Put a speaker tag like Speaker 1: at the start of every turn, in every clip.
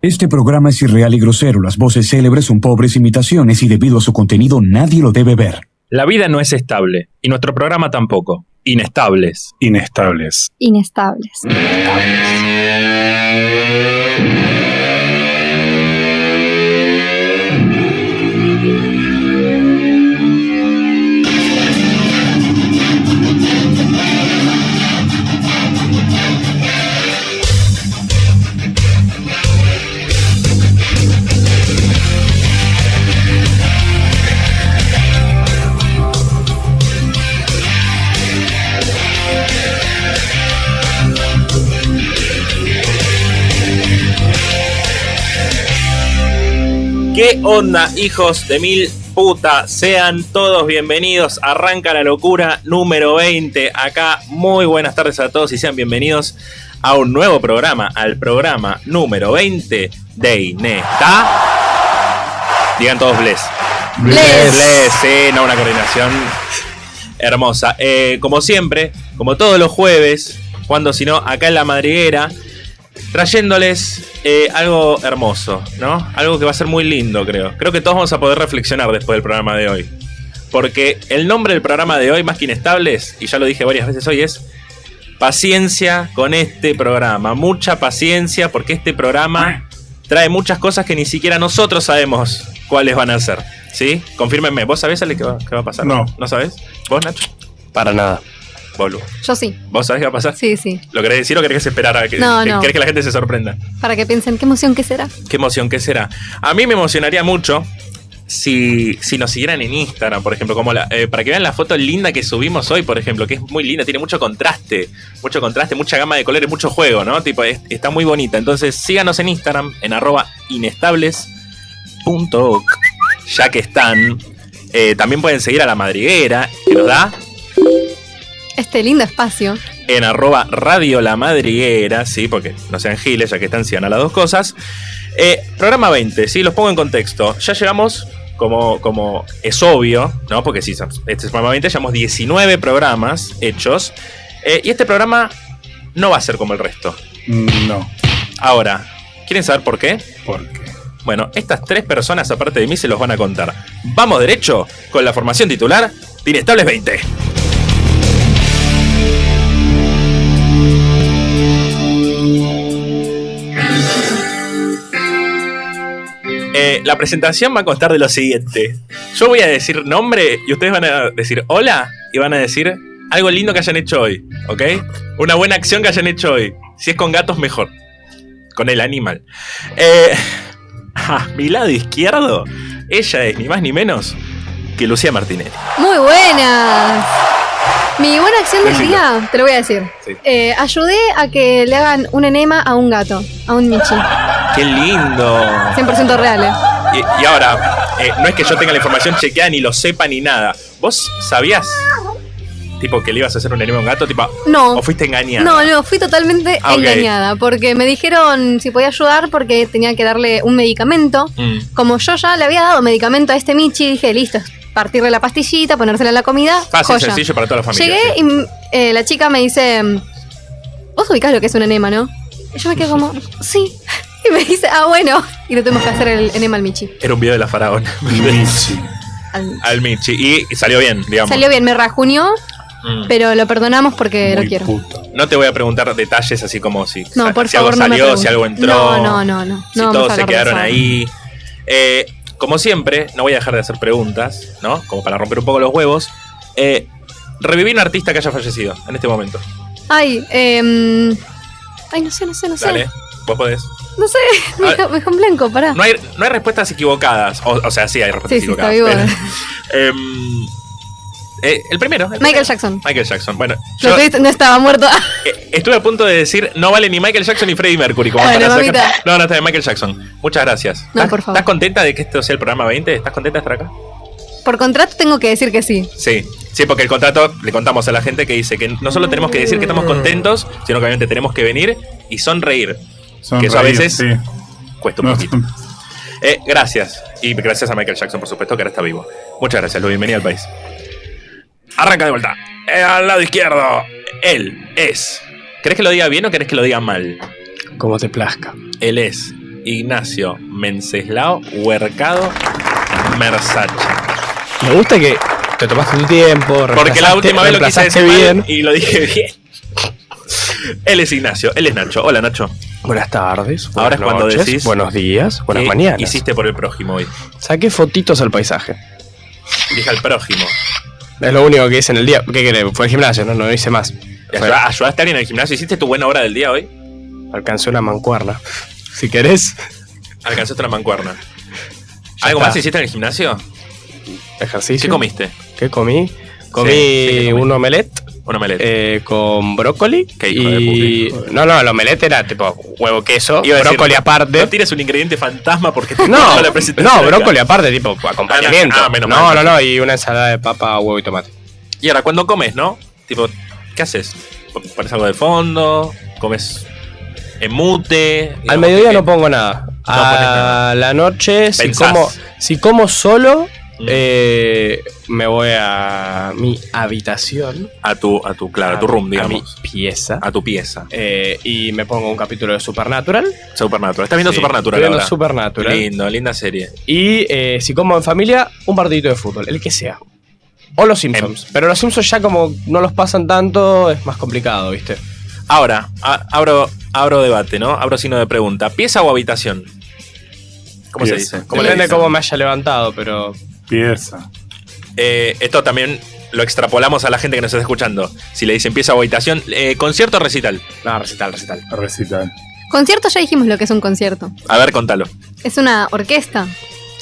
Speaker 1: Este programa es irreal y grosero. Las voces célebres son pobres imitaciones y debido a su contenido nadie lo debe ver.
Speaker 2: La vida no es estable y nuestro programa tampoco. Inestables.
Speaker 3: inestables.
Speaker 4: Inestables.
Speaker 5: ¿Qué onda, hijos de mil puta? Sean todos bienvenidos. Arranca la locura número 20. Acá, muy buenas tardes a todos y sean bienvenidos a un nuevo programa, al programa número 20 de Inesta. Digan todos Bless.
Speaker 4: Bless.
Speaker 5: Bless, sí, no, una coordinación hermosa. Eh, como siempre, como todos los jueves, cuando si no, acá en la madriguera, trayéndoles eh, algo hermoso, ¿no? Algo que va a ser muy lindo, creo. Creo que todos vamos a poder reflexionar después del programa de hoy. Porque el nombre del programa de hoy, más que inestables, y ya lo dije varias veces hoy, es paciencia con este programa. Mucha paciencia porque este programa trae muchas cosas que ni siquiera nosotros sabemos cuáles van a ser. ¿Sí? Confírmenme. ¿Vos sabés, Ale, qué va, qué va a pasar?
Speaker 3: No.
Speaker 5: ¿No sabés? ¿Vos, Nacho?
Speaker 2: Para nada.
Speaker 5: Bolu.
Speaker 4: Yo sí.
Speaker 5: ¿Vos sabés qué va a pasar?
Speaker 4: Sí, sí.
Speaker 5: ¿Lo querés decir o querés esperar a que,
Speaker 4: No,
Speaker 5: que-
Speaker 4: no.
Speaker 5: querés que la gente se sorprenda?
Speaker 4: Para que piensen qué emoción que será.
Speaker 5: Qué emoción, qué será. A mí me emocionaría mucho si, si nos siguieran en Instagram, por ejemplo, como la- eh, para que vean la foto linda que subimos hoy, por ejemplo, que es muy linda, tiene mucho contraste, mucho contraste, mucha gama de colores, mucho juego, ¿no? Tipo, es- está muy bonita. Entonces, síganos en Instagram, en arroba inestables.oc, ya que están. Eh, también pueden seguir a la madriguera, que nos da
Speaker 4: Este lindo espacio.
Speaker 5: en arroba radio la madriguera, sí, porque no sean giles, ya que están anciana las dos cosas. Eh, programa 20, sí, los pongo en contexto. Ya llevamos, como, como es obvio, ¿no? Porque sí, este es el programa 20, llevamos 19 programas hechos. Eh, y este programa no va a ser como el resto.
Speaker 3: No,
Speaker 5: Ahora, ¿quieren saber por qué?
Speaker 3: porque
Speaker 5: Bueno, estas tres personas aparte de mí se los van a contar. Vamos derecho con la formación titular de Inestables 20. Eh, la presentación va a constar de lo siguiente. Yo voy a decir nombre y ustedes van a decir hola y van a decir algo lindo que hayan hecho hoy, ¿ok? Una buena acción que hayan hecho hoy. Si es con gatos, mejor. Con el animal. Eh, a mi lado izquierdo, ella es ni más ni menos que Lucía Martínez.
Speaker 4: Muy buenas. Mi buena acción del
Speaker 5: Decilo.
Speaker 4: día, te lo voy a decir.
Speaker 5: Sí.
Speaker 4: Eh, ayudé a que le hagan un enema a un gato, a un Michi.
Speaker 5: ¡Qué lindo!
Speaker 4: 100% real. eh.
Speaker 5: Y, y ahora, eh, no es que yo tenga la información chequeada ni lo sepa ni nada. ¿Vos sabías, tipo, que le ibas a hacer un enemigo a un gato? Tipo,
Speaker 4: No.
Speaker 5: ¿O fuiste engañada?
Speaker 4: No, no, fui totalmente
Speaker 5: Ah, ok.
Speaker 4: engañada porque me dijeron si podía ayudar porque tenía que darle un medicamento.
Speaker 5: Mm,
Speaker 4: Como yo ya le había dado medicamento a este Michi, dije, listo, partirle la pastillita, ponérsela en la comida.
Speaker 5: Fácil,
Speaker 4: joya.
Speaker 5: sencillo para toda la familia.
Speaker 4: Llegué
Speaker 5: sí.
Speaker 4: y mm, eh, la chica me dice, mm, vos ubicás lo que es un enema, ¿no? Y yo me quedo como, sí. Y me dice, ah, bueno. Y le tuvimos que hacer el enema al Michi.
Speaker 5: Era un video de la faraona.
Speaker 3: Michi.
Speaker 4: Al-
Speaker 5: Al Michi. Y, y salió bien, digamos.
Speaker 4: Salió bien, me rajuñó,
Speaker 5: Mm.
Speaker 4: pero lo perdonamos porque
Speaker 3: muy
Speaker 4: lo quiero.
Speaker 3: puto.
Speaker 5: No te voy a preguntar detalles así como si,
Speaker 4: No,
Speaker 5: sa-
Speaker 4: por
Speaker 5: si
Speaker 4: favor,
Speaker 5: algo
Speaker 4: no me
Speaker 5: salió, si
Speaker 4: preguntes.
Speaker 5: algo entró.
Speaker 4: No, no, no, no.
Speaker 5: si
Speaker 4: No vamos
Speaker 5: todos
Speaker 4: a
Speaker 5: se
Speaker 4: hablar de
Speaker 5: quedaron
Speaker 4: eso.
Speaker 5: ahí. Eh, como siempre, no voy a dejar de hacer preguntas, ¿no? Como para romper un poco los huevos. Eh, reviví un artista que haya fallecido en este momento.
Speaker 4: Ay, eh, ay, no sé, no sé, no sé.
Speaker 5: Dale, vos podés.
Speaker 4: No sé, me
Speaker 5: A-
Speaker 4: dejó, me dejó en blanco, pará.
Speaker 5: No hay, no hay respuestas equivocadas. O, o sea, sí hay respuestas
Speaker 4: Ah. Sí, sí, está
Speaker 5: equivocadas.
Speaker 4: vivo.
Speaker 5: pero- Em, eh, el primero. el primero.
Speaker 4: Michael Jackson.
Speaker 5: Michael Jackson. Bueno,
Speaker 4: Lo
Speaker 5: yo
Speaker 4: tuviste- no estaba muerto.
Speaker 5: eh, estuve a punto de decir no vale ni Michael Jackson ni Freddie Mercury. Como
Speaker 4: Bueno,
Speaker 5: para sacar-
Speaker 4: mamita.
Speaker 5: No, no, está bien, Michael Jackson. Muchas gracias.
Speaker 4: No,
Speaker 5: ¿Estás-
Speaker 4: por favor.
Speaker 5: ¿Estás contenta de que esto sea el programa 20? ¿Estás contenta de estar acá?
Speaker 4: Por contrato tengo que decir que sí.
Speaker 5: Sí, sí, porque el contrato le contamos a la gente que dice que no solo tenemos que decir que estamos contentos, sino que obviamente tenemos que venir y sonreír.
Speaker 3: Son
Speaker 5: Que eso a
Speaker 3: reír,
Speaker 5: veces-
Speaker 3: sí.
Speaker 5: Cuesta un
Speaker 3: No,
Speaker 5: poquito. Eh, gracias. Y gracias a Michael Jackson, por supuesto, que ahora está vivo. Muchas gracias, Lu. Bienvenido al país. Arranca de vuelta. Eh, al lado izquierdo. Él es. ¿Crees que lo diga bien o crees que lo diga mal?
Speaker 6: Como te plazca.
Speaker 5: Él es. Ignacio Menceslao Huercado Mersacha.
Speaker 6: Me gusta que te tomaste tu tiempo.
Speaker 5: Porque la
Speaker 6: reemplazaste-
Speaker 5: última vez lo quise
Speaker 6: reemplazaste
Speaker 5: decir bien.
Speaker 6: bien.
Speaker 5: y lo dije bien. Él es Ignacio, él es Nacho. Hola Nacho.
Speaker 6: Buenas tardes.
Speaker 5: Ahora
Speaker 6: buenas
Speaker 5: es cuando
Speaker 6: noches,
Speaker 5: decís-
Speaker 6: Buenos días, buenas
Speaker 5: ¿Qué
Speaker 6: mañanas.
Speaker 5: Hiciste por el prójimo hoy.
Speaker 6: Saqué fotitos al paisaje.
Speaker 5: Dije al prójimo.
Speaker 6: Es lo único que hice en el día. ¿Qué querés? Fue al gimnasio, no, no hice más.
Speaker 5: ¿Y
Speaker 6: Fue-
Speaker 5: ayuda- ¿Ayudaste a alguien en el gimnasio? ¿Hiciste tu buena obra del día hoy?
Speaker 6: alcancé una mancuerna. Si querés,
Speaker 5: Alcanzaste la mancuerna. ¿Algo
Speaker 6: está.
Speaker 5: más hiciste en el gimnasio?
Speaker 6: ejercicio.
Speaker 5: ¿Qué comiste?
Speaker 6: ¿Qué comí? Comí
Speaker 5: Sí, sí, ¿qué comí?
Speaker 6: un omelette
Speaker 5: Una meleta.
Speaker 6: eh, con brócoli.
Speaker 5: Qué hijo de
Speaker 6: y... No, no, el omelette era tipo huevo, queso,
Speaker 5: Iba a decir,
Speaker 6: brócoli
Speaker 5: no-
Speaker 6: aparte.
Speaker 5: No tienes un ingrediente fantasma porque te
Speaker 6: No,
Speaker 5: la presentación
Speaker 6: no,
Speaker 5: acá.
Speaker 6: brócoli aparte, tipo acompañamiento.
Speaker 5: Ah, menos
Speaker 6: no,
Speaker 5: mal.
Speaker 6: no, no, y una ensalada de papa, huevo y tomate.
Speaker 5: Y ahora, cuando comes, ¿no? Tipo, ¿qué haces? ¿Pones algo de fondo? ¿Comes en mute?
Speaker 6: Al
Speaker 5: Digamos,
Speaker 6: mediodía
Speaker 5: ¿qué?
Speaker 6: no pongo nada.
Speaker 5: pones
Speaker 6: a
Speaker 5: nada.
Speaker 6: la noche, si
Speaker 5: Pensás.
Speaker 6: como, si como solo,
Speaker 5: Mm.
Speaker 6: eh, me voy a mi habitación.
Speaker 5: A tu, a tu, claro, a tu room, digamos. Ah.
Speaker 6: mi pieza.
Speaker 5: A, tu pieza.
Speaker 6: eh, y me pongo un capítulo de Supernatural.
Speaker 5: Supernatural. Estás viendo
Speaker 6: Sí,
Speaker 5: Supernatural
Speaker 6: estoy viendo
Speaker 5: ahora.
Speaker 6: Supernatural.
Speaker 5: Lindo, linda serie.
Speaker 6: Y eh, si como en familia, un partidito de fútbol, el que sea. O los
Speaker 5: Em.
Speaker 6: Simpsons. Pero los Simpsons ya como no los pasan tanto, es más complicado, ¿viste?
Speaker 5: Ahora, a- abro, abro debate, ¿no? Abro signo de pregunta. ¿Pieza o habitación? ¿Cómo se dice?
Speaker 3: Pieza.
Speaker 5: ¿Cómo
Speaker 6: Como
Speaker 5: le
Speaker 6: Depende de
Speaker 5: dicen?
Speaker 6: cómo me haya levantado, pero
Speaker 3: Pieza.
Speaker 5: Eh, esto también lo extrapolamos a la gente que nos está escuchando. Si le dicen pieza o habitación, eh, concierto o recital.
Speaker 6: nada, recital, recital.
Speaker 3: Recital.
Speaker 4: Concierto ya dijimos lo que es un concierto.
Speaker 5: A ver, contalo.
Speaker 4: Es una orquesta.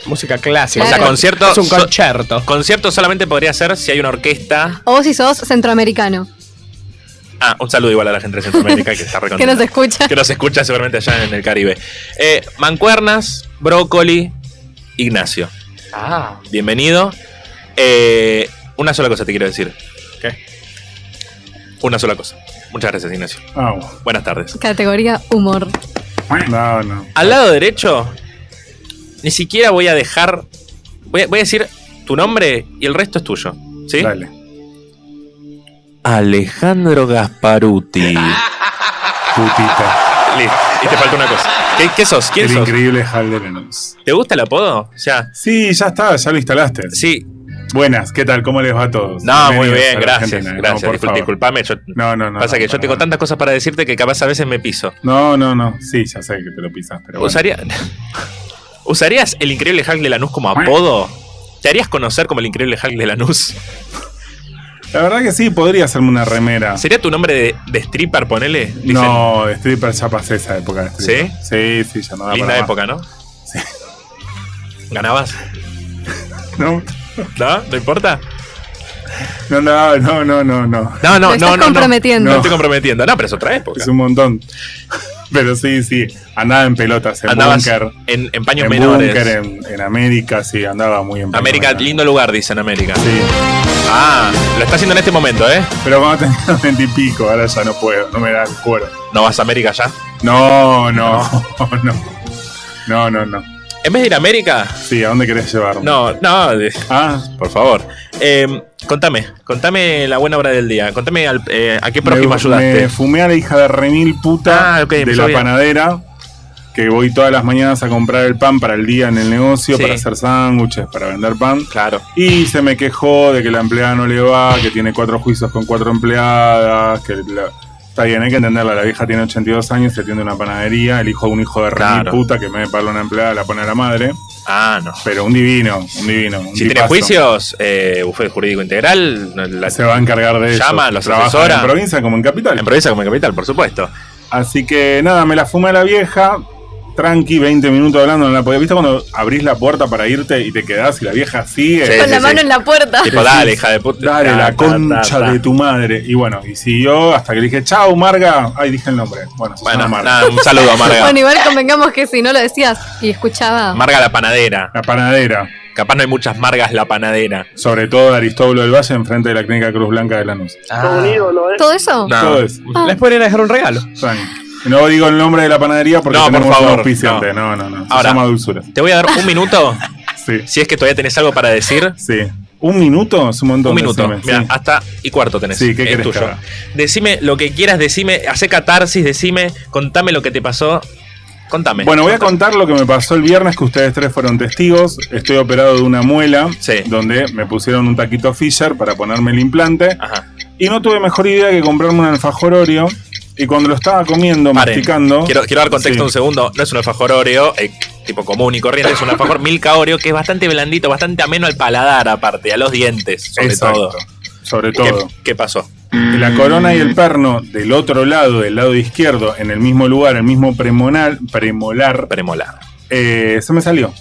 Speaker 6: Música clásica.
Speaker 4: O sea,
Speaker 6: Es un-
Speaker 5: concierto-
Speaker 6: Es un
Speaker 5: so-
Speaker 6: concierto.
Speaker 5: Concierto solamente podría ser si hay una orquesta.
Speaker 4: O si sos centroamericano,
Speaker 5: Ah, un saludo igual a la gente de Centroamérica que está
Speaker 4: que
Speaker 5: recontenta.
Speaker 4: nos escucha.
Speaker 5: que nos escucha seguramente allá en el Caribe. Eh, mancuernas, brócoli, Ignacio.
Speaker 6: Ah,
Speaker 5: Bienvenido. Eh, una sola cosa te quiero decir.
Speaker 6: ¿Qué?
Speaker 5: Una sola cosa. Muchas gracias, Ignacio.
Speaker 3: Ah, bueno.
Speaker 5: Buenas tardes.
Speaker 4: Categoría humor.
Speaker 3: No, no.
Speaker 5: Al lado derecho, ni siquiera voy a dejar. Voy a, voy a decir tu nombre y el resto es tuyo. ¿Sí?
Speaker 3: Dale.
Speaker 5: Alejandro Gasparuti.
Speaker 3: Putita.
Speaker 5: Listo. Y te falta una cosa. ¿Qué, qué sos? ¿Quién
Speaker 3: El
Speaker 5: sos?
Speaker 3: increíble Hal de Lennox.
Speaker 5: ¿Te gusta el apodo? O sea,
Speaker 3: Sí, ya está, ya lo instalaste.
Speaker 5: sí.
Speaker 3: Buenas, ¿qué tal? ¿Cómo les va a todos?
Speaker 5: No, muy
Speaker 3: Bienvenidos
Speaker 5: bien,
Speaker 3: a la
Speaker 5: gracias.
Speaker 3: Argentina. ¿eh?
Speaker 5: Gracias.
Speaker 3: No, por
Speaker 5: Discul-
Speaker 3: favor.
Speaker 5: disculpame, yo-
Speaker 3: No, no, no.
Speaker 5: pasa
Speaker 3: no,
Speaker 5: que yo
Speaker 3: para
Speaker 5: tengo
Speaker 3: nada.
Speaker 5: tantas cosas para decirte que capaz a veces me piso.
Speaker 3: No, no, no. Sí, ya sé que te lo pisas, pero. bueno.
Speaker 5: Usaría- ¿Usarías el increíble Hulk de Lanús como apodo? ¿Te harías conocer como el increíble Hulk de Lanús?
Speaker 3: La verdad que sí, podría hacerme una remera.
Speaker 5: ¿Sería tu nombre de, de stripper, ponele? Dicen,
Speaker 3: Ah. No, de stripper ya pasé esa época de stripper. Sí, sí, ya no da
Speaker 5: Linda
Speaker 3: para más.
Speaker 5: época, ¿no? ¿Ganabas? ¿No?
Speaker 3: No,
Speaker 5: ¿No importa?
Speaker 3: no, no, no, no, no, no.
Speaker 5: No, no,
Speaker 4: Lo
Speaker 5: no,
Speaker 4: estás
Speaker 5: no, no.
Speaker 4: comprometiendo.
Speaker 5: No estoy comprometiendo. No, pero es otra época.
Speaker 3: Es un montón. Pero sí, sí. Andaba en pelotas, en
Speaker 5: Andabas
Speaker 3: búnker.
Speaker 5: en, en paños
Speaker 3: En
Speaker 5: menores.
Speaker 3: búnker, en, en América, sí, andaba muy en paños
Speaker 5: América,
Speaker 3: menores.
Speaker 5: lindo lugar, dicen América.
Speaker 3: Sí.
Speaker 5: Ah, lo está haciendo en este momento, ¿eh?
Speaker 3: Pero cuando tenía 20 y pico, ahora ya no puedo, no me da el cuero.
Speaker 5: No vas a América ya.
Speaker 3: No, no, no. No, no, no.
Speaker 5: En vez de ir a América.
Speaker 3: Sí, ¿a dónde querés llevarme?
Speaker 5: No, no, de-
Speaker 3: Ah,
Speaker 5: por favor. Eh, contame, contame la buena obra del día. Contame al- eh, a qué prójimo
Speaker 3: me,
Speaker 5: ayudaste.
Speaker 3: me fumé a la hija de remil puta
Speaker 5: Ah, ok,
Speaker 3: de
Speaker 5: empezó
Speaker 3: la
Speaker 5: bien.
Speaker 3: panadera. Que voy todas las mañanas a comprar el pan para el día en el negocio,
Speaker 5: Sí.
Speaker 3: para hacer sándwiches, para vender pan.
Speaker 5: Claro.
Speaker 3: Y se me quejó de que la empleada no le va, que tiene cuatro juicios con cuatro empleadas, que la- está bien, hay que entenderla, la vieja tiene 82 años, se atiende una panadería, el hijo de un hijo de remil
Speaker 5: Claro.
Speaker 3: puta que me paga una empleada, la pone a la madre,
Speaker 5: Ah, no.
Speaker 3: pero un divino, un divino. un
Speaker 5: Si tiene
Speaker 3: tipazo.
Speaker 5: juicios, eh, bufete jurídico integral. La,
Speaker 3: se va a encargar de eso.
Speaker 5: Llama, los
Speaker 3: Trabaja
Speaker 5: asesora.
Speaker 3: en provincia como en capital.
Speaker 5: en provincia como en capital, por supuesto.
Speaker 3: Así que nada, me la fumé a la vieja. Tranqui, 20 minutos hablando, no la podía. ¿Viste cuando abrís la puerta para irte y te quedás y la vieja sigue?
Speaker 5: Sí,
Speaker 4: Con
Speaker 5: sí,
Speaker 4: la
Speaker 5: sí.
Speaker 4: mano en la puerta.
Speaker 5: Tipo, dale, hija de puta.
Speaker 3: Dale,
Speaker 5: Ta, ta,
Speaker 3: la
Speaker 5: ta,
Speaker 3: concha
Speaker 5: ta.
Speaker 3: de tu madre. Y bueno, y siguió hasta que le dije, chau, Marga. Ay, dije el nombre. Bueno, se
Speaker 5: Bueno,
Speaker 3: llama Marga.
Speaker 5: nada, un saludo a Marga.
Speaker 4: Bueno, igual convengamos que si no lo decías y escuchaba.
Speaker 5: Marga la panadera.
Speaker 3: La panadera.
Speaker 5: Capaz no hay muchas Margas la panadera.
Speaker 3: Sobre todo de Aristóbulo del Valle, enfrente de la clínica Cruz Blanca de Lanús.
Speaker 6: Ah.
Speaker 4: ¿Todo eso?
Speaker 5: No,
Speaker 3: Todo eso.
Speaker 6: Les pueden ir a dejar un regalo.
Speaker 3: Tranqui. No digo el nombre de la panadería porque
Speaker 5: No, por
Speaker 3: tenemos un
Speaker 5: favor,
Speaker 3: auspiciante. No, no, no. Se
Speaker 5: Ahora.
Speaker 3: llama Dulzura.
Speaker 5: Te voy a dar un minuto,
Speaker 3: Sí,
Speaker 5: si es que todavía tenés algo para decir.
Speaker 3: sí. ¿Un minuto? Es un montón.
Speaker 5: Un minuto.
Speaker 3: decime.
Speaker 5: Mira,
Speaker 3: Sí.
Speaker 5: hasta y cuarto tenés.
Speaker 3: Sí, ¿qué
Speaker 5: Es
Speaker 3: querés que
Speaker 5: tuyo.
Speaker 3: haga?
Speaker 5: Decime lo que quieras, decime, hace catarsis, decime, contame lo que te pasó. Contame.
Speaker 3: Bueno, voy a
Speaker 5: Contame.
Speaker 3: contar lo que me pasó el viernes, que ustedes tres fueron testigos. Estoy operado de una muela,
Speaker 5: Sí.
Speaker 3: donde me pusieron un taquito Fisher para ponerme el implante.
Speaker 5: Ajá.
Speaker 3: Y no tuve mejor idea que comprarme un alfajor Oreo. Y cuando lo estaba comiendo,
Speaker 5: Paren.
Speaker 3: masticando.
Speaker 5: Quiero, quiero dar contexto
Speaker 3: Sí.
Speaker 5: un segundo. No es un alfajor Oreo, eh, tipo común y corriente, es un alfajor Milka Oreo que es bastante blandito, bastante ameno al paladar, aparte, a los dientes, sobre
Speaker 3: Exacto.
Speaker 5: todo.
Speaker 3: Sobre
Speaker 5: ¿Qué-
Speaker 3: todo.
Speaker 5: ¿Qué, pasó?
Speaker 3: La corona y el perno del otro lado, del lado izquierdo, en el mismo lugar, el mismo premonal, premolar,
Speaker 5: Premolar.
Speaker 3: eh, se me salió.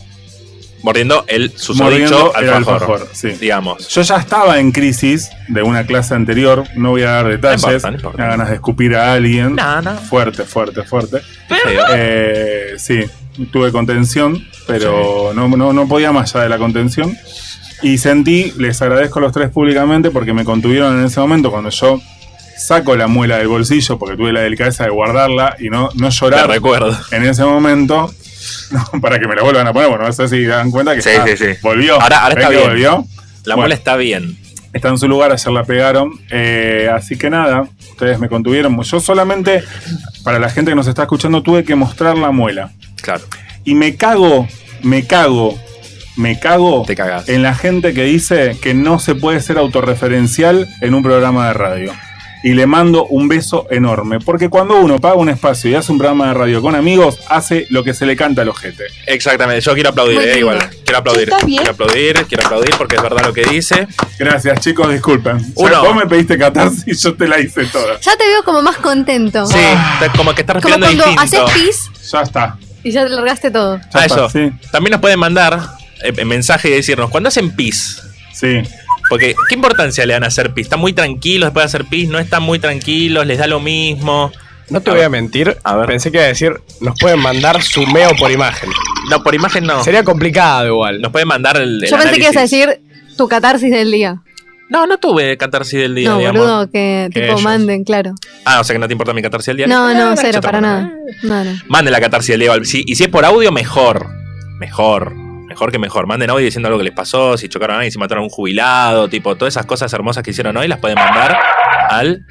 Speaker 5: Mordiendo el
Speaker 3: Mordiendo
Speaker 5: susodicho
Speaker 3: el
Speaker 5: alfajor,
Speaker 3: alfajor, sí.
Speaker 5: Digamos.
Speaker 3: Yo ya estaba en crisis de una clase anterior, no voy a dar detalles.
Speaker 5: No importa, no importa.
Speaker 3: Me da ganas de escupir a alguien.
Speaker 5: No, no.
Speaker 3: Fuerte, fuerte, fuerte.
Speaker 5: Feo.
Speaker 3: Eh, sí, tuve contención, pero no, no, no podía más allá de la contención. Y sentí, les agradezco a los tres públicamente porque me contuvieron en ese momento cuando yo saco la muela del bolsillo porque tuve la delicadeza de guardarla y no, no
Speaker 5: Te
Speaker 3: llorar
Speaker 5: recuerdo.
Speaker 3: en ese momento. No, para que me la vuelvan a poner, bueno, no sé si dan cuenta que
Speaker 5: Sí,
Speaker 3: está-
Speaker 5: sí, sí.
Speaker 3: volvió.
Speaker 5: Ahora- ahora
Speaker 3: ¿Ven
Speaker 5: está
Speaker 3: que
Speaker 5: bien.
Speaker 3: volvió?
Speaker 5: La
Speaker 3: Bueno.
Speaker 5: muela está bien.
Speaker 3: está en su lugar, ayer la pegaron. Eh, así que nada, ustedes me contuvieron. Yo solamente, para la gente que nos está escuchando, tuve que mostrar la muela.
Speaker 5: Claro.
Speaker 3: Y me cago, me cago, me cago
Speaker 5: Te cagás.
Speaker 3: en la gente que dice que no se puede ser autorreferencial en un programa de radio. Y le mando un beso enorme, porque cuando uno paga un espacio y hace un programa de radio con amigos, hace lo que se le canta al ojete.
Speaker 5: Exactamente. Yo quiero aplaudir,
Speaker 4: Muy
Speaker 5: eh,
Speaker 4: lindo.
Speaker 5: igual. Quiero aplaudir.
Speaker 7: Está bien.
Speaker 5: Quiero aplaudir, quiero aplaudir porque es verdad lo que dice.
Speaker 3: Gracias, chicos, disculpen. O sea,
Speaker 5: Uno.
Speaker 3: vos me pediste catarsis, yo te la hice toda.
Speaker 4: Ya te veo como más contento.
Speaker 5: Sí, está- como que está
Speaker 4: Como
Speaker 5: respirando
Speaker 4: cuando haces
Speaker 5: distinto.
Speaker 4: pis
Speaker 3: Ya está.
Speaker 4: y ya te largaste todo.
Speaker 5: Ah,
Speaker 3: Ya está,
Speaker 5: eso.
Speaker 3: sí.
Speaker 5: También nos pueden mandar eh, mensaje y decirnos, ¿cuándo hacen pis?
Speaker 3: Sí.
Speaker 5: Porque, ¿qué importancia le dan a hacer pis? ¿Están muy tranquilos después de hacer pis? ¿No están muy tranquilos? ¿Les da lo mismo?
Speaker 6: No te voy a mentir,
Speaker 5: A ver.
Speaker 6: pensé que iba a decir, nos pueden mandar su meo por imagen.
Speaker 5: No, por imagen no.
Speaker 6: Sería complicado igual.
Speaker 5: Nos pueden mandar el. el
Speaker 4: Yo pensé que ibas a
Speaker 5: análisis.
Speaker 4: decir tu catarsis del día.
Speaker 5: No, no tuve catarsis del día,
Speaker 4: no,
Speaker 5: digamos.
Speaker 4: boludo, que tipo
Speaker 6: ellos.
Speaker 4: manden, claro.
Speaker 5: Ah, o sea que no te importa mi catarsis del día.
Speaker 4: No, no,
Speaker 5: yo
Speaker 4: cero,
Speaker 5: tampoco.
Speaker 4: para nada. No, no.
Speaker 5: Manden la catarsis del día. al- sí, y si es por audio, mejor. Mejor. Mejor que mejor. Manden audio diciendo algo que les pasó, si chocaron a alguien, si mataron a un jubilado, tipo, todas esas cosas hermosas que hicieron hoy las pueden mandar al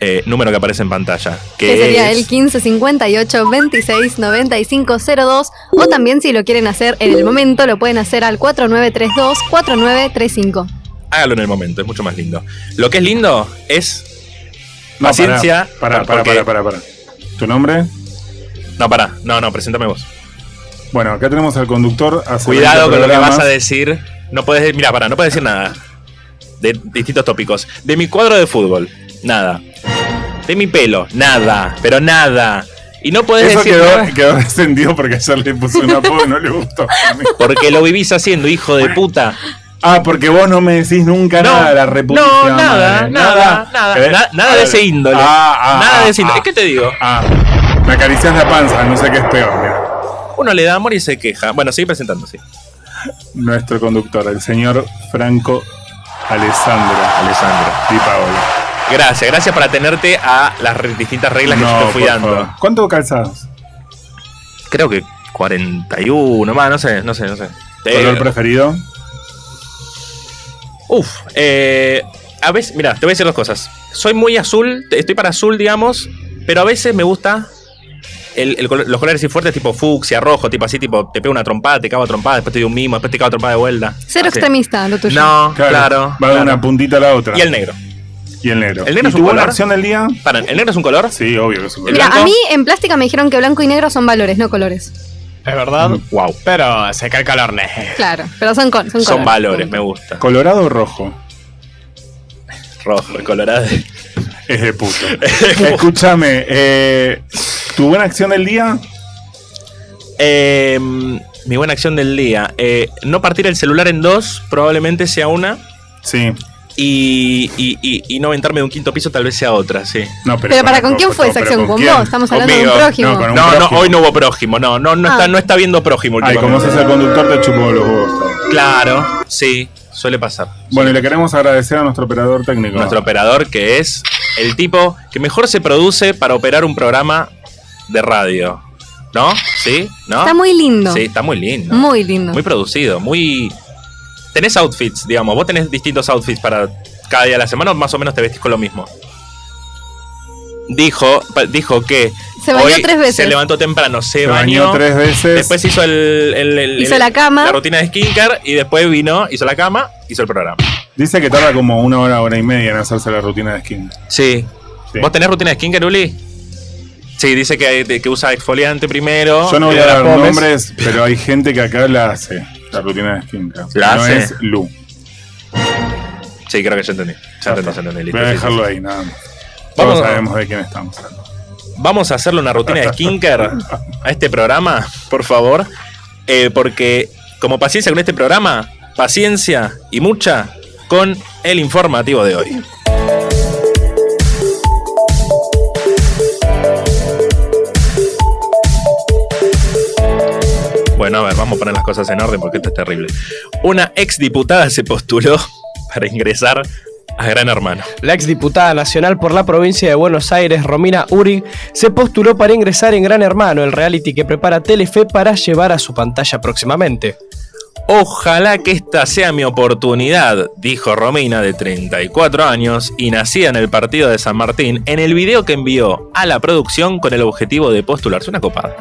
Speaker 5: eh, número que aparece en pantalla. Que
Speaker 4: Que sería
Speaker 5: es-
Speaker 4: el 15 58 26 95 02. O también, si lo quieren hacer en el momento, lo pueden hacer al 4932 4935.
Speaker 5: Hágalo en el momento, es mucho más lindo. Lo que es lindo es.
Speaker 3: No,
Speaker 5: paciencia.
Speaker 3: Para, para,
Speaker 5: porque-
Speaker 3: para, para, para. ¿Tu nombre?
Speaker 5: No, pará. No, no, preséntame vos.
Speaker 3: Bueno, acá tenemos al conductor. hace
Speaker 5: Cuidado con
Speaker 3: 20
Speaker 5: lo que
Speaker 3: programas.
Speaker 5: vas a decir. No puedes, mira, para, no puedes decir nada de distintos tópicos. De mi cuadro de fútbol, nada. De mi pelo, nada, pero nada. Y no puedes
Speaker 3: Eso
Speaker 5: decir
Speaker 3: quedó,
Speaker 5: nada
Speaker 3: quedó resentido porque ayer le puse un apodo y no le gustó.
Speaker 5: porque lo vivís haciendo, hijo de puta.
Speaker 3: Ah, porque vos no me decís nunca nada de la República.
Speaker 5: no,
Speaker 3: madre.
Speaker 5: nada, nada, nada,
Speaker 3: ¿Eh?
Speaker 5: na- nada
Speaker 3: A
Speaker 5: de
Speaker 3: ver.
Speaker 5: ese índole.
Speaker 3: Ah, ah,
Speaker 5: nada
Speaker 3: ah,
Speaker 5: de ese índole.
Speaker 3: ah,
Speaker 5: ¿Qué te digo?
Speaker 3: Ah, me acaricias la panza, no sé qué es peor, mira.
Speaker 5: Uno le da amor y se queja. Bueno, sigue presentando, sí.
Speaker 3: Nuestro conductor, el señor Franco Alessandro.
Speaker 5: Alessandro.
Speaker 3: Di Paolo.
Speaker 5: Gracias, gracias por atenerte a las re- distintas reglas que yo te fui
Speaker 3: por
Speaker 5: dando.
Speaker 3: favor. ¿Cuánto calzados?
Speaker 5: Creo que 41, más, no sé, no sé, no sé.
Speaker 3: ¿Color
Speaker 5: Eh,
Speaker 3: preferido?
Speaker 5: Uf, eh, a veces, mira, te voy a decir dos cosas. Soy muy azul, te- estoy para azul, digamos, pero a veces me gusta el- el color- los colores así fuertes, tipo fucsia, rojo, tipo así, tipo, te pego una trompada, te cago a trompada, después te doy un mimo, después te cago a trompada de vuelta.
Speaker 4: Cero
Speaker 5: Así.
Speaker 4: extremista, lo tuyo.
Speaker 5: Ah, No, claro.
Speaker 3: Va de
Speaker 5: claro.
Speaker 3: una puntita a la otra.
Speaker 5: Y el negro.
Speaker 3: Y el negro.
Speaker 5: ¿El negro
Speaker 3: ¿Y
Speaker 5: es un
Speaker 3: tu buena
Speaker 5: color?
Speaker 3: acción del día?
Speaker 5: Para, ¿el negro es un color?
Speaker 3: Sí, obvio que es un
Speaker 5: ¿El
Speaker 4: Mira, a
Speaker 5: blanco?
Speaker 4: mí en plástica me dijeron que blanco y negro son valores, no colores.
Speaker 6: Es verdad,
Speaker 5: Wow.
Speaker 6: pero se cae el calor. neh.
Speaker 4: Claro, pero son, con, son,
Speaker 5: Son
Speaker 4: colores.
Speaker 5: valores, me gusta.
Speaker 3: Colorado o rojo.
Speaker 5: Rojo, el colorado.
Speaker 3: Es de puto. Escúchame, eh, ¿tu buena acción del día?
Speaker 5: Eh, mi buena acción del día. eh, no partir el celular en dos, probablemente sea una.
Speaker 3: Sí.
Speaker 5: Y, y, y, y no aventarme de un quinto piso, tal vez sea otra, sí.
Speaker 3: No,
Speaker 4: Pero, para, ¿con quién fue esa
Speaker 3: pero
Speaker 4: acción? ¿Con,
Speaker 3: quién?
Speaker 4: vos? Estamos hablando de un
Speaker 5: Conmigo.
Speaker 4: prójimo.
Speaker 3: No, con un-
Speaker 5: No, no,
Speaker 3: prójimo.
Speaker 5: hoy no hubo prójimo, no, no, no,
Speaker 4: Ah.
Speaker 5: está, no está viendo prójimo
Speaker 3: Ay, como
Speaker 5: últimamente.
Speaker 3: sos el conductor, te chupó los huevos.
Speaker 5: Claro, sí, suele pasar.
Speaker 3: Bueno, y le queremos agradecer a nuestro operador técnico.
Speaker 5: Nuestro operador que es el tipo que mejor se produce para operar un programa de radio. ¿No? ¿Sí? ¿No?
Speaker 4: Está muy lindo.
Speaker 5: Sí, está muy lindo. Muy,
Speaker 4: Muy lindo.
Speaker 5: producido, muy... Tenés outfits, digamos, vos tenés distintos outfits para cada día de la semana o más o menos te vestís con lo mismo. dijo, pa- dijo que
Speaker 4: Se bañó
Speaker 5: hoy
Speaker 4: tres veces.
Speaker 5: se levantó temprano, se,
Speaker 3: Se
Speaker 5: bañó,
Speaker 3: bañó tres veces.
Speaker 5: después hizo el, el- el-
Speaker 4: Hizo
Speaker 5: el-
Speaker 4: la cama.
Speaker 5: la rutina de skincare y después vino, hizo la cama, hizo el programa.
Speaker 3: Dice que tarda como una hora, hora y media en hacerse la rutina de skin.
Speaker 5: Sí.
Speaker 3: Sí.
Speaker 5: ¿Vos tenés rutina de skincare, Uli? Sí, dice que, que usa exfoliante primero.
Speaker 3: Yo no voy
Speaker 5: que
Speaker 3: a
Speaker 5: la
Speaker 3: dar
Speaker 5: pomes.
Speaker 3: nombres, pero hay gente que acá la hace, la rutina de skincare.
Speaker 5: ¿La
Speaker 3: no
Speaker 5: hace?
Speaker 3: es Lu.
Speaker 5: Sí, creo que ya entendí. Ya entendí, ya entendí, listo,
Speaker 3: Voy
Speaker 5: sí,
Speaker 3: a
Speaker 5: sí,
Speaker 3: dejarlo
Speaker 5: sí.
Speaker 3: ahí, nada más. Todos
Speaker 5: Vamos a-
Speaker 3: sabemos de quién estamos hablando.
Speaker 5: Vamos a hacerle una rutina de skincare a este programa, por favor. Eh, porque, como paciencia con este programa, paciencia y mucha con el informativo de hoy. Bueno, a ver, vamos a poner las cosas en orden porque esto es terrible. Una exdiputada se postuló para ingresar a Gran Hermano.
Speaker 6: La exdiputada nacional por la provincia de Buenos Aires, Romina Uri, se postuló para ingresar en Gran Hermano, el reality que prepara Telefe para llevar a su pantalla próximamente.
Speaker 5: Ojalá que esta sea mi oportunidad, dijo Romina de 34 años y nacida en el partido de San Martín en el video que envió a la producción con el objetivo de postularse una copada.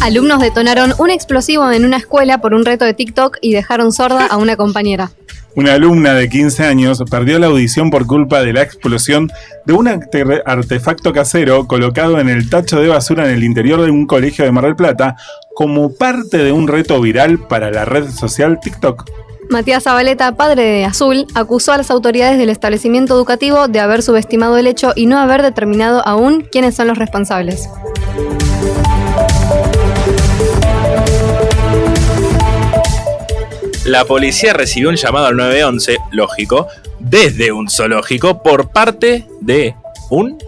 Speaker 4: Alumnos detonaron un explosivo en una escuela por un reto de TikTok y dejaron sorda a una compañera.
Speaker 3: Una alumna de 15 años perdió la audición por culpa de la explosión de un arte- artefacto casero colocado en el tacho de basura en el interior de un colegio de Mar del Plata como parte de un reto viral para la red social TikTok.
Speaker 4: Matías Zabaleta, padre de Azul, acusó a las autoridades del establecimiento educativo de haber subestimado el hecho y no haber determinado aún quiénes son los responsables.
Speaker 5: La policía recibió un llamado al 911, lógico, desde un zoológico por parte de un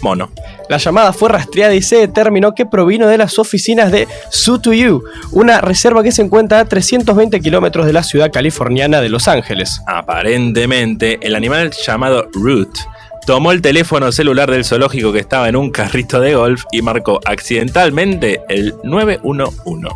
Speaker 5: mono.
Speaker 6: La llamada fue rastreada y se determinó que provino de las oficinas de Sutuyu, una reserva que se encuentra a 320 kilómetros de la ciudad californiana de Los Ángeles.
Speaker 5: Aparentemente, el animal llamado Root tomó el teléfono celular del zoológico que estaba en un carrito de golf y marcó accidentalmente el 911.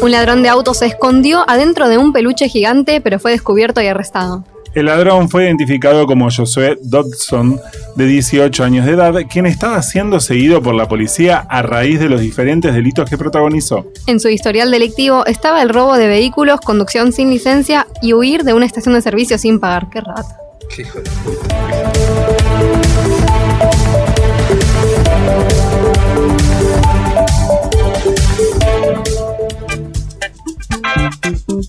Speaker 4: Un ladrón de auto se escondió adentro de un peluche gigante, pero fue descubierto y arrestado.
Speaker 3: El ladrón fue identificado como Josué Dodson, de 18 años de edad, quien estaba siendo seguido por la policía a raíz de los diferentes delitos que protagonizó.
Speaker 4: En su historial delictivo estaba el robo de vehículos, conducción sin licencia y huir de una estación de servicio sin pagar. ¡Qué rato!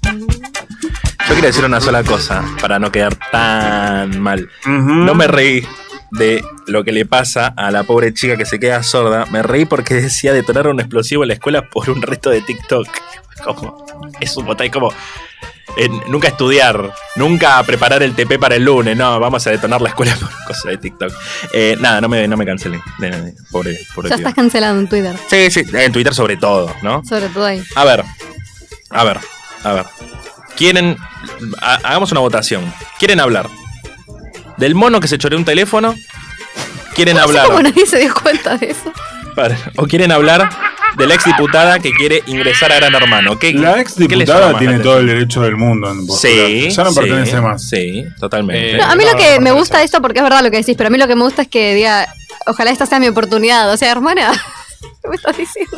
Speaker 5: Yo quiero decir una sola cosa para no quedar tan mal. No me reí de lo que le pasa a la pobre chica que se queda sorda. Me reí porque decía detonar un explosivo en la escuela por un reto de TikTok. Como, es un botón, como. eh, nunca estudiar, nunca preparar el TP para el lunes, no, vamos a detonar la escuela por cosa de TikTok. Eh, nada, no me, no me cancelen. de- de- de- Pobre, pobre
Speaker 4: Ya
Speaker 5: piba.
Speaker 4: estás cancelado en Twitter,
Speaker 5: Sí, sí, en Twitter sobre todo, ¿no?
Speaker 4: sobre todo ahí.
Speaker 5: A ver, a ver, a ver. Quieren. ha- hagamos una votación. ¿Quieren hablar? ¿Del mono que se choreó un teléfono? ¿Quieren hablar?
Speaker 4: ¿Cómo nadie se dio cuenta de eso?
Speaker 5: Para- ¿O quieren hablar de la exdiputada que quiere ingresar a Gran Hermano? ¿Qué,
Speaker 3: La ex
Speaker 5: qué les llama
Speaker 3: diputada
Speaker 5: más
Speaker 3: tiene
Speaker 5: la
Speaker 3: todo el
Speaker 5: atención?
Speaker 3: derecho del mundo en postular.
Speaker 5: Sí.
Speaker 3: Ya no
Speaker 5: sí,
Speaker 3: pertenece más.
Speaker 5: Sí, totalmente.
Speaker 6: Eh,
Speaker 4: No, a mí
Speaker 6: no,
Speaker 4: lo que
Speaker 6: no,
Speaker 4: me
Speaker 6: no,
Speaker 4: gusta
Speaker 6: no.
Speaker 4: esto, porque es verdad lo que decís, pero a mí lo que me gusta es que diga, ojalá esta sea mi oportunidad. O sea, hermana, ¿qué me estás diciendo?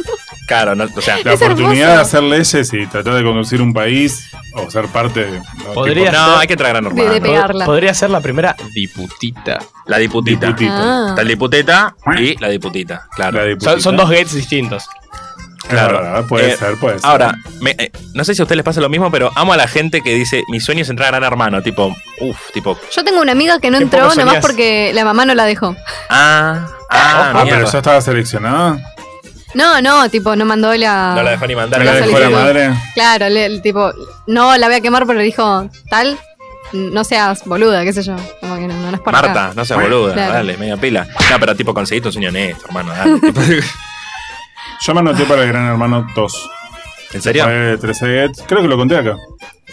Speaker 5: claro, no, o sea.
Speaker 3: La
Speaker 4: Es
Speaker 3: oportunidad de
Speaker 4: hermoso.
Speaker 3: hacer leyes y tratar de conducir un país o ser parte de. no, tipo,
Speaker 6: Podría
Speaker 5: No, hay que traer a Gran
Speaker 4: De- de
Speaker 5: Hermano.
Speaker 4: pe- Pegarla.
Speaker 6: Podría ser la primera diputita.
Speaker 5: La diputita.
Speaker 3: Diputita.
Speaker 4: Ah.
Speaker 5: Está el diputeta y la diputita, claro.
Speaker 3: la
Speaker 6: Son,
Speaker 3: diputita.
Speaker 6: son dos gates distintos.
Speaker 3: Es
Speaker 5: Claro.
Speaker 3: verdad, puede
Speaker 5: Eh,
Speaker 3: ser, puede ser.
Speaker 5: Ahora, me- eh, no sé si a ustedes les pasa lo mismo, pero amo a la gente que dice, mi sueño es entrar a Gran Hermano. Tipo, uff, tipo,
Speaker 4: Yo tengo una amiga que no
Speaker 6: Qué
Speaker 4: entró
Speaker 6: poco
Speaker 4: nomás
Speaker 6: soñás.
Speaker 4: porque la mamá no la dejó.
Speaker 5: ah, ah,
Speaker 3: Ah, pero
Speaker 5: mierda.
Speaker 3: ya estaba seleccionada.
Speaker 4: No, no, tipo, no mandó la.
Speaker 5: No la dejó ni mandar.
Speaker 3: Me
Speaker 4: la
Speaker 3: la dejó la
Speaker 4: solicitó.
Speaker 3: madre.
Speaker 4: Claro, le- el tipo, no la voy a quemar, pero le dijo, tal, no seas boluda, qué sé yo. Como que no, no es para
Speaker 5: Marta, no seas boluda,
Speaker 4: Claro.
Speaker 5: dale, media pila. No, pero tipo, conseguí tu sueño honesto, hermano, dale. Tipo,
Speaker 3: Yo me anoté para el Gran Hermano 2.
Speaker 5: ¿En serio?
Speaker 3: Pagué 13 gets. E Creo que lo conté acá.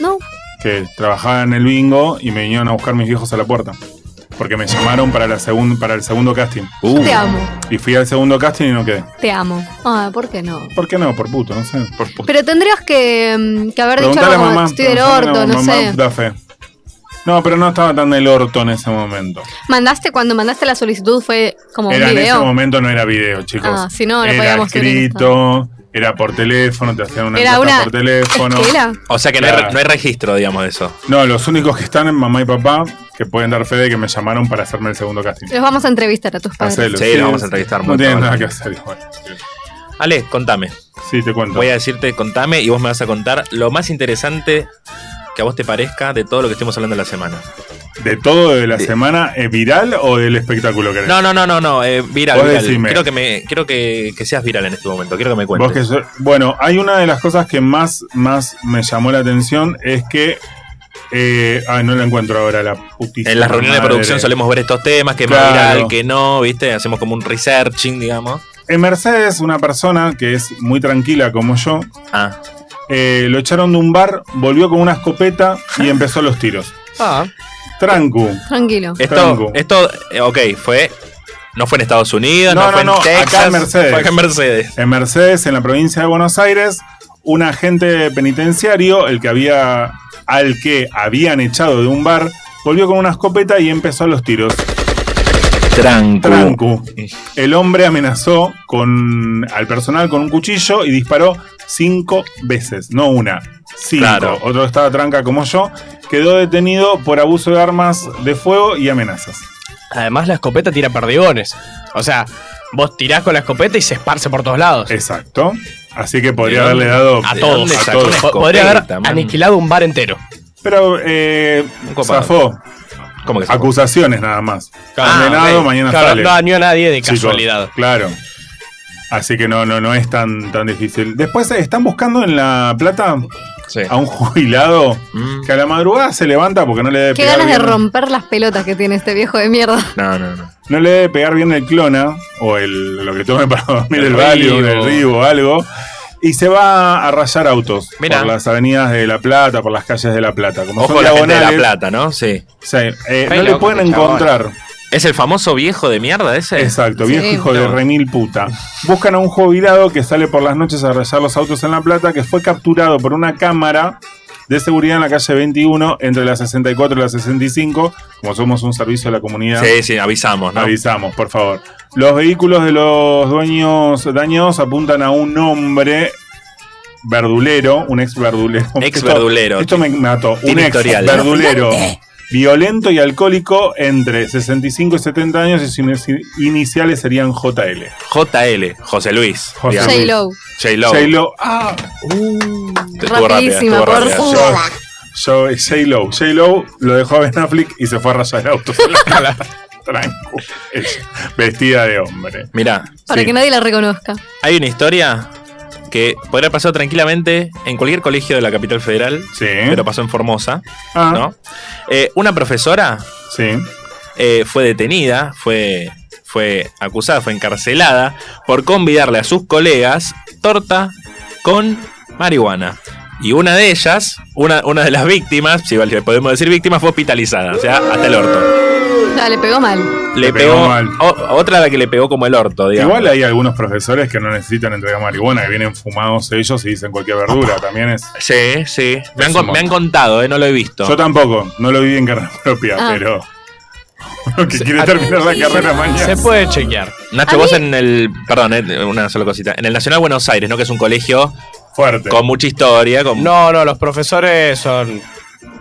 Speaker 4: No,
Speaker 3: Que trabajaba en el bingo y me vinieron a buscar mis viejos a la puerta. Porque porque me llamaron para, la segun- para el segundo casting.
Speaker 5: Uh.
Speaker 4: Yo te amo,
Speaker 3: Y fui al segundo casting y no quedé.
Speaker 4: te amo. Ah, ¿por qué no?
Speaker 3: ¿Por qué no? Por puto, no sé. Por puto.
Speaker 4: Pero tendrías que, mm, que haber dicho
Speaker 3: Preguntale
Speaker 4: algo
Speaker 3: a
Speaker 4: como,
Speaker 3: mamá.
Speaker 4: estoy del
Speaker 3: preguntale a
Speaker 4: orto, no
Speaker 3: mamá,
Speaker 4: sé.
Speaker 3: Da fe. No, pero no estaba tan del orto en ese momento.
Speaker 4: Mandaste, cuando mandaste la solicitud fue como un
Speaker 3: era en ese
Speaker 4: video.
Speaker 3: momento no era video, chicos.
Speaker 4: Ah, si no, no
Speaker 3: era
Speaker 4: podíamos subir en
Speaker 3: escrito, era por teléfono, te hacían una
Speaker 4: Era
Speaker 3: nota
Speaker 4: una
Speaker 3: por teléfono.
Speaker 4: esquela.
Speaker 5: O sea que no hay,
Speaker 3: Claro.
Speaker 5: no hay registro, digamos, de eso.
Speaker 3: No, los únicos que están en mamá y papá que pueden dar fe de que me llamaron para hacerme el segundo casting.
Speaker 4: Los vamos a entrevistar a tus padres.
Speaker 3: Hacelo,
Speaker 5: Sí, lo vamos a entrevistar,
Speaker 3: No
Speaker 5: muy
Speaker 3: tienen
Speaker 5: probable.
Speaker 3: nada que hacer igual.
Speaker 5: Ale, contame.
Speaker 3: Sí, te cuento.
Speaker 5: Voy a decirte, contame y vos me vas a contar lo más interesante que a vos te parezca de todo lo que estemos hablando la semana.
Speaker 3: ¿De todo de la semana eh, viral o del espectáculo que
Speaker 5: No, no, no, no, no. eh, viral,
Speaker 3: Vos
Speaker 5: viral.
Speaker 3: decime.
Speaker 5: Quiero que me, quiero que, que seas viral en este momento. Quiero que me
Speaker 3: Vos que
Speaker 5: cuentes.
Speaker 3: so- bueno, hay una de las cosas que más, más me llamó la atención es que. Eh, ay, no la encuentro ahora, la putísima.
Speaker 5: En las reuniones de
Speaker 3: madre.
Speaker 5: producción solemos ver estos temas, que es más
Speaker 3: Claro.
Speaker 5: viral, que no, ¿viste? Hacemos como un researching, digamos.
Speaker 3: En Eh, Mercedes, una persona que es muy tranquila como yo,
Speaker 5: Ah,
Speaker 3: eh, lo echaron de un bar, volvió con una escopeta y empezó los tiros.
Speaker 6: Ah,
Speaker 3: Trancu.
Speaker 4: Tranquilo.
Speaker 5: esto,
Speaker 3: Tango.
Speaker 5: esto, eh, ok, fue, no fue en Estados Unidos, no,
Speaker 3: No, no,
Speaker 5: fue
Speaker 3: no,
Speaker 5: en
Speaker 3: acá en
Speaker 5: Texas,
Speaker 3: Mercedes.
Speaker 5: fue acá en Mercedes.
Speaker 3: En Mercedes, en la provincia de Buenos Aires, un agente penitenciario, el que había, al que habían echado de un bar, volvió con una escopeta y empezó los tiros.
Speaker 5: Tranco.
Speaker 3: Trancu. El hombre amenazó con, al personal con un cuchillo y disparó cinco veces, no una. Cinco.
Speaker 5: Claro.
Speaker 3: Otro que estaba tranca como yo. Quedó detenido por abuso de armas de fuego y amenazas.
Speaker 6: además la escopeta tira perdigones. O sea, vos tirás con la escopeta y se esparce por todos lados.
Speaker 3: Exacto. Así que podría
Speaker 5: ¿De
Speaker 3: haberle dado
Speaker 5: ¿De
Speaker 6: a todos,
Speaker 5: dónde
Speaker 6: a
Speaker 5: sacó
Speaker 6: todos.
Speaker 5: una
Speaker 6: Po- Podría haber
Speaker 5: escopeta, man?
Speaker 6: aniquilado un bar entero.
Speaker 3: Pero eh,
Speaker 5: Un copado.
Speaker 3: zafó.
Speaker 5: ¿Cómo que se llama?
Speaker 3: Acusaciones nada más.
Speaker 6: Claro.
Speaker 3: Condenado,
Speaker 6: Ah, ok.
Speaker 3: mañana
Speaker 6: Claro,
Speaker 3: sale.
Speaker 6: No dañó a nadie de
Speaker 3: Chicos,
Speaker 6: casualidad.
Speaker 3: Claro. Así que no, no, no es tan, tan difícil. Después eh, están buscando en La Plata
Speaker 5: Sí.
Speaker 3: a un jubilado
Speaker 5: Mm.
Speaker 3: que a la madrugada se levanta porque no le debe
Speaker 4: Qué
Speaker 3: pegar
Speaker 4: ganas de
Speaker 3: bien,
Speaker 4: romper las pelotas que tiene este viejo de mierda.
Speaker 5: No, no, no.
Speaker 3: no le debe pegar bien el clona o el lo que tome para dormir
Speaker 5: El
Speaker 3: el, valio,
Speaker 5: Rivo.
Speaker 3: el ribo o algo y se va a rayar autos
Speaker 5: Mirá.
Speaker 3: por las avenidas de La Plata, por las calles de La Plata, como
Speaker 5: Ojo
Speaker 3: son
Speaker 5: la gente de La
Speaker 3: diagonales,
Speaker 5: Plata, ¿no? Sí.
Speaker 3: sí, eh,
Speaker 7: Re
Speaker 3: no le
Speaker 7: loco,
Speaker 3: pueden
Speaker 7: este chabón.
Speaker 3: encontrar.
Speaker 5: ¿Es el famoso viejo de mierda ese?
Speaker 3: Exacto,
Speaker 4: Sí,
Speaker 3: viejo hijo de
Speaker 5: claro.
Speaker 3: remil puta. Buscan a un jubilado que sale por las noches a rayar los autos en La Plata, que fue capturado por una cámara de seguridad en la calle 21, entre la 64 y la 65. Como somos un servicio de la comunidad,
Speaker 5: Sí, sí, avisamos, ¿no?
Speaker 3: avisamos, por favor. Los vehículos de los dueños dañados apuntan a un hombre verdulero, un ex verdulero.
Speaker 5: Ex verdulero.
Speaker 3: Esto, esto me mató. Un
Speaker 5: Tiene
Speaker 3: ex
Speaker 5: historial.
Speaker 3: verdulero. Violento y alcohólico entre 65 y 70 años y sus inici- iniciales serían JL.
Speaker 5: JL, José Luis.
Speaker 3: José
Speaker 5: digamos.
Speaker 3: Luis.
Speaker 5: J-Lo.
Speaker 4: J-Lo.
Speaker 3: J-Lo. Ah,
Speaker 5: Estuvo rápida,
Speaker 4: Rapidísima,
Speaker 5: estuvo
Speaker 4: por
Speaker 5: rápida.
Speaker 4: favor.
Speaker 3: yo- yo- J-Lo. J-Lo lo dejó a Ben Affleck y se fue a rayar autos en la cara. Tranco. Ella, Vestida de hombre.
Speaker 5: Mirá,
Speaker 4: Para
Speaker 3: Sí.
Speaker 4: que nadie la reconozca.
Speaker 5: hay una historia que podría pasar tranquilamente en cualquier colegio de la capital federal,
Speaker 3: Sí.
Speaker 5: pero pasó en Formosa,
Speaker 3: ¿Eh? Ah,
Speaker 5: ¿no? Eh, una profesora
Speaker 3: Sí.
Speaker 5: eh, fue detenida, fue, fue acusada, fue encarcelada por convidarle a sus colegas torta con marihuana. Y una de ellas, una, una de las víctimas, si vale, podemos decir víctima, fue hospitalizada, o sea, hasta el orto.
Speaker 4: No, le pegó mal.
Speaker 5: Le
Speaker 3: Le pegó
Speaker 5: pegó,
Speaker 3: mal.
Speaker 5: o- otra a la que le pegó como el orto, digamos.
Speaker 3: Igual hay algunos profesores que no necesitan entregar marihuana, que vienen fumados ellos y dicen cualquier verdura. También es.
Speaker 5: Sí, sí. Me han,
Speaker 3: Es
Speaker 5: con-
Speaker 3: un
Speaker 5: me han
Speaker 3: montón.
Speaker 5: contado, eh, no lo he visto.
Speaker 3: Yo tampoco, no lo viví en carne propia,
Speaker 4: Ah.
Speaker 3: pero. Uno que quiere terminar la carrera mañana.
Speaker 6: Se puede chequear.
Speaker 5: Nacho,
Speaker 4: A
Speaker 5: vos
Speaker 4: mí-
Speaker 5: en el. Perdón, eh, una sola cosita. En el Nacional Buenos Aires, ¿no? Que es un colegio
Speaker 3: Fuerte.
Speaker 5: con mucha historia, con.
Speaker 6: No, no, los profesores son.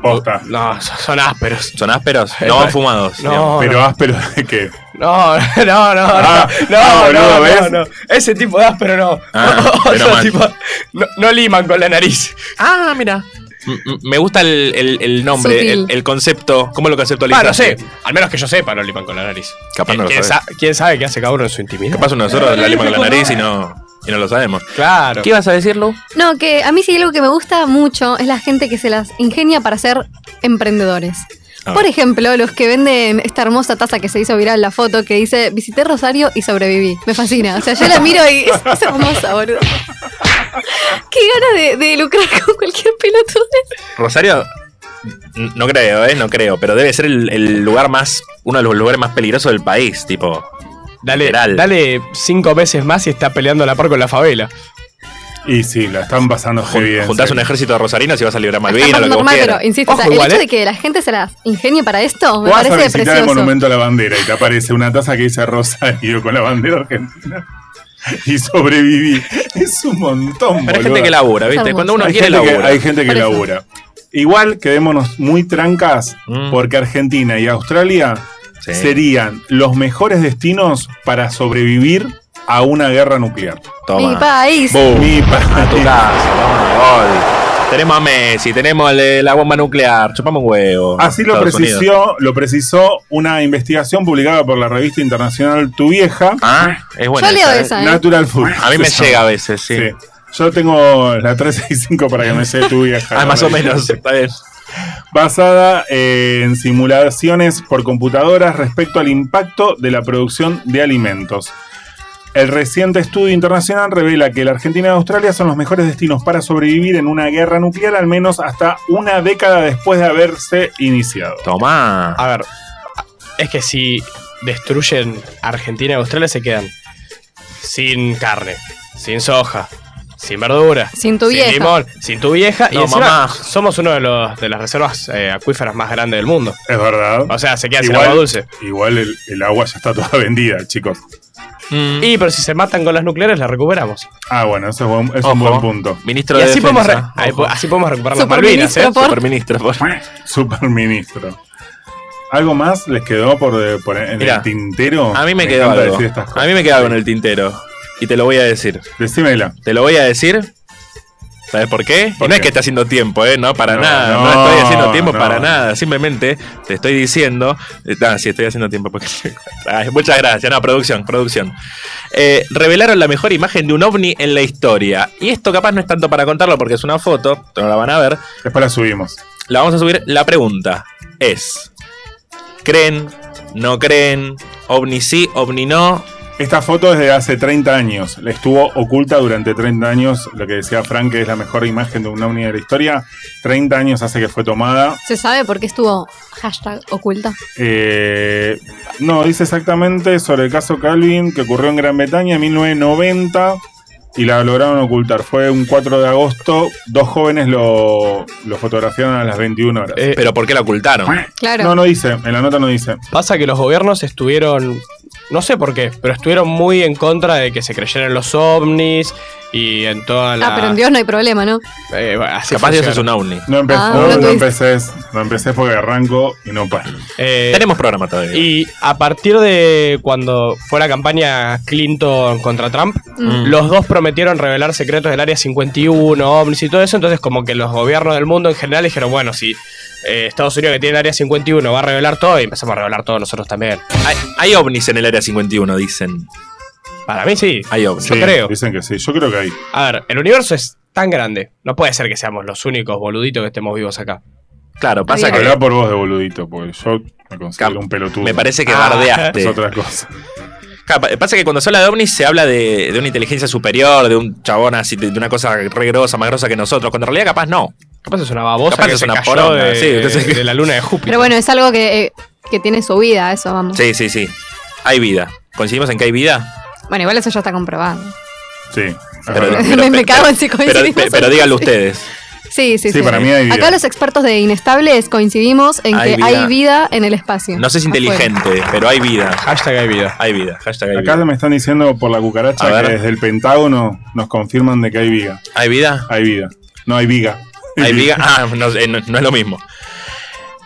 Speaker 3: Posta.
Speaker 6: No, son- son ásperos.
Speaker 5: ¿Son ásperos? No van fumados. digamos.
Speaker 6: No,
Speaker 3: Pero áspero de que.
Speaker 6: no, no, no, no,
Speaker 3: Ah,
Speaker 6: no,
Speaker 3: ah,
Speaker 6: no,
Speaker 3: boludo,
Speaker 6: no,
Speaker 3: ¿ves?
Speaker 6: no. Ese tipo de áspero no.
Speaker 5: Ah,
Speaker 6: Otro
Speaker 5: menos mal.
Speaker 6: tipo, no, no liman con la nariz.
Speaker 5: Ah, mira. M- m- Me gusta el, el- el nombre, el,
Speaker 4: Sutil.
Speaker 5: el concepto. ¿Cómo lo conceptualizaste?
Speaker 6: Ah, no sé. Al menos que yo sepa, no liman con la nariz.
Speaker 5: Capaz no lo
Speaker 6: ¿Quién,
Speaker 5: sabes.
Speaker 6: sa- quién sabe qué hace cada uno en su intimidad?
Speaker 5: Capaz uno de nosotros la lima con la nariz y no, y no lo sabemos.
Speaker 6: Claro.
Speaker 5: ¿Qué ibas a decir, Lu?
Speaker 4: No, que a mí sí algo que me gusta mucho es la gente que se las ingenia para ser emprendedores.
Speaker 5: A
Speaker 4: Por
Speaker 5: ver.
Speaker 4: ejemplo, los que venden esta hermosa taza que se hizo viral la foto que dice visité Rosario y sobreviví. Me fascina. O sea, yo la miro y es, es hermosa, boludo. Qué ganas de, de lucrar con cualquier pelotudo.
Speaker 5: Rosario N- No creo, ¿eh? No creo. Pero debe ser el, el lugar más. Uno de los lugares más peligrosos del país, tipo.
Speaker 6: Dale,
Speaker 5: Literal.
Speaker 6: dale cinco veces más y está peleando a la par con la favela.
Speaker 3: Y sí, la están pasando
Speaker 5: jun-
Speaker 3: muy bien.
Speaker 5: juntás un ejército de rosarinas y vas a liberar Malvinas,
Speaker 4: Está
Speaker 5: lo que vos
Speaker 4: normal,
Speaker 5: quieras.
Speaker 4: pero insisto, o sea,
Speaker 6: Ojo,
Speaker 4: el
Speaker 6: igual,
Speaker 4: hecho
Speaker 6: ¿eh?
Speaker 4: de que la gente se las ingenie para esto me
Speaker 3: Vas a
Speaker 4: parece
Speaker 3: visitar el
Speaker 4: precioso.
Speaker 3: monumento a la bandera y te aparece una taza que dice Rosario con la bandera argentina. Y sobreviví. Es un montón,
Speaker 5: Pero hay
Speaker 3: boluda.
Speaker 5: gente que labura, ¿viste?
Speaker 4: Hermoso.
Speaker 5: Cuando uno
Speaker 3: hay,
Speaker 5: quiere
Speaker 3: gente que,
Speaker 5: labura.
Speaker 3: hay gente que
Speaker 4: Por eso.
Speaker 3: labura. Igual quedémonos muy trancas
Speaker 5: Mm.
Speaker 3: porque Argentina y Australia
Speaker 5: Sí.
Speaker 3: serían los mejores destinos para sobrevivir a una guerra nuclear.
Speaker 4: Mi
Speaker 5: Toma.
Speaker 4: país.
Speaker 3: Mi pa-
Speaker 5: A tu casa, toma, gol. Tenemos a Messi, tenemos el de la bomba nuclear, chupamos un huevo.
Speaker 3: Así lo
Speaker 5: Estados Unidos.
Speaker 3: precisó, lo precisó una investigación publicada por la revista internacional Tu Vieja,
Speaker 5: Ah, es bueno.
Speaker 4: Yo leo
Speaker 5: esa, ¿eh?
Speaker 4: esa, ¿eh?
Speaker 3: Natural Food.
Speaker 5: A mí me
Speaker 3: Se
Speaker 5: llega a
Speaker 3: llama.
Speaker 5: veces, sí.
Speaker 3: Sí. Yo tengo la 365 para que me llegue Tu Vieja.
Speaker 5: Ah,
Speaker 3: la
Speaker 5: más o
Speaker 3: revista.
Speaker 5: menos, está bien.
Speaker 3: basada eh, en simulaciones por computadoras respecto al impacto de la producción de alimentos. El reciente estudio internacional revela que la Argentina y Australia son los mejores destinos para sobrevivir en una guerra nuclear al menos hasta una década después de haberse iniciado.
Speaker 5: Tomá.
Speaker 3: Ah.
Speaker 6: A ver, es que si destruyen Argentina y Australia se quedan sin carne, sin soja, sin verdura,
Speaker 4: Sin tu vieja.
Speaker 6: sin limón, sin tu vieja. y
Speaker 5: No,
Speaker 6: encima
Speaker 5: mamá.
Speaker 6: somos uno de, los, de las reservas eh, acuíferas más grandes del mundo.
Speaker 3: Es verdad.
Speaker 5: Ah,
Speaker 6: O sea, se quedan sin
Speaker 3: Igual-
Speaker 6: agua dulce.
Speaker 3: Igual el, el agua ya está toda vendida, chicos.
Speaker 5: Mm.
Speaker 6: Y pero si se matan con las nucleares, las recuperamos.
Speaker 3: Ah, bueno, eso es, buen- es
Speaker 5: Ojo.
Speaker 3: un buen punto.
Speaker 5: Ministro
Speaker 6: Y
Speaker 5: de
Speaker 6: así podemos, re-
Speaker 5: Defensa.
Speaker 6: ahí po- así podemos recuperar las Malvinas,
Speaker 4: Superministro
Speaker 6: ¿eh?
Speaker 4: por-
Speaker 5: Superministro. por-
Speaker 3: Superministro. ¿Algo más les quedó por, de- por en
Speaker 5: Mirá,
Speaker 3: el tintero?
Speaker 5: A mí me quedó
Speaker 3: encanta
Speaker 5: algo.
Speaker 3: decir estas cosas.
Speaker 5: A mí me quedó algo en el tintero. Y te lo voy a decir.
Speaker 3: Decímela.
Speaker 5: Te lo voy a decir. ¿Sabes por qué? y
Speaker 3: ¿Por
Speaker 5: no es
Speaker 3: qué?
Speaker 5: que esté haciendo tiempo, ¿eh? No, para
Speaker 3: No,
Speaker 5: nada. No,
Speaker 3: no,
Speaker 5: estoy haciendo tiempo
Speaker 3: no.
Speaker 5: para nada. Simplemente te estoy diciendo. eh, Ah, sí, estoy haciendo tiempo. Porque... Ay, muchas gracias. No, producción, producción. Eh, revelaron la mejor imagen de un ovni en la historia. Y esto capaz no es tanto para contarlo porque es una foto. No la van a ver.
Speaker 3: Después la subimos.
Speaker 5: La vamos a subir. La pregunta es: ¿creen? ¿No creen? ¿Ovni sí? ¿Ovni no?
Speaker 3: Esta foto es de hace 30 años. La Estuvo oculta durante 30 años. Lo que decía Frank, que es la mejor imagen de un ovni de la historia. 30 años hace que fue tomada.
Speaker 4: ¿Se sabe por qué estuvo hashtag oculta?
Speaker 3: Eh, no, dice exactamente sobre el caso Calvin, que ocurrió en Gran Bretaña en 1990. Y la lograron ocultar. Fue un 4 de agosto. Dos jóvenes lo, lo fotografiaron a las 21 horas.
Speaker 6: Eh,
Speaker 5: ¿Pero por qué la ocultaron?
Speaker 4: Claro.
Speaker 3: No, no dice. En la nota no dice.
Speaker 6: Pasa que los gobiernos estuvieron, no sé por qué, pero estuvieron muy en contra de que se creyeran en los ovnis y en toda la...
Speaker 4: Ah, pero en Dios no hay problema, ¿no?
Speaker 6: Eh, bueno, así
Speaker 5: Capaz Dios es
Speaker 6: funciona.
Speaker 5: un ovni.
Speaker 3: No, empe-
Speaker 4: Ah,
Speaker 3: no,
Speaker 4: bueno,
Speaker 3: no
Speaker 4: tú dices.
Speaker 3: empecés. No empecés porque arranco y no paro.
Speaker 6: Eh,
Speaker 5: Tenemos programa todavía.
Speaker 6: y a partir de cuando fue la campaña Clinton contra Trump,
Speaker 4: Mm.
Speaker 6: los dos prometieron revelar secretos del Área 51, ovnis y todo eso, entonces como que los gobiernos del mundo en general dijeron, bueno, si eh, Estados Unidos que tiene el Área 51 va a revelar todo y empezamos a revelar todo nosotros también.
Speaker 5: Hay, hay ovnis en el área 51, dicen.
Speaker 6: Para mí sí.
Speaker 5: Hay ovnis.
Speaker 6: Yo creo.
Speaker 3: Dicen que sí. Yo creo que hay.
Speaker 6: A ver, el universo es tan grande, no puede ser que seamos los únicos boluditos que estemos vivos acá.
Speaker 5: Claro, pasa
Speaker 4: Había-
Speaker 5: que
Speaker 3: Habla por vos de boludito, porque yo me considero
Speaker 5: Cap-
Speaker 3: un pelotudo.
Speaker 5: me parece que
Speaker 6: Ah,
Speaker 5: bardeaste.
Speaker 3: Es otra cosa.
Speaker 5: Claro, pa- Pasa que cuando se habla de ovnis se habla de, de una inteligencia superior, de un chabón así, de de una cosa re grosa, más grosa que nosotros, cuando en realidad capaz no.
Speaker 6: Capaz es una babosa
Speaker 5: Capaz
Speaker 6: que
Speaker 5: es
Speaker 6: se
Speaker 5: una
Speaker 6: cayó
Speaker 5: poronga,
Speaker 6: de,
Speaker 5: sí, entonces-
Speaker 6: de la luna de Júpiter.
Speaker 4: Pero bueno, es algo que, eh, que tiene su vida, a eso vamos.
Speaker 5: Sí, sí, sí. Hay vida. ¿Coincidimos en que hay vida?
Speaker 4: Bueno, igual eso ya está comprobado.
Speaker 3: Sí. es
Speaker 5: Pero-
Speaker 3: verdad.
Speaker 5: pero-
Speaker 4: me, me
Speaker 5: pero-
Speaker 4: cago en si
Speaker 5: Pero,
Speaker 4: coincidimos.
Speaker 5: pe- pero
Speaker 4: en-
Speaker 5: díganlo ustedes.
Speaker 4: Sí, sí, sí.
Speaker 3: Sí, para mí hay vida.
Speaker 4: Acá los expertos de Inestables coincidimos en
Speaker 5: Hay
Speaker 4: que
Speaker 5: vida.
Speaker 4: hay vida en el espacio.
Speaker 5: No sé si
Speaker 4: Afuera.
Speaker 5: inteligente, pero hay vida.
Speaker 6: Hashtag hay vida.
Speaker 5: Hay vida. Hashtag hay
Speaker 3: Acá
Speaker 5: vida.
Speaker 3: me están diciendo por la cucaracha
Speaker 5: A
Speaker 3: que
Speaker 5: ver.
Speaker 3: desde el Pentágono nos confirman de que hay viga.
Speaker 5: ¿Hay vida?
Speaker 3: Hay vida. No hay viga.
Speaker 5: Hay viga. Ah, no, eh, no- no es lo mismo.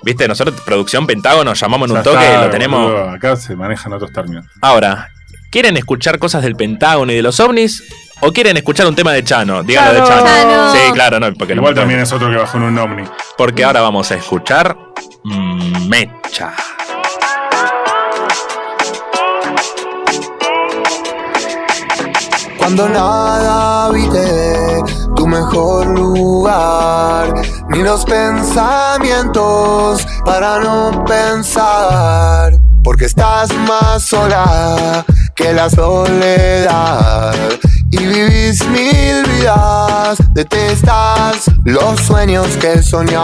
Speaker 5: Viste, nosotros, producción Pentágono, llamamos en
Speaker 3: Ya
Speaker 5: un toque,
Speaker 3: está,
Speaker 5: lo tenemos.
Speaker 3: boludo, Acá se manejan otros términos.
Speaker 5: Ahora, ¿quieren escuchar cosas del Pentágono y de los ovnis? ¿O quieren escuchar un tema de Chano? Díganlo de
Speaker 6: Chano.
Speaker 5: Chano.
Speaker 4: Chano.
Speaker 5: Sí, claro, no, porque, no
Speaker 3: Igual
Speaker 5: me-
Speaker 3: también es otro que bajó en un ovni.
Speaker 5: porque ahora vamos a escuchar mm, Mecha.
Speaker 7: Cuando nada habité tu mejor lugar, ni los pensamientos para no pensar, porque estás más sola que la soledad. y vivís mil vidas. Detestas los sueños que soñás.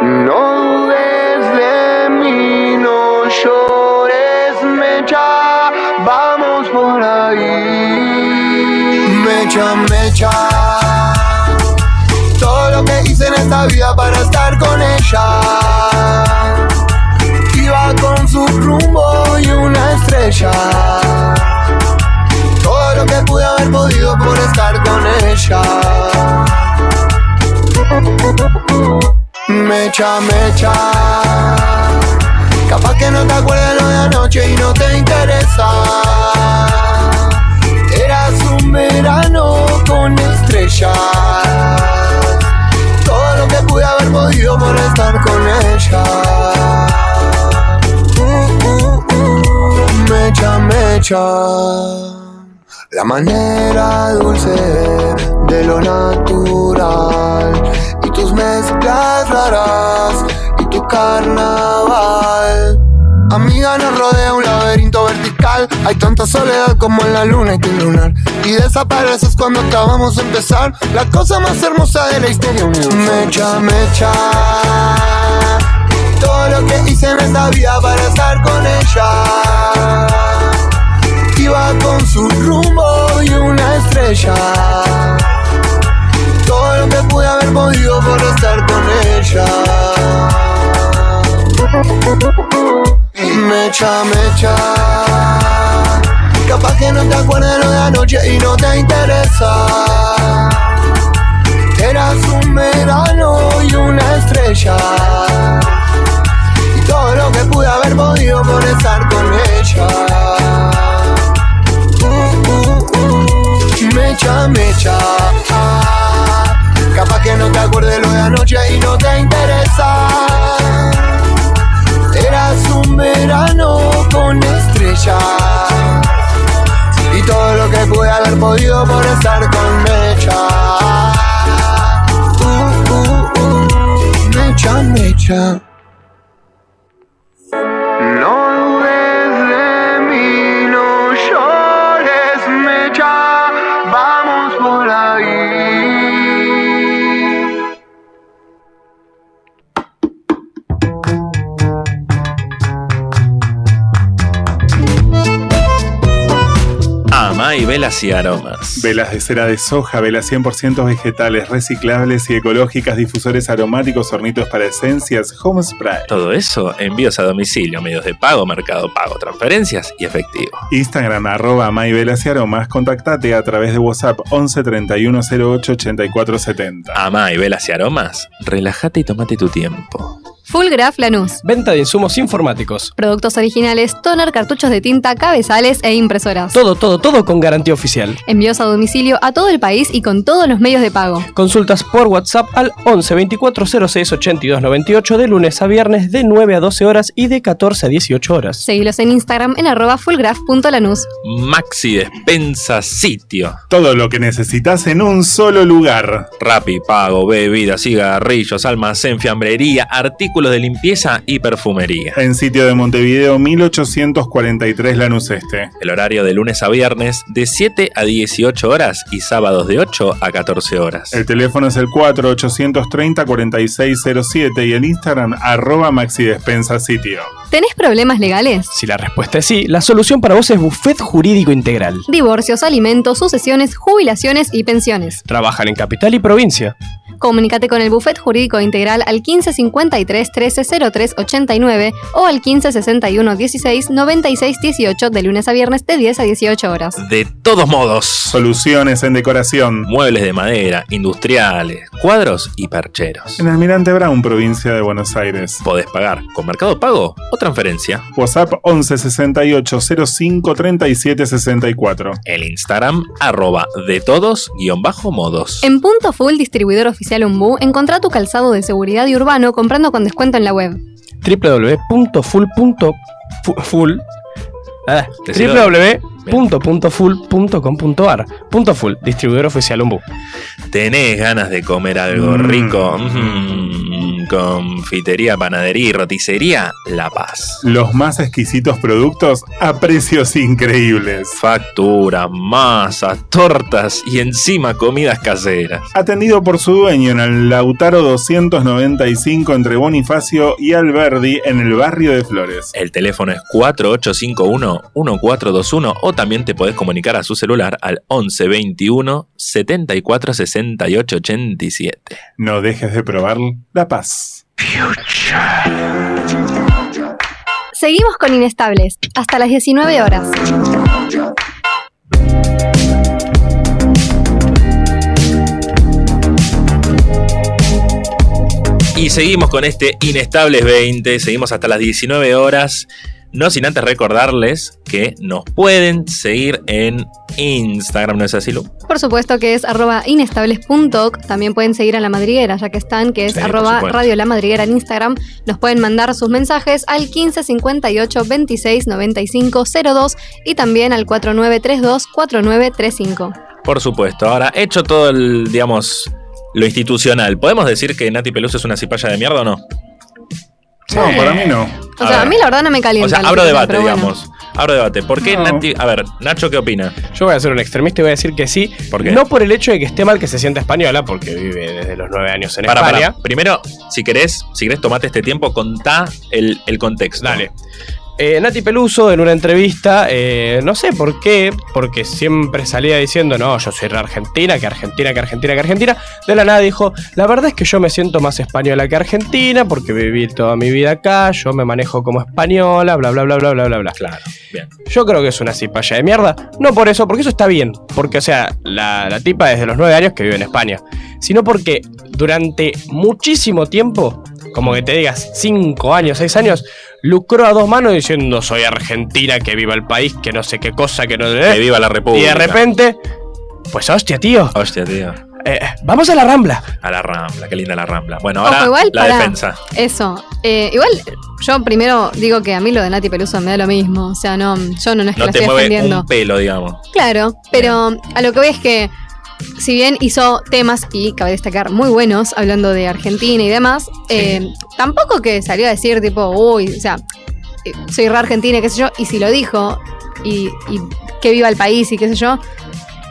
Speaker 7: No dudes de mí, no llores, mecha, vamos por ahí. Mecha, mecha. Todo lo que hice en esta vida para estar con ella. Iba con su rumbo y una estrella. Todo lo que pude haber podido por estar con ella. Mecha, mecha. Capaz que no te acuerdas lo de anoche y no te interesa. Eras un verano con estrellas. Todo lo que pude haber podido por estar con ella. Uh, uh, uh, Mecha, mecha. La manera dulce de lo natural y tus mezclas raras y tu carnaval. Amiga nos rodea un laberinto vertical. Hay tanta soledad como en la luna y tu lunar. Y desapareces cuando acabamos de empezar. La cosa más hermosa de la historia universal. Mecha, mecha. Todo lo que hice en esta vida para estar con ella iba con su rumbo y una estrella. Todo lo que pude haber podido por estar con ella. Mecha, mecha. Capaz que no te acuerdas lo de anoche y no te interesa. Eras un verano y una estrella. Y todo lo que pude haber podido por estar con ella. Mecha, mecha. Capaz que no te acuerdes lo de anoche y no te interesa. Eras un verano con estrellas. Y todo lo que pude haber podido por estar con Mecha. Uh, uh, uh. Mecha, mecha. No dudes de mí, no llores, mecha, vamos por ahí.
Speaker 5: Ama y velas y aromas.
Speaker 3: Velas de cera de soja, velas 100% vegetales, reciclables y ecológicas, difusores aromáticos, hornitos para esencias, home spray.
Speaker 5: Todo eso, envíos a domicilio, medios de pago, mercado pago, transferencias y efectivo.
Speaker 3: Instagram arroba mayvelas y aromas. Contactate a través de WhatsApp 11 31 08 84 70.
Speaker 5: Ama y velas y aromas. Relájate y tomate tu tiempo.
Speaker 4: Full Graph Lanús.
Speaker 6: Venta de insumos informáticos.
Speaker 4: Productos originales, toner, cartuchos de tinta, cabezales e impresoras.
Speaker 6: Todo, todo, todo con garantía oficial.
Speaker 4: Envíos a domicilio a todo el país y con todos los medios de pago.
Speaker 6: Consultas por WhatsApp al 11 24 06 82 98 de lunes a viernes de 9 a 12 horas y de 14 a 18 horas.
Speaker 4: Seguilos en Instagram en arroba fullgraph.lanús.
Speaker 5: Maxi Despensa Sitio.
Speaker 3: Todo lo que necesitas en un solo lugar.
Speaker 5: Rappi, pago, bebidas, cigarrillos, almacén, fiambrería, artículos de limpieza y perfumería.
Speaker 3: En sitio de Montevideo 1843 Lanús Este.
Speaker 5: El horario de lunes a viernes de 7 a 18 horas y sábados de 8 a 14 horas.
Speaker 3: El teléfono es el 4 830 4607 y el Instagram arroba maxi despensa sitio.
Speaker 4: ¿Tenés problemas legales?
Speaker 6: Si la respuesta es sí, la solución para vos es Buffet Jurídico Integral.
Speaker 4: Divorcios, alimentos, sucesiones, jubilaciones y pensiones.
Speaker 6: Trabajan en capital y provincia.
Speaker 4: Comunícate con el Buffet Jurídico Integral al 1553 1303 89 o al 1561 16 96 18 de lunes a viernes de 10 a 18 horas.
Speaker 5: De todos modos,
Speaker 3: Soluciones en decoración.
Speaker 5: muebles de madera, industriales, cuadros y percheros.
Speaker 3: En Almirante Brown, provincia de Buenos Aires.
Speaker 5: Podés pagar con Mercado Pago o transferencia.
Speaker 3: WhatsApp 11 68 05 37 64.
Speaker 5: El Instagram arroba de todos guión bajo modos.
Speaker 4: En Punto Full, distribuidor oficial Umbu, encontrá tu calzado de seguridad y urbano comprando con descuento en la web.
Speaker 6: www.full.full ah,
Speaker 5: Decilo.
Speaker 6: www.full.com.ar Punto full, distribuidor oficial Umbu.
Speaker 5: ¿Tenés ganas de comer algo
Speaker 3: Mm.
Speaker 5: rico? Mm, Confitería, panadería y roticería La Paz.
Speaker 3: Los más exquisitos productos a precios increíbles.
Speaker 5: Facturas, masas, tortas y encima comidas caseras.
Speaker 3: Atendido por su dueño en el Lautaro 295 entre Bonifacio y Alberdi en el barrio de Flores.
Speaker 5: El teléfono es 4851-1421 o también te podés comunicar a su celular al 1121 74 68 87.
Speaker 3: No dejes de probar La Paz.
Speaker 4: Seguimos con Inestables, hasta las 19 horas.
Speaker 5: Y seguimos con este Inestables 20, seguimos hasta las 19 horas. No sin antes recordarles que nos pueden seguir en Instagram, ¿no es así, Lu?
Speaker 4: Por supuesto que es arroba inestables.oc. También pueden seguir a La Madriguera, ya que están, que es
Speaker 5: Sí, por
Speaker 4: arroba
Speaker 5: supuesto.
Speaker 4: radio La Madriguera en Instagram. Nos pueden mandar sus mensajes al 15 58 26 95 02 y también al 4932 4935.
Speaker 5: Por supuesto. Ahora, hecho todo el, digamos, lo institucional, ¿podemos decir que Nati Peluso es una cipaya de mierda o no?
Speaker 3: No, para mí no.
Speaker 4: O
Speaker 5: A
Speaker 4: sea,
Speaker 5: ver.
Speaker 4: a mí la verdad no me
Speaker 5: O
Speaker 4: calienta.
Speaker 5: sea,
Speaker 4: la
Speaker 5: abro
Speaker 4: opinión,
Speaker 5: debate,
Speaker 4: pero bueno.
Speaker 5: digamos. Abro debate. ¿Por qué
Speaker 3: No.
Speaker 5: Nati? A ver, Nacho, ¿qué opina?
Speaker 6: Yo voy a ser un extremista y voy a decir que sí.
Speaker 5: ¿Por qué?
Speaker 6: No por el hecho de que esté mal que se sienta española, porque vive desde los nueve años en
Speaker 5: Para,
Speaker 6: España.
Speaker 5: para. Primero, si querés, si querés, tomate este tiempo, contá el, el contexto.
Speaker 6: Dale. Eh, Nati Peluso en una entrevista, eh, no sé por qué, porque siempre salía diciendo, no, yo soy re argentina, que argentina, que argentina, que argentina. De la nada dijo, la verdad es que yo me siento más española que argentina porque viví toda mi vida acá, yo me manejo como española, bla, bla, bla, bla, bla, bla, bla.
Speaker 5: Claro, bien.
Speaker 6: Yo creo que es una cipaya de mierda. No por eso, porque eso está bien. Porque, o sea, la, la tipa desde los 9 años que vive en España. Sino porque durante muchísimo tiempo, como que te digas 5 años, 6 años, lucró a dos manos diciendo soy argentina, que viva el país, que no sé qué cosa, que no...
Speaker 5: Que viva la República.
Speaker 6: Eh, y de repente... Pues hostia, tío.
Speaker 5: Hostia, tío.
Speaker 6: eh, vamos a la Rambla.
Speaker 5: A la Rambla, qué linda la Rambla. Bueno,
Speaker 4: Ojo,
Speaker 5: ahora
Speaker 4: igual,
Speaker 5: la
Speaker 4: pará.
Speaker 5: defensa.
Speaker 4: Eso. Eh, igual, yo primero digo que a mí lo de Nati Peluso me da lo mismo. O sea, no, yo no, no es que
Speaker 5: No
Speaker 4: la
Speaker 5: te
Speaker 4: estoy
Speaker 5: mueve
Speaker 4: defendiendo.
Speaker 5: un pelo, digamos.
Speaker 4: Claro, pero a lo que voy es que, si bien hizo temas, y cabe destacar, muy buenos, hablando de Argentina y demás, eh, tampoco que salió a decir, tipo, uy, o sea, eh, soy re argentina, qué sé yo, y si lo dijo, y, y que viva el país y qué sé yo.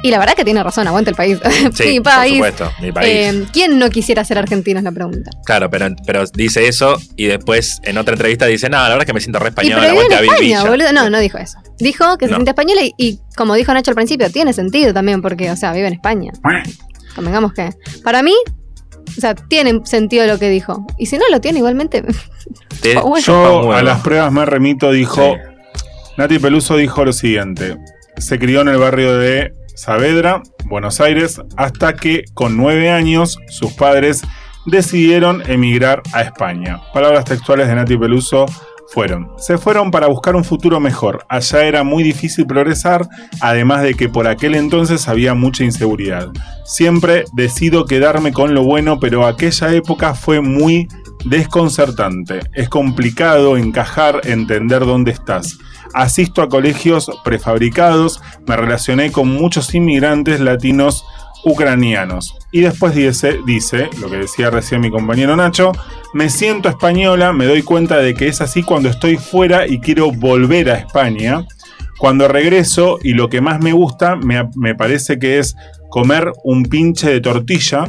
Speaker 4: Y la verdad que tiene razón, aguanta el país.
Speaker 5: Sí,
Speaker 4: Mi
Speaker 5: por
Speaker 4: país.
Speaker 5: supuesto, mi país.
Speaker 4: Eh, ¿Quién no quisiera ser argentino? Es la pregunta.
Speaker 5: Claro, pero, pero dice eso y después en otra entrevista dice, no, la verdad es que me siento re
Speaker 4: y
Speaker 5: española,
Speaker 4: pero vive
Speaker 5: vuelta
Speaker 4: en
Speaker 5: a
Speaker 4: España,
Speaker 5: Villa".
Speaker 4: boludo. No, no dijo eso. Dijo que se
Speaker 5: No.
Speaker 4: siente española y, y como dijo Nacho al principio, tiene sentido también porque, o sea, vive en España. Convengamos que. Para mí, o sea, tiene sentido lo que dijo. Y si no lo tiene, igualmente.
Speaker 5: Te
Speaker 4: Pa' huevo.
Speaker 5: chupa un
Speaker 3: Yo
Speaker 5: huevo.
Speaker 3: a las pruebas me remito, dijo. Nati Peluso dijo lo siguiente: se crió en el barrio de Saavedra, Buenos Aires, hasta que con nueve años sus padres decidieron emigrar a España. Palabras textuales de Nati Peluso fueron: se fueron para buscar un futuro mejor. Allá era muy difícil progresar, además de que por aquel entonces había mucha inseguridad. Siempre decido quedarme con lo bueno, pero aquella época fue muy desconcertante. Es complicado encajar, entender dónde estás. Asisto a colegios prefabricados, me relacioné con muchos inmigrantes latinos ucranianos. Y después dice, dice, lo que decía recién mi compañero Nacho, me siento española, me doy cuenta de que es así cuando estoy fuera y quiero volver a España. Cuando regreso y lo que más me gusta me, me parece que es comer un pinche de tortilla,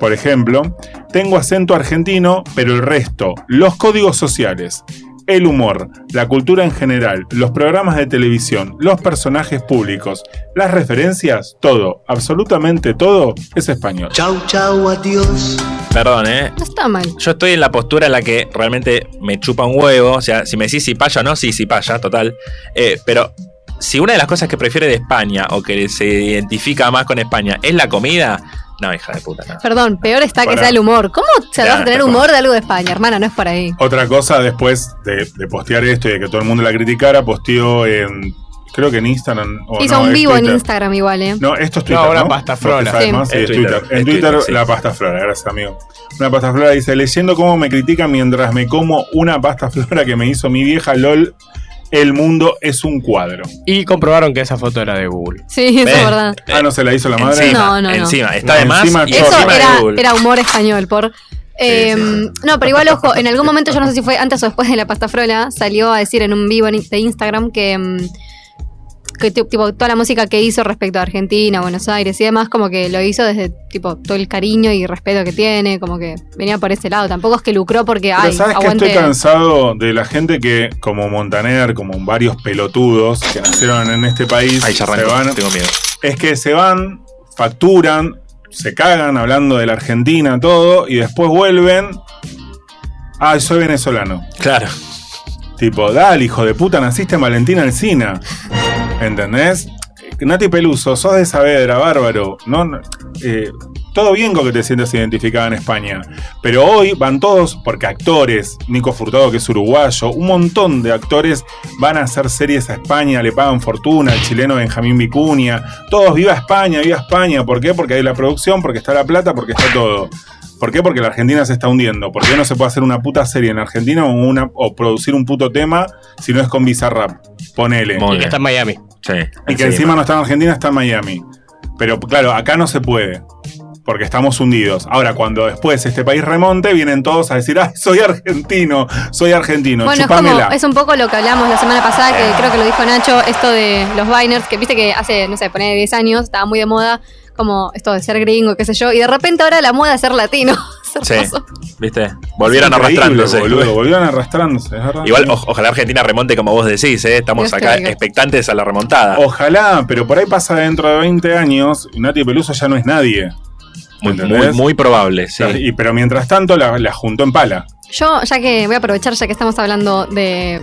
Speaker 3: por ejemplo. Tengo acento argentino, pero el resto, los códigos sociales, el humor, la cultura en general, los programas de televisión, los personajes públicos, las referencias, todo, absolutamente todo es español.
Speaker 7: Chau, chau, adiós.
Speaker 5: Perdón, ¿eh?
Speaker 4: No está mal.
Speaker 5: Yo estoy en la postura en la que realmente me chupa un huevo. O sea, si me decís si paya o no, sí, si paya, total. Eh, pero si una de las cosas que prefiere de España o que se identifica más con España es la comida, no, hija de puta, no.
Speaker 4: Perdón, peor está que
Speaker 3: Pará.
Speaker 4: sea el humor. ¿Cómo se vas a
Speaker 5: Ya,
Speaker 4: tener
Speaker 5: perdón.
Speaker 4: humor de algo de España, hermana? No es por ahí.
Speaker 3: Otra cosa, después de, de postear esto y de que todo el mundo la criticara, posteó en, creo que en Instagram. o
Speaker 4: Hizo
Speaker 3: no,
Speaker 4: un
Speaker 3: es
Speaker 4: vivo en
Speaker 3: Twitter.
Speaker 4: Instagram igual, ¿eh?
Speaker 3: No, esto es Twitter.
Speaker 6: No,
Speaker 3: No,
Speaker 6: una pasta flora.
Speaker 3: Vos que sabes
Speaker 4: Sí.
Speaker 3: más, sí,
Speaker 5: Es
Speaker 3: es
Speaker 5: Twitter,
Speaker 3: Twitter.
Speaker 5: es
Speaker 3: En Twitter,
Speaker 5: Twitter, sí.
Speaker 3: la pasta flora, gracias, amigo. Una pasta flora dice: leyendo cómo me critican mientras me como una pasta flora que me hizo mi vieja LOL, el mundo es un cuadro.
Speaker 6: Y comprobaron que esa foto era de Google.
Speaker 4: Sí, eso
Speaker 5: Ven.
Speaker 4: es verdad.
Speaker 5: Eh,
Speaker 3: Ah, no se la hizo la madre.
Speaker 5: Encima,
Speaker 4: No, no, no.
Speaker 5: encima. Está
Speaker 3: No,
Speaker 5: de más.
Speaker 3: encima
Speaker 5: y
Speaker 3: chorra.
Speaker 4: Eso
Speaker 5: encima de
Speaker 4: era,
Speaker 5: Google.
Speaker 4: era humor español, por Eh, No, pero igual, ojo, en algún momento, yo no sé si fue antes o después de la pasta frola, salió a decir en un vivo en- de Instagram que, mm, que ti- tipo, toda la música que hizo respecto a Argentina, Buenos Aires y demás, como que lo hizo desde tipo todo el cariño y respeto que tiene, como que venía por ese lado. Tampoco es que lucró porque,
Speaker 3: Pero
Speaker 4: ay,
Speaker 3: sabes que
Speaker 4: aguante.
Speaker 3: estoy cansado de la gente que, como Montaner, como varios pelotudos que nacieron en este país,
Speaker 5: Ahí ya
Speaker 3: se van-
Speaker 5: arrancó, tengo miedo.
Speaker 3: es que se van, facturan, se cagan hablando de la Argentina, todo, y después vuelven. Ah, soy venezolano.
Speaker 5: Claro.
Speaker 3: Tipo, dale, hijo de puta, naciste en Valentina Alcina. ¿Entendés? Nati Peluso, sos de Saavedra, bárbaro. No, no, eh, todo bien con que te sientas identificada en España. Pero hoy van todos, porque actores, Nico Furtado, que es uruguayo, un montón de actores van a hacer series a España, le pagan fortuna, el chileno Benjamín Vicuña. Todos, viva España, viva España. ¿Por qué? Porque hay la producción, porque está la plata, porque está todo. ¿Por qué? Porque la Argentina se está hundiendo. ¿Por qué no se puede hacer una puta serie en Argentina o, una, o producir un puto tema si no es con Bizarrap? Ponele.
Speaker 5: Muy
Speaker 6: Y que
Speaker 5: bien.
Speaker 6: está en Miami.
Speaker 5: Sí,
Speaker 3: Y que encima no está en Argentina, está en Miami. Pero claro, acá no se puede. Porque estamos hundidos. Ahora, cuando después este país remonte, vienen todos a decir, ¡ay, soy argentino! Soy argentino,
Speaker 4: Bueno, es, como,
Speaker 3: chupamela. Eh.
Speaker 4: es un poco lo que hablamos la semana pasada, que creo que lo dijo Nacho, esto de los Biners, que viste que hace, no sé, poner 10 años, estaba muy de moda, como esto de ser gringo, qué sé yo, y de repente ahora la moda es ser latino. Es
Speaker 5: Sí.
Speaker 4: hermoso.
Speaker 5: ¿Viste? Volvieron
Speaker 3: Increíble,
Speaker 5: arrastrándose.
Speaker 3: boludo, volvieron arrastrándose, es verdad.
Speaker 5: Igual, o- ojalá Argentina remonte como vos decís, ¿eh? Estamos
Speaker 4: Dios te
Speaker 5: acá
Speaker 4: oiga.
Speaker 5: expectantes a la remontada.
Speaker 3: Oh, Ojalá, pero por ahí pasa dentro de 20 años y Nati Peluso ya no es nadie.
Speaker 5: muy, muy,
Speaker 3: ¿entendés?
Speaker 5: muy probable, sí.
Speaker 3: Y, pero mientras tanto la, la juntó en pala.
Speaker 4: Yo, ya que voy a aprovechar, ya que estamos hablando de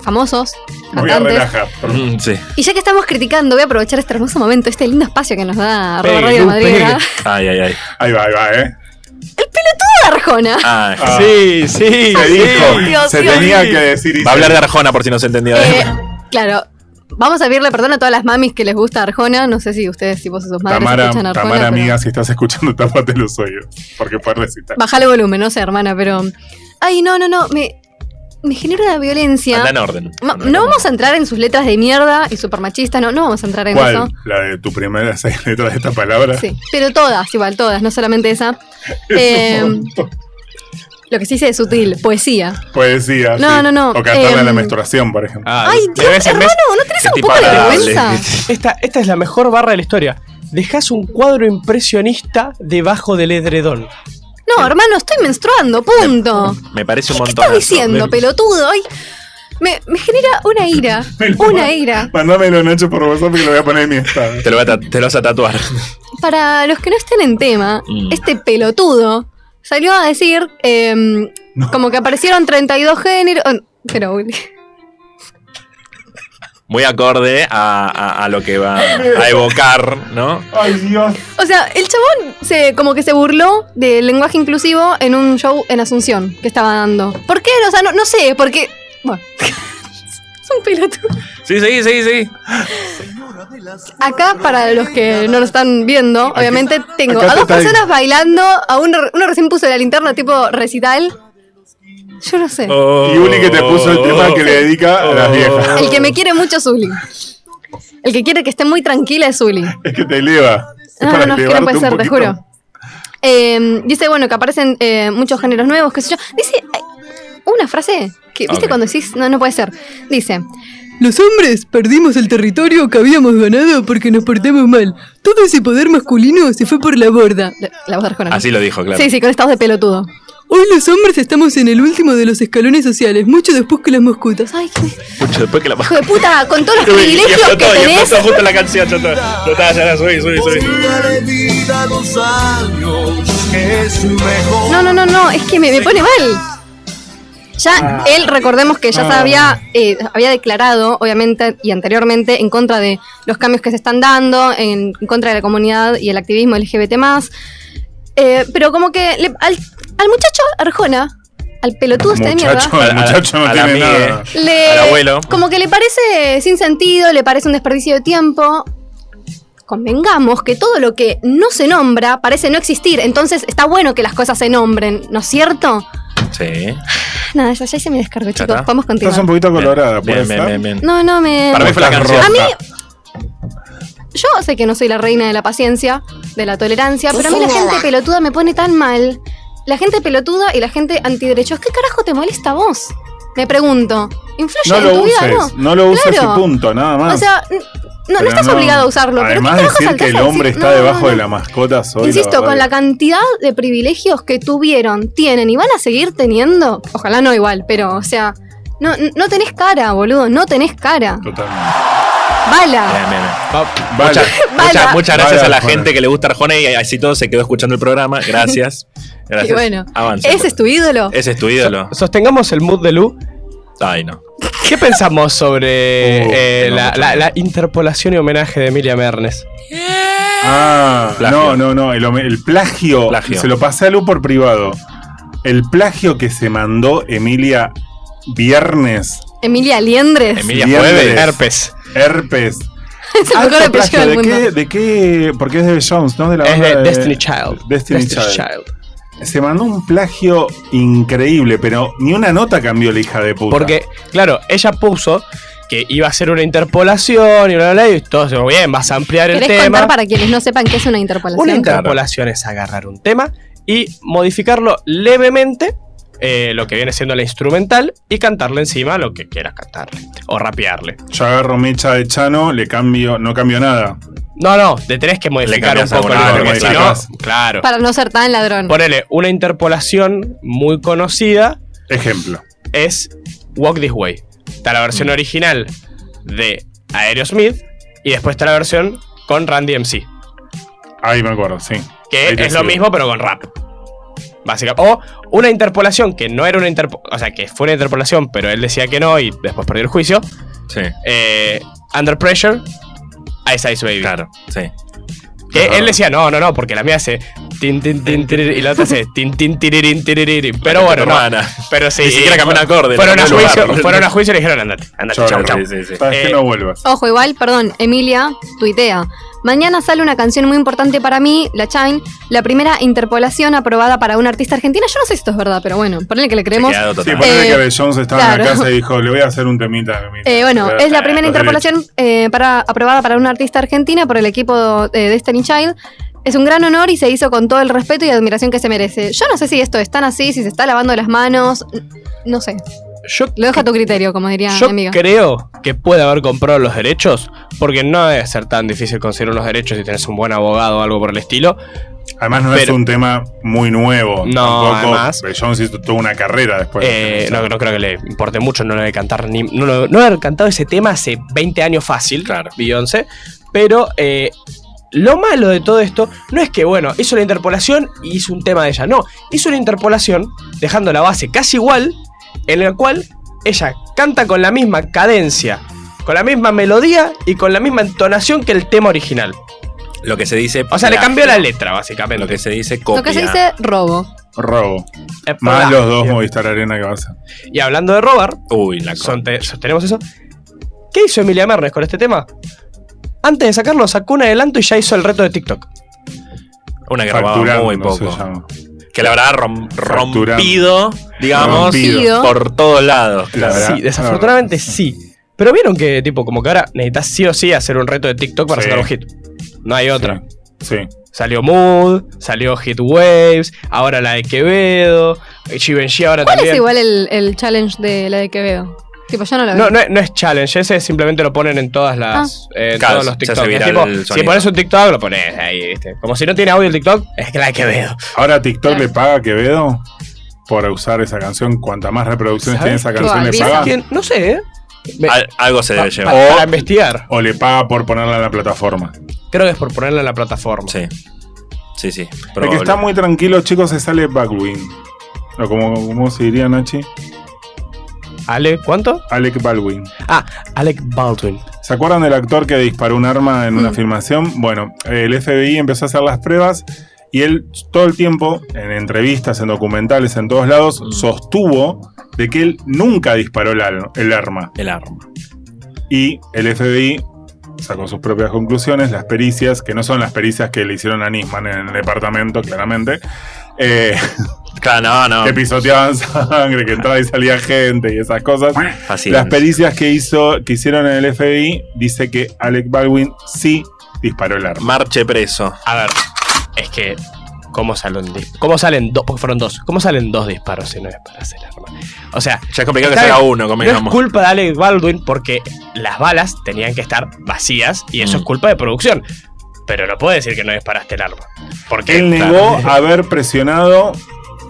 Speaker 4: famosos,
Speaker 3: Me voy a
Speaker 4: cantantes,
Speaker 3: relajar.
Speaker 5: Mm, sí.
Speaker 4: y ya que estamos criticando, voy a aprovechar este hermoso momento, este lindo espacio que nos da
Speaker 6: Pegue,
Speaker 4: Arroba Radio
Speaker 6: Lu,
Speaker 4: Madrid,
Speaker 6: pegue.
Speaker 5: Ay, ay, ay.
Speaker 3: Ahí va, ahí va, ¿eh?
Speaker 4: Arjona.
Speaker 5: Ah,
Speaker 3: Ah,
Speaker 6: Sí, sí,
Speaker 3: se
Speaker 6: sí.
Speaker 3: dijo,
Speaker 4: Dios,
Speaker 3: se
Speaker 4: Dios.
Speaker 3: tenía que decir. y
Speaker 5: va a
Speaker 3: se-
Speaker 5: hablar de Arjona por si no se entendió.
Speaker 4: Eh, claro. Vamos a pedirle perdón a todas las mamis que les gusta Arjona. No sé si ustedes, si vos o sus madres
Speaker 3: Tamara,
Speaker 4: escuchan Arjona.
Speaker 3: Tamara
Speaker 4: pero-
Speaker 3: amiga, si estás escuchando, tapate los oídos. Porque puedes recitar.
Speaker 4: Baja el volumen, no sé, hermana, pero. Ay, no, no, no. Me, me genera una violencia.
Speaker 5: Anda en orden.
Speaker 4: Ma- no vamos a entrar en sus letras de mierda y super machistas, no, no vamos a entrar en
Speaker 3: ¿Cuál?
Speaker 4: eso.
Speaker 3: La de tu primera seis letras de esta palabra.
Speaker 4: Sí, pero todas, igual, todas, no solamente esa. Eh, lo que sí se es sutil, poesía.
Speaker 3: Poesía.
Speaker 4: No,
Speaker 3: sí.
Speaker 4: no, no,
Speaker 3: O cantarle a la
Speaker 4: em,
Speaker 3: menstruación, por ejemplo.
Speaker 6: Ah,
Speaker 4: Ay,
Speaker 6: de
Speaker 4: Dios,
Speaker 6: vez en
Speaker 4: hermano,
Speaker 6: vez-
Speaker 4: ¿no tenés
Speaker 5: qué
Speaker 4: un poco de
Speaker 5: tiparable.
Speaker 4: vergüenza?
Speaker 6: Esta, esta es la mejor barra de la historia. Dejas un cuadro impresionista debajo del edredón.
Speaker 4: No, hermano, estoy menstruando, punto.
Speaker 5: Me parece un
Speaker 4: ¿Qué
Speaker 5: montón.
Speaker 4: estás diciendo, pelotudo? Ay, me, me genera una ira,
Speaker 3: Me lo
Speaker 4: una
Speaker 3: man-
Speaker 4: ira.
Speaker 3: Mándamelo, Nacho, por WhatsApp que lo voy a poner en mi estado.
Speaker 5: Te lo, voy a ta- te lo vas a tatuar.
Speaker 4: Para los que no estén en tema,
Speaker 5: Mm.
Speaker 4: este pelotudo salió a decir em,
Speaker 3: No.
Speaker 4: como que aparecieron 32 géneros. oh, Pero, uy,
Speaker 5: Muy acorde a, a- a lo que va a evocar, ¿no?
Speaker 3: Ay, Dios.
Speaker 4: o sea, el chabón se, como que se burló del lenguaje inclusivo en un show en Asunción que estaba dando. ¿Por qué? O sea, no, no sé, porque. Bueno. es un pelotudo.
Speaker 5: Sí, sí, sí, sí.
Speaker 4: Acá, para los que no lo están viendo, obviamente tengo
Speaker 3: acá
Speaker 4: a
Speaker 3: te
Speaker 4: dos
Speaker 3: está-
Speaker 4: personas bailando, a uno, uno recién puso la linterna tipo recital. Yo no
Speaker 5: Oh,
Speaker 4: sé.
Speaker 3: Y Uli que te puso el tema que le dedica a las viejas.
Speaker 4: El que me quiere mucho es Uli. El que quiere que esté muy tranquila es Uli.
Speaker 3: Es que te eleva. Es
Speaker 4: No,
Speaker 3: para
Speaker 4: no, no, es que no
Speaker 3: elevarte
Speaker 4: puede
Speaker 3: un
Speaker 4: ser, te
Speaker 3: poquito.
Speaker 4: juro. Eh, dice, bueno, que aparecen eh, muchos géneros nuevos, qué sé yo. Dice ay, una frase que, ¿viste
Speaker 5: Ok.
Speaker 4: cuando decís? No, no puede ser. Dice, los hombres perdimos el territorio que habíamos ganado porque nos portamos mal. Todo ese poder masculino se fue por la borda. La, la voz de Arjona, ¿no?
Speaker 5: Oh. Así lo dijo, claro.
Speaker 4: Sí, sí, con estados de pelotudo. Hoy los hombres estamos en el último de los escalones sociales, mucho después que las moscutas. Ay, qué
Speaker 5: Mucho después que la
Speaker 4: hijo de puta, con todos los
Speaker 5: Y
Speaker 4: privilegios que
Speaker 5: explotó, y
Speaker 4: tenés.
Speaker 5: explotó justo la canción, yo estaba- yo estaba ya, subí, subí, subí.
Speaker 7: Podría de vida dos años, que es mejor.
Speaker 4: No, no, no, no, es que me, me pone mal. Ya él, recordemos que ya se había, eh, había declarado, obviamente, y anteriormente, en contra de los cambios que se están dando, en, en contra de la comunidad y el activismo LGBT. Eh, pero como que le- al, al muchacho Arjona, al pelotudo este de mierda.
Speaker 3: Muchacho, el muchacho no
Speaker 5: A la- a la
Speaker 3: tiene
Speaker 5: amiga,
Speaker 3: nada.
Speaker 4: le,
Speaker 5: Al abuelo.
Speaker 4: Como que le parece sin sentido, le parece un desperdicio de tiempo. Convengamos que todo lo que no se nombra parece no existir, entonces está bueno que las cosas se nombren, ¿no es cierto?
Speaker 5: Sí.
Speaker 4: Nada, ya, ya se me descargó,
Speaker 5: Ya
Speaker 4: chicos,
Speaker 5: está.
Speaker 4: podemos
Speaker 3: Estás
Speaker 4: continuar.
Speaker 3: un poquito colorada, puede
Speaker 5: Bien, bien,
Speaker 3: ser.
Speaker 5: bien, bien.
Speaker 4: No, no, me...
Speaker 5: Para mí fue la
Speaker 3: Estás
Speaker 5: canción.
Speaker 4: A mí, yo sé que no soy la reina de la paciencia, de la tolerancia, pero a mí la gente pelotuda me pone tan mal. la gente pelotuda y la gente antiderechos. ¿Qué carajo te molesta a vos? Me pregunto. ¿Influye
Speaker 3: No
Speaker 4: en
Speaker 3: lo
Speaker 4: tu vida?
Speaker 3: uses,
Speaker 4: No.
Speaker 3: no lo uses
Speaker 4: Claro.
Speaker 3: y punto, nada más.
Speaker 4: O sea, n- no, no
Speaker 3: Pero
Speaker 4: estás obligado a usarlo. pero
Speaker 3: Además
Speaker 4: ¿qué carajo
Speaker 3: decir que
Speaker 4: saltás
Speaker 3: el
Speaker 4: a
Speaker 3: hombre
Speaker 4: decir-
Speaker 3: está
Speaker 4: No,
Speaker 3: debajo
Speaker 4: no,
Speaker 3: de
Speaker 4: no.
Speaker 3: la mascota soy.
Speaker 4: Insisto, con la
Speaker 3: verdad
Speaker 4: cantidad de privilegios que tuvieron, tienen y van a seguir teniendo, ojalá no igual, pero, o sea, no, no tenés cara, boludo, no tenés cara.
Speaker 3: que- Totalmente.
Speaker 4: Bala.
Speaker 5: Bien, bien, bien.
Speaker 3: Vale.
Speaker 5: Muchas,
Speaker 4: Bala.
Speaker 5: muchas- muchas gracias
Speaker 3: Bala,
Speaker 5: a la
Speaker 3: Arjona.
Speaker 5: gente que le gusta Arjona y así todo se quedó escuchando el programa. Gracias. Gracias.
Speaker 4: Y bueno,
Speaker 5: Avanza.
Speaker 4: ¿ese es tu ídolo?
Speaker 5: Ese es tu ídolo.
Speaker 6: Sostengamos el mood de Lu.
Speaker 5: Ay, no.
Speaker 6: ¿Qué pensamos sobre
Speaker 3: Uh,
Speaker 6: eh,
Speaker 5: no,
Speaker 6: la,
Speaker 5: mucho.
Speaker 6: la- la interpolación y homenaje de Emilia Mernes?
Speaker 3: Ah,
Speaker 5: Plagio.
Speaker 3: no, no, no. El, home- el plagio,
Speaker 5: Plagio.
Speaker 3: Se lo pasé a Lu por privado. El plagio que se mandó Emilia viernes.
Speaker 4: Emilia Liendres.
Speaker 5: Emilia
Speaker 3: Viernes.
Speaker 5: Jueves.
Speaker 6: Herpes.
Speaker 3: Herpes.
Speaker 4: es el mejor
Speaker 3: Alto
Speaker 4: apellido
Speaker 3: plagio.
Speaker 4: del
Speaker 3: ¿De
Speaker 4: mundo.
Speaker 3: qué, ¿De qué? Porque es de Jones, ¿no? De la
Speaker 6: Es
Speaker 3: banda
Speaker 6: de Destiny Child.
Speaker 3: Destiny, Child.
Speaker 6: Child.
Speaker 3: Se mandó un plagio increíble, pero ni una nota cambió la hija de puta.
Speaker 6: Porque, claro, ella puso que iba a ser una interpolación y bla, bla, bla, y todo, digo, bien, vas a ampliar el
Speaker 4: ¿Querés
Speaker 6: tema.
Speaker 4: contar para quienes no sepan qué es una
Speaker 6: Una
Speaker 4: interpolación?
Speaker 6: interpolación es agarrar un tema y modificarlo levemente, eh, lo que viene siendo la instrumental, y cantarle encima lo que quieras cantarle o rapearle.
Speaker 3: Yo agarro mecha de Chano, le cambio, no cambio nada.
Speaker 6: No, no, te tenés que modificar un
Speaker 5: cambias
Speaker 6: poco,
Speaker 5: alguna
Speaker 6: la-
Speaker 3: cosa,
Speaker 6: porque si no,
Speaker 3: modificás.
Speaker 6: claro.
Speaker 4: Para no ser tan ladrón.
Speaker 6: Ponele, una interpolación muy conocida
Speaker 3: Ejemplo.
Speaker 6: es Walk This Way. Está la
Speaker 5: Mm.
Speaker 6: versión original de Aerosmith y después está la versión con Randy MC.
Speaker 3: Ahí me acuerdo, sí.
Speaker 6: Que
Speaker 3: Ahí te
Speaker 6: es lo
Speaker 3: sigo.
Speaker 6: mismo, pero con rap. Básicamente. O una interpolación que no era una interpolación. O sea, que fue una interpolación, pero él decía que no y después perdió el juicio.
Speaker 5: Sí,
Speaker 6: Eh, Under Pressure, Ice Ice Baby.
Speaker 5: claro. Sí.
Speaker 6: Que
Speaker 3: Claro.
Speaker 6: él decía, no, no, no, porque la mía hace. Tin, tin, tin, tiriri", y la otra hace. Tin, tin, tirirín, tirirín. Pero bueno, no.
Speaker 5: Hermana.
Speaker 6: Pero sí.
Speaker 5: Este Ni siquiera cambió un acorde,
Speaker 6: Fueron
Speaker 5: no
Speaker 6: a,
Speaker 5: cambió el
Speaker 6: juicio,
Speaker 5: lugar.
Speaker 6: fueron a juicio y le dijeron, andate, andate,
Speaker 3: Chau,
Speaker 6: chau,
Speaker 3: chau.
Speaker 6: chau.
Speaker 5: Sí, sí, sí.
Speaker 3: Sabes que
Speaker 6: Eh,
Speaker 3: no vuelvas.
Speaker 4: Ojo, igual, perdón, Emilia, tuitea. Mañana sale una canción muy importante para mí, La Chain, la primera interpolación aprobada para una artista argentina. Yo no sé si esto es verdad, pero bueno, ponle que le creemos.
Speaker 5: Quedado
Speaker 3: Sí,
Speaker 5: total.
Speaker 3: ponele
Speaker 4: Eh,
Speaker 3: que Jones estaba en la
Speaker 4: claro.
Speaker 3: casa y dijo, le voy a hacer un temita. temita".
Speaker 4: Eh, bueno,
Speaker 3: Pero,
Speaker 4: es la
Speaker 3: eh,
Speaker 4: primera
Speaker 3: los
Speaker 4: interpolación eh, para, aprobada para una artista argentina por el equipo eh, de Destiny Child. Es un gran honor y se hizo con todo el respeto y admiración que se merece. Yo no sé si esto es tan así, si se está lavando las manos. n- No sé.
Speaker 6: Yo
Speaker 4: Lo dejo a tu criterio, como diría
Speaker 6: Yo
Speaker 4: mi amiga.
Speaker 6: creo que puede haber comprado los derechos, porque no debe ser tan difícil conseguir unos derechos si tenés un buen abogado o algo por el estilo.
Speaker 3: derechos. Además no es
Speaker 6: Pero-
Speaker 3: un tema muy nuevo.
Speaker 6: No,
Speaker 3: tampoco.
Speaker 6: además.
Speaker 3: Pero Jones hizo toda una carrera después. de
Speaker 6: Eh,
Speaker 3: eso.
Speaker 6: no, no creo que le importe mucho, no lo debe cantar ni. No, lo- no haber cantado ese tema hace 20 años fácil, claro. Beyoncé. Pero eh, lo malo de todo esto no es que, bueno, hizo la interpolación y hizo un tema de ella. No, hizo una interpolación dejando la base casi igual, en la cual ella canta con la misma cadencia, con la misma melodía y con la misma entonación que el tema original.
Speaker 5: Eh, Lo que se dice.
Speaker 6: O sea, le
Speaker 5: plagio.
Speaker 6: cambió la letra, básicamente.
Speaker 5: Lo que se dice copia.
Speaker 4: Lo que se dice robo.
Speaker 3: Robo.
Speaker 6: Es
Speaker 3: Más
Speaker 6: plagio.
Speaker 3: los dos Movistar Arena que va a ser.
Speaker 6: Y hablando de robar,
Speaker 5: Uy, la cosa.
Speaker 6: sonte- sostenemos eso. ¿Qué hizo Emilia Mernes con este tema? Antes de sacarlo, sacó un adelanto y ya hizo el reto de TikTok.
Speaker 5: Una que robaba
Speaker 3: Facturando,
Speaker 5: muy
Speaker 3: no se
Speaker 5: poco.
Speaker 3: llama.
Speaker 5: Que la habrá rom-
Speaker 3: Facturando.
Speaker 5: rompido, digamos,
Speaker 4: Rompido.
Speaker 5: por todos lados.
Speaker 3: La verdad,
Speaker 6: sí, desafortunadamente
Speaker 3: la verdad.
Speaker 6: sí. Pero vieron que, tipo, como que ahora necesitas sí o sí hacer un reto de TikTok para
Speaker 3: Sí.
Speaker 6: sacar un hit. No hay otra.
Speaker 3: Sí.
Speaker 6: Salió Mood, salió Hit Waves, ahora la de Quevedo, Givenchy ahora
Speaker 4: ¿Cuál
Speaker 6: también.
Speaker 4: es igual el, el challenge de la de Quevedo? Tipo, yo no la veo.
Speaker 6: No, no, es- no es challenge, ese simplemente lo ponen en todas
Speaker 4: Ah.
Speaker 6: las. eh, en
Speaker 5: Claro,
Speaker 6: todos los
Speaker 5: se hace
Speaker 6: TikTok. Es
Speaker 5: viral
Speaker 6: tipo,
Speaker 5: el
Speaker 6: si
Speaker 5: sonido.
Speaker 6: pones un TikTok, lo pones ahí, ¿viste? Como si no tiene audio el TikTok, es que la que veo.
Speaker 3: Ahora TikTok le paga a Quevedo por usar esa canción. Cuanta más reproducciones tiene
Speaker 6: ¿Sabes
Speaker 3: esa
Speaker 6: qué?
Speaker 3: canción, le
Speaker 4: Avisa.
Speaker 3: paga.
Speaker 6: ¿Quién? No sé, ¿eh? Me- Ah,
Speaker 5: Al- algo se debe
Speaker 6: pa-
Speaker 5: llevar.
Speaker 6: para investigar.
Speaker 3: O le paga por ponerla en la plataforma.
Speaker 6: Creo que es por ponerla en la plataforma.
Speaker 5: Sí. Sí, sí.
Speaker 3: El que
Speaker 5: probable.
Speaker 3: está muy tranquilo, chicos, se sale Baldwin. O como, como se diría Nachi,
Speaker 6: ¿Ale? ¿Cuánto?
Speaker 3: Alec Baldwin.
Speaker 6: Ah, Alec Baldwin.
Speaker 3: ¿Se acuerdan del actor que disparó un arma en una
Speaker 4: Mm.
Speaker 3: filmación? Bueno, el FBI empezó a hacer las pruebas y él todo el tiempo, en entrevistas, en documentales, en todos lados, sostuvo de que él nunca disparó el, al- el arma.
Speaker 5: El arma.
Speaker 3: Y el FBI sacó sus propias conclusiones, las pericias, que no son las pericias que le hicieron a Nisman en el departamento, claramente. Eh,
Speaker 5: Claro, no, no.
Speaker 6: Ah.
Speaker 3: que pisoteaban sangre, que entraba y salía gente y esas cosas.
Speaker 5: Así
Speaker 3: Las
Speaker 5: es.
Speaker 3: pericias que hizo, que hicieron en el FBI, dice que Alec Baldwin sí disparó el arma.
Speaker 5: Marche preso.
Speaker 6: A ver, es que ¿Cómo salen, di- cómo salen dos? Porque fueron dos. ¿Cómo salen dos disparos si no es para hacer arma? O sea,
Speaker 5: Ya es complicado que
Speaker 6: Está
Speaker 5: salga
Speaker 6: bien.
Speaker 5: uno,
Speaker 6: no es
Speaker 5: convengamos.
Speaker 6: culpa de Alec Baldwin porque las balas tenían que estar vacías y eso
Speaker 5: Mm.
Speaker 6: es culpa de producción. Pero no puede decir que no disparaste el arma. Porque
Speaker 3: Él negó haber presionado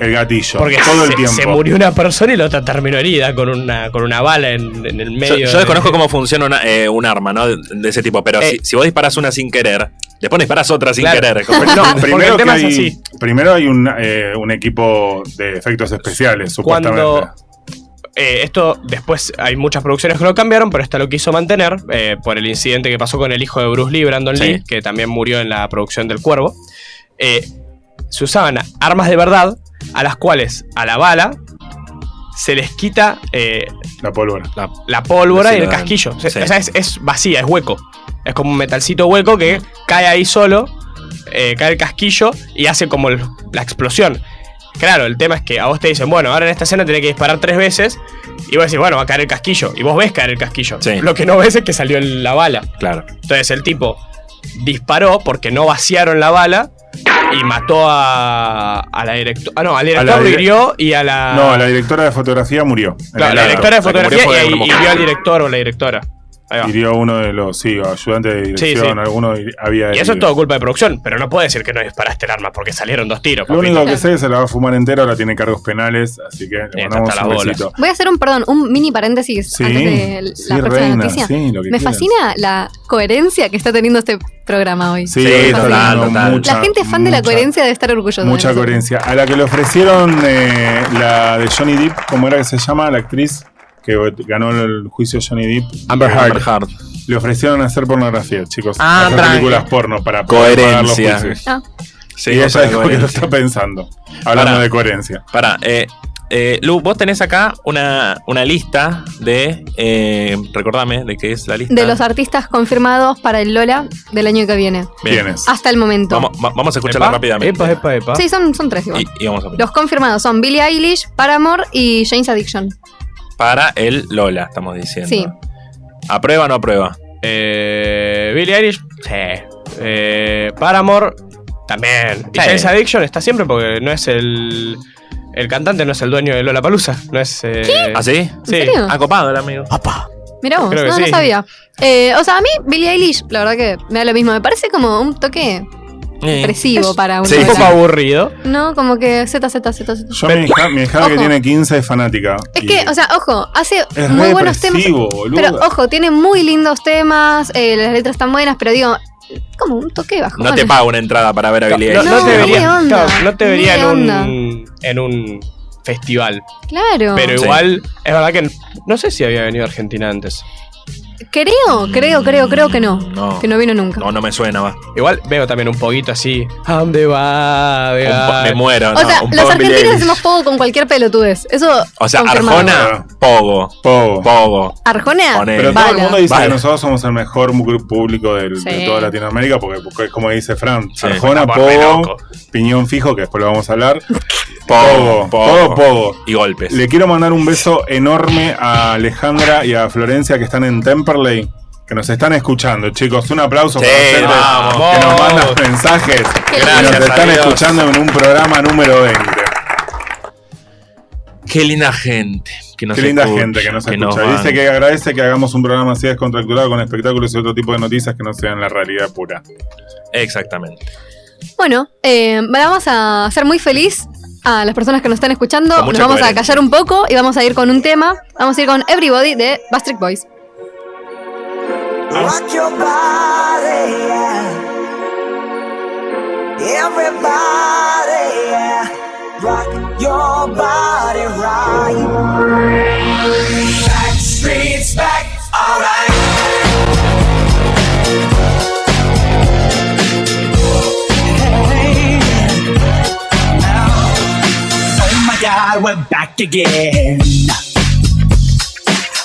Speaker 3: el gatillo
Speaker 6: Porque
Speaker 3: todo el
Speaker 6: se,
Speaker 3: tiempo.
Speaker 6: se murió una persona y la otra terminó herida con una, con una bala en, en el
Speaker 5: Yo,
Speaker 6: medio.
Speaker 5: yo
Speaker 6: de-
Speaker 5: desconozco cómo funciona una- eh, un arma, ¿no? De, de ese tipo, pero
Speaker 6: Eh.
Speaker 5: si, si vos disparás una sin querer, después disparás otra sin
Speaker 6: Claro.
Speaker 5: querer. como-
Speaker 6: No, porque el
Speaker 3: Primero, que
Speaker 6: tema
Speaker 3: hay,
Speaker 6: es así.
Speaker 3: primero hay un, eh, un equipo de efectos especiales, supuestamente.
Speaker 6: Cuando. eh, esto después hay muchas producciones que lo cambiaron, pero esta lo quiso mantener eh, por el incidente que pasó con el hijo de Bruce Lee, Brandon
Speaker 5: Sí.
Speaker 6: Lee, que también murió en la producción del Cuervo. Eh, se usaban armas de verdad a las cuales a la bala se les quita eh,
Speaker 3: La pólvora.
Speaker 5: La-
Speaker 6: la pólvora
Speaker 5: Sí,
Speaker 6: y el
Speaker 5: la-
Speaker 6: casquillo. O sea,
Speaker 5: sí.
Speaker 6: o sea, es, es vacía, es hueco. Es como un metalcito hueco que cae ahí solo, eh, cae el casquillo y hace como el- la explosión. Claro, el tema es que a vos te dicen, bueno, ahora en esta escena tenés que disparar tres veces y vos decís, bueno, va a caer el casquillo. Y vos ves caer el casquillo.
Speaker 5: Sí.
Speaker 6: Lo que no ves es que salió el- la bala.
Speaker 5: claro.
Speaker 6: Entonces el tipo disparó porque no vaciaron la bala y mató a, a la directora. Ah, no, al
Speaker 3: la
Speaker 6: director lo
Speaker 3: dire-
Speaker 6: hirió y a la.
Speaker 3: No, la directora de fotografía murió. en
Speaker 6: Claro,
Speaker 3: el
Speaker 6: la
Speaker 3: acto.
Speaker 6: directora de
Speaker 5: la que murió
Speaker 6: fotografía y,
Speaker 5: fue
Speaker 6: ahí-
Speaker 5: una
Speaker 6: y
Speaker 5: mujer.
Speaker 6: vio al director o la directora. Ahí va.
Speaker 3: Hirió uno de los, sí, ayudantes de dirección,
Speaker 6: Sí, sí.
Speaker 3: alguno había
Speaker 6: Y eso es
Speaker 3: herido.
Speaker 6: todo culpa de producción, pero no puede decir que no disparaste el arma porque salieron dos tiros.
Speaker 3: Lo
Speaker 6: papito.
Speaker 3: único que sé es que se la va a fumar entera, ahora tiene cargos penales, así que
Speaker 6: Eh,
Speaker 3: le mandamos
Speaker 6: hasta
Speaker 3: un
Speaker 6: las bolas.
Speaker 3: besito.
Speaker 4: Voy a hacer un, perdón, un mini paréntesis
Speaker 3: Sí,
Speaker 4: antes de la
Speaker 3: sí,
Speaker 4: próxima
Speaker 3: reina,
Speaker 4: noticia.
Speaker 3: sí, lo que
Speaker 4: Me
Speaker 3: quieras.
Speaker 4: fascina la coherencia que está teniendo este programa hoy.
Speaker 5: Sí,
Speaker 3: Sí, está
Speaker 5: total,
Speaker 3: teniendo
Speaker 5: total.
Speaker 3: mucha,
Speaker 4: la gente fan de la
Speaker 3: mucha-
Speaker 4: coherencia debe estar orgullosa. de
Speaker 3: Mucha
Speaker 4: nosotros.
Speaker 3: coherencia. A la que le ofrecieron eh, la de Johnny Depp, ¿cómo era que se llama? La actriz que ganó el juicio Johnny Depp.
Speaker 6: Amber Heard.
Speaker 5: Amber Heard.
Speaker 3: Le ofrecieron hacer pornografía, chicos.
Speaker 5: Ah,
Speaker 3: hacer
Speaker 5: tranqui.
Speaker 3: películas porno para poder pagar los
Speaker 5: Coherencia.
Speaker 3: juicios.
Speaker 4: Ah,
Speaker 5: Sí,
Speaker 3: y ella
Speaker 5: otra
Speaker 3: dijo que lo
Speaker 5: coherencia.
Speaker 3: está pensando. Hablando
Speaker 5: Pará.
Speaker 3: de coherencia.
Speaker 5: Pará, eh, eh, Lu, vos tenés acá una, una lista de. Eh, recordame de qué es la lista.
Speaker 4: de los artistas confirmados para el Lola del año que viene.
Speaker 5: Bien.
Speaker 3: ¿Quiénes?
Speaker 4: Hasta el momento.
Speaker 5: Vamos, va- vamos a escucharla
Speaker 6: Epa,
Speaker 5: rápidamente.
Speaker 6: Epa, epa, epa.
Speaker 4: Sí, son, son tres igual.
Speaker 5: Y, y vamos a
Speaker 4: Los confirmados son Billie Eilish, Paramore y James Addiction.
Speaker 5: Para el Lola, estamos diciendo.
Speaker 4: Sí.
Speaker 5: ¿Aprueba o no aprueba?
Speaker 6: Eh, Billie Eilish, sí. Eh, Paramore, también. Y
Speaker 5: Sí.
Speaker 6: James Addiction está siempre porque no es el. El cantante no es el dueño de Lola Palusa. No es. eh,
Speaker 5: ¿Ah, sí?
Speaker 6: Sí.
Speaker 4: ¿En serio?
Speaker 5: Ah, copado el amigo.
Speaker 4: Mirá vos,
Speaker 6: Creo que
Speaker 4: no, no
Speaker 6: sí.
Speaker 4: sabía. Eh, o sea, a mí Billie Eilish, la verdad que me da lo mismo. Me parece como un toque
Speaker 5: Eh.
Speaker 4: expresivo para una
Speaker 5: sí.
Speaker 6: Un poco
Speaker 4: hora.
Speaker 6: aburrido.
Speaker 4: No, como que Z, Z, Z, Z.
Speaker 3: Yo, mi hija, mi hija que
Speaker 4: Ojo.
Speaker 3: tiene 15 es fanática.
Speaker 4: Es
Speaker 3: y
Speaker 4: que, o sea, ojo, hace
Speaker 3: es
Speaker 4: muy
Speaker 3: re
Speaker 4: buenos temas.
Speaker 3: depresivo, boluda.
Speaker 4: Pero ojo, tiene muy lindos temas, eh, las letras están buenas, pero digo, como un toque bajo.
Speaker 5: No te pago una entrada para ver a Billie
Speaker 6: No,
Speaker 5: Eilish.
Speaker 6: no
Speaker 4: No,
Speaker 6: te vería,
Speaker 4: ni onda,
Speaker 6: claro, no te
Speaker 4: ni
Speaker 6: vería en
Speaker 4: onda.
Speaker 6: un, en un festival.
Speaker 4: Claro.
Speaker 6: Pero
Speaker 5: Sí.
Speaker 6: igual, es verdad que no sé si había venido a Argentina antes.
Speaker 4: Creo, creo, creo, creo que no.
Speaker 5: No.
Speaker 4: Que no vino nunca.
Speaker 5: No, no me suena, va.
Speaker 6: Igual veo también un poquito así. ¿A dónde va?
Speaker 3: Eh,
Speaker 5: Un po- me muero.
Speaker 4: o
Speaker 5: no,
Speaker 4: sea,
Speaker 5: un
Speaker 4: los
Speaker 5: poco Billie
Speaker 4: argentinos
Speaker 5: Eilish.
Speaker 4: hacemos pogo con cualquier pelotudez. Eso.
Speaker 5: O sea,
Speaker 4: confirmado.
Speaker 5: Arjona, pogo.
Speaker 3: Pogo.
Speaker 5: Pogo.
Speaker 4: Arjona.
Speaker 5: Ponele.
Speaker 3: Pero todo el
Speaker 4: Bala.
Speaker 3: mundo dice
Speaker 5: Bala.
Speaker 3: que nosotros somos el mejor mu- público del-
Speaker 4: Sí.
Speaker 3: de toda Latinoamérica, porque, porque es como dice Fran,
Speaker 5: Sí.
Speaker 3: Arjona,
Speaker 6: Estamos re
Speaker 3: Pogo,
Speaker 6: locos.
Speaker 3: Piñón Fijo, que después lo vamos a hablar.
Speaker 5: Pogo.
Speaker 3: Pogo, todo Pogo.
Speaker 5: Y golpes.
Speaker 3: Le quiero mandar un beso enorme a Alejandra y a Florencia que están en Temperley, que nos están escuchando, chicos. Un aplauso
Speaker 5: Sí,
Speaker 3: para ustedes
Speaker 5: vamos.
Speaker 3: que nos mandan mensajes.
Speaker 4: Qué
Speaker 3: Que nos
Speaker 5: Gracias a
Speaker 3: están
Speaker 5: Dios.
Speaker 3: escuchando en un programa número 20.
Speaker 5: Qué linda gente. Que nos
Speaker 3: Qué linda
Speaker 5: escucha,
Speaker 3: gente que nos escucha.
Speaker 5: banca.
Speaker 3: Dice que agradece que hagamos un programa así descontracturado con espectáculos y otro tipo de noticias que no sean la realidad pura.
Speaker 5: Exactamente.
Speaker 4: Bueno, eh, vamos a ser muy feliz a las personas que nos están escuchando.
Speaker 5: Con
Speaker 4: Nos
Speaker 5: mucha
Speaker 4: vamos a
Speaker 5: coherencia.
Speaker 4: callar un poco y vamos a ir con un tema. Vamos a ir con Everybody de Bastric Boys.
Speaker 8: Rock your body, yeah. Everybody, yeah. Rock your body right. Back streets back, alright. Hey. Oh my God, we're back again.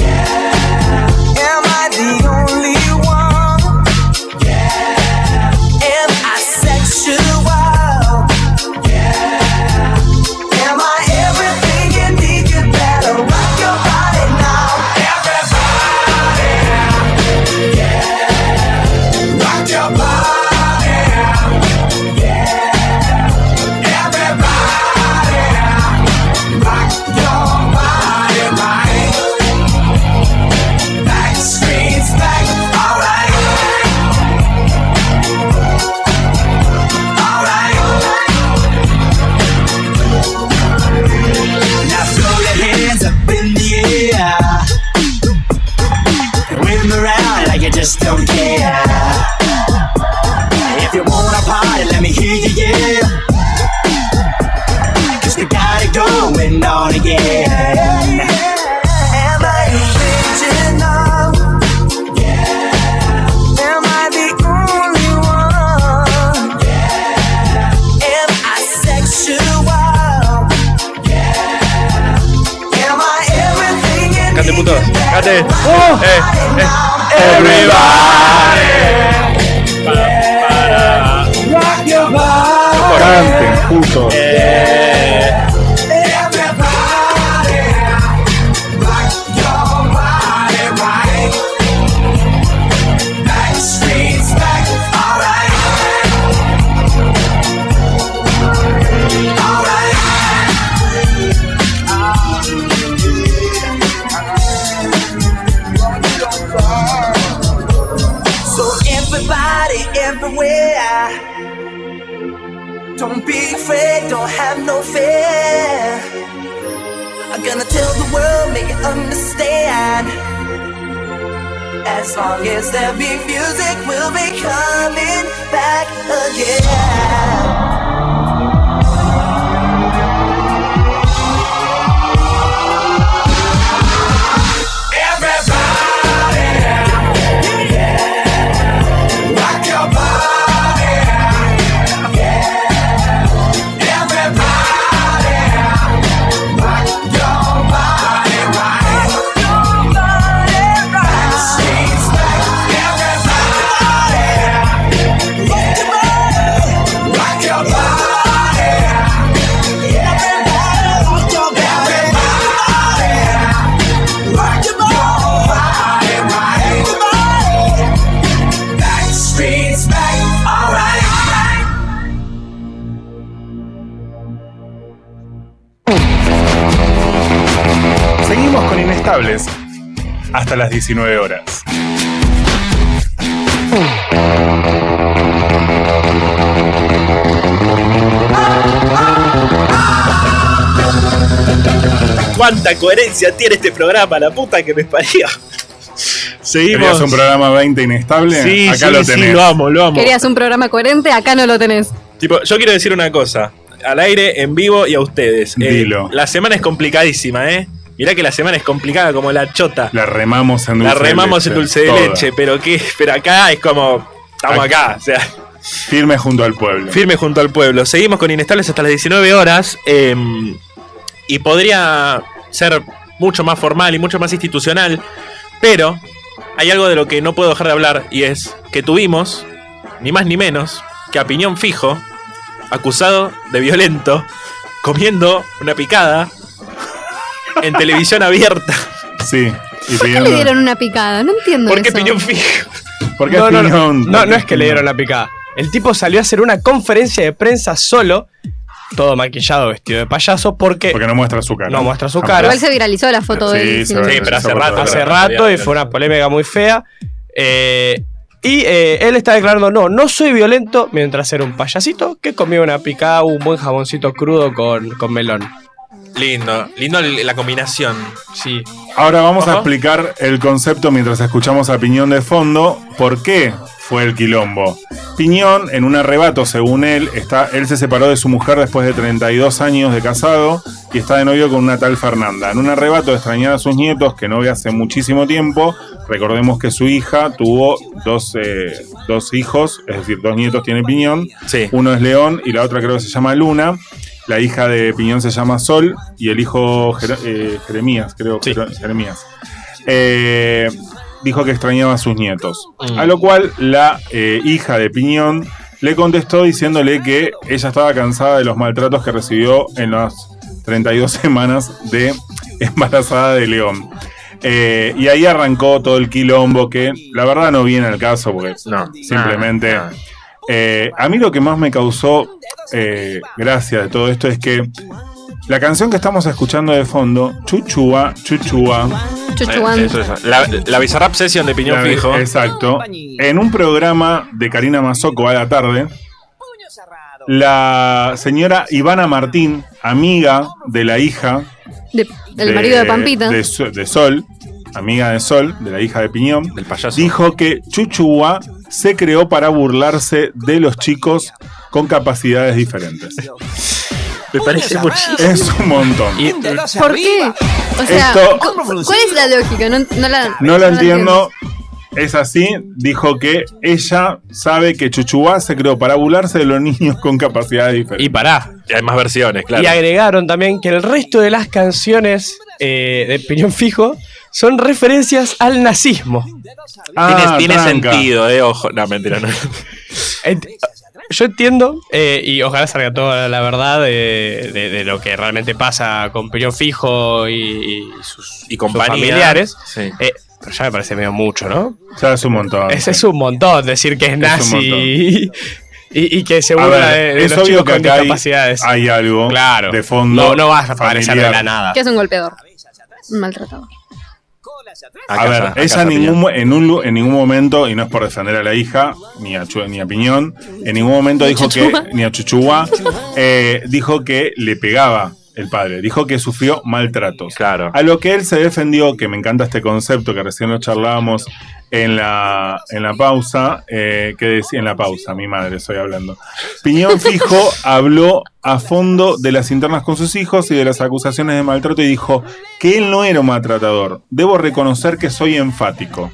Speaker 8: Yeah. Am I the only one? Yeah. Am I sexual?
Speaker 9: just don't care. If you wanna party, let me hear you, yeah. Cause we got it going on again. Am I original? Am I the only one? Am I sexual? Am I everything you
Speaker 5: Cante,
Speaker 9: need?
Speaker 5: putos. Cante. Eh, eh. Everybody. Pa, para.
Speaker 3: Canten, puto.
Speaker 5: Eh,
Speaker 9: Everybody, rock your body right. Back streets back, alright. Alright. So everybody, everywhere. Don't be afraid, don't have no fear. I'm gonna tell the world, make it understand. As long as there be music, we'll be coming back again. Everybody, yeah. rock your body, yeah. Everybody, rock your body right. Back streets back, everybody, yeah. rock your body, yeah. rock your body. Rock your body, right? Back streets back, alright.
Speaker 3: Seguimos con Inestables hasta las 19 horas.
Speaker 5: ¿Cuánta coherencia tiene este programa? La puta que me parió.
Speaker 3: ¿Querías
Speaker 5: Seguimos.
Speaker 3: un programa 20 inestable?
Speaker 5: Sí,
Speaker 3: Acá
Speaker 5: sí,
Speaker 3: lo
Speaker 5: sí,
Speaker 3: tenés.
Speaker 5: lo amo, lo amo.
Speaker 4: Querías un programa coherente, acá no lo tenés.
Speaker 5: Tipo, yo quiero decir una cosa. Al aire, en vivo y a ustedes. Eh,
Speaker 3: Dilo.
Speaker 5: La semana es complicadísima, ¿eh? Mirá que la semana es complicada como la chota.
Speaker 3: La remamos en
Speaker 5: La
Speaker 3: dulce
Speaker 5: remamos en dulce de
Speaker 3: Toda.
Speaker 5: leche, pero qué, pero acá es como estamos acá, o sea,
Speaker 3: Firme junto al pueblo.
Speaker 5: firme junto al pueblo. Seguimos con Inestables hasta las 19 horas eh, y podría ser mucho más formal y mucho más institucional, pero hay algo de lo que no puedo dejar de hablar y es que tuvimos ni más ni menos que a Piñón Fijo acusado de violento comiendo una picada en televisión abierta.
Speaker 3: Sí. Y
Speaker 4: ¿Por qué
Speaker 3: pidiendo-
Speaker 4: le dieron una picada? No entiendo
Speaker 5: ¿Por qué
Speaker 4: eso.
Speaker 5: Piñón Fijo?
Speaker 3: ¿Por qué
Speaker 6: No, no, no,
Speaker 3: Piñón?
Speaker 6: no, no es que le dieron la picada. El tipo salió a hacer una conferencia de prensa solo, todo maquillado, vestido de payaso, porque,
Speaker 3: Porque no muestra su cara.
Speaker 6: No muestra su
Speaker 3: Ah,
Speaker 6: cara.
Speaker 4: Igual se viralizó la foto
Speaker 3: Sí,
Speaker 4: de él.
Speaker 3: se
Speaker 4: diciendo-
Speaker 5: Sí, pero hace rato.
Speaker 6: hace
Speaker 5: pero
Speaker 6: rato y
Speaker 5: todavía no.
Speaker 6: fue una polémica muy fea. Eh, y eh, él está declarando, no, no soy violento mientras era un payasito que comía una picada, un buen jaboncito crudo con, con melón.
Speaker 5: Lindo, lindo la combinación.
Speaker 6: Sí.
Speaker 3: Ahora vamos a
Speaker 5: Ajá.
Speaker 3: explicar el concepto mientras escuchamos a Piñón de fondo. ¿Por qué fue el quilombo? Piñón, en un arrebato, según él, está, él se separó de su mujer después de 32 años de casado y está de novio con una tal Fernanda. En un arrebato de extrañar a sus nietos, que no ve hace muchísimo tiempo, recordemos que su hija tuvo dos, eh, dos hijos, es decir, dos nietos tiene Piñón.
Speaker 5: Sí.
Speaker 3: Uno es León y la otra creo que se llama Luna. La hija de Piñón se llama Sol y el hijo Jer- eh, Jeremías, creo. Jer- Jeremías. Eh, dijo que extrañaba a sus nietos. A lo cual la eh, hija de Piñón le contestó diciéndole que ella estaba cansada de los maltratos que recibió en las 32 semanas de embarazada de León. Eh, y ahí arrancó todo el quilombo que la verdad no viene al caso porque
Speaker 5: No.
Speaker 3: Simplemente.
Speaker 5: Ah,
Speaker 3: eh, a mí lo que más me causó eh, gracia de todo esto es que la canción que estamos escuchando de fondo, Chuchua, Chuchua,
Speaker 4: Chuchuan.
Speaker 5: Eh, Eso, eso. La, la Bizarrap Session de Piñón
Speaker 3: la- eh,
Speaker 5: Fijo.
Speaker 3: exacto, en un programa de Karina Mazoco a la tarde, la señora Ivana Martín, amiga de la hija
Speaker 4: De- del marido de Pampita.
Speaker 3: de, Sol- de Sol, amiga de Sol, de la hija de Piñón,
Speaker 5: Del payaso.
Speaker 3: dijo que Chuchuá se creó para burlarse de los chicos con capacidades diferentes.
Speaker 5: Me parece muy
Speaker 3: Es un montón.
Speaker 4: ¿Por qué? O sea,
Speaker 3: Esto-
Speaker 4: cu- cu- ¿cuál es la lógica? No, no la,
Speaker 3: No lo entiendo. Es así, dijo que ella sabe que Chuchuá se creó para burlarse de los niños con capacidades
Speaker 6: Y
Speaker 3: diferentes.
Speaker 6: pará.
Speaker 5: Y hay más versiones, claro.
Speaker 6: Y agregaron también que el resto de las canciones eh, de Piñón Fijo son referencias al nazismo.
Speaker 3: Ah,
Speaker 5: tiene tiene
Speaker 3: tranca.
Speaker 5: sentido, eh. Ojo. No, mentira, no.
Speaker 6: Ent- Yo entiendo, eh, y ojalá salga toda la verdad de, de- de lo que realmente pasa con Piñón Fijo y, y sus,
Speaker 5: Y
Speaker 6: sus
Speaker 5: compañía.
Speaker 6: familiares.
Speaker 5: Sí.
Speaker 6: Eh, pero ya me parece medio mucho, ¿no?
Speaker 3: Ya es un montón.
Speaker 6: Ese es un montón decir que es nazi
Speaker 3: montón.
Speaker 6: y, y- y que se
Speaker 3: A
Speaker 6: burla de,
Speaker 3: ver,
Speaker 6: de
Speaker 3: es
Speaker 6: los chicos
Speaker 3: obvio que
Speaker 6: con
Speaker 3: acá hay,
Speaker 6: discapacidades.
Speaker 3: hay algo
Speaker 6: claro.
Speaker 3: de fondo.
Speaker 6: No, no vas a aparecer de
Speaker 3: familiar.
Speaker 6: la nada.
Speaker 4: Que es un golpeador. Un maltratador.
Speaker 5: Acá
Speaker 3: a ver,
Speaker 5: está, acá
Speaker 3: ella
Speaker 5: está
Speaker 3: en ningún,
Speaker 5: Piñón.
Speaker 3: mo- en, un, lu- en ningún momento, y no es por defender a la hija, ni a, Chu- ni a Piñón, en ningún momento dijo que,
Speaker 4: Chuchúa.
Speaker 3: ni a Chuchúa, eh, dijo que le pegaba el padre, dijo que sufrió maltratos.
Speaker 5: Claro.
Speaker 3: A lo que él se defendió, que me encanta este concepto, que recién lo charlábamos en la, en la pausa, eh, que decía en la pausa, mi madre estoy hablando. Piñón Fijo habló a fondo de las internas con sus hijos y de las acusaciones de maltrato y dijo que él no era un maltratador. Debo reconocer que soy enfático.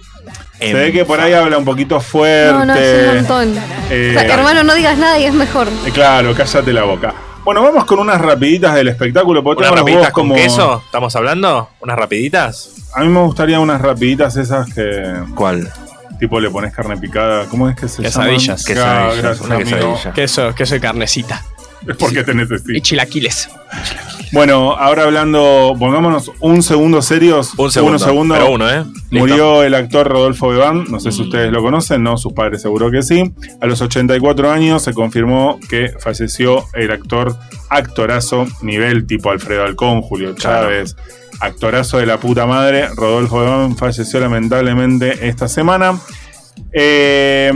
Speaker 3: Se
Speaker 5: Em,
Speaker 3: ve que por ahí habla un poquito fuerte.
Speaker 4: No, no, es un montón.
Speaker 3: eh,
Speaker 4: O sea, hermano, no digas nada y es mejor.
Speaker 3: eh, Claro, cállate la boca. Bueno, vamos con unas rapiditas del espectáculo. Porque
Speaker 5: ¿Unas
Speaker 3: tengo los
Speaker 5: rapiditas
Speaker 3: huevos
Speaker 5: con
Speaker 3: como...
Speaker 5: queso? ¿Estamos hablando? ¿Unas rapiditas?
Speaker 3: A mí me gustaría unas rapiditas esas que
Speaker 5: ¿Cuál?
Speaker 3: tipo le pones carne picada. ¿Cómo es que se llaman?
Speaker 6: Quesadillas.
Speaker 3: Ah,
Speaker 5: Quesadilla,
Speaker 3: gracias,
Speaker 5: una
Speaker 3: amigo.
Speaker 5: quesadilla.
Speaker 6: Queso, queso y carnecita.
Speaker 3: Es porque te
Speaker 6: Y
Speaker 3: necesito.
Speaker 6: chilaquiles.
Speaker 3: Bueno, ahora hablando, pongámonos un segundo serios.
Speaker 5: Un segundo.
Speaker 3: Uno segundo.
Speaker 5: Pero uno, ¿eh? Listo. Mm.
Speaker 3: Murió el actor Rodolfo Bebán, no sé si ustedes lo conocen, no, sus padres seguro que sí. A los 84 años se confirmó que falleció el actor actorazo nivel tipo Alfredo Alcón, Julio
Speaker 5: Claro.
Speaker 3: Chávez, actorazo de la puta madre. Rodolfo Bebán falleció lamentablemente esta semana. Eh,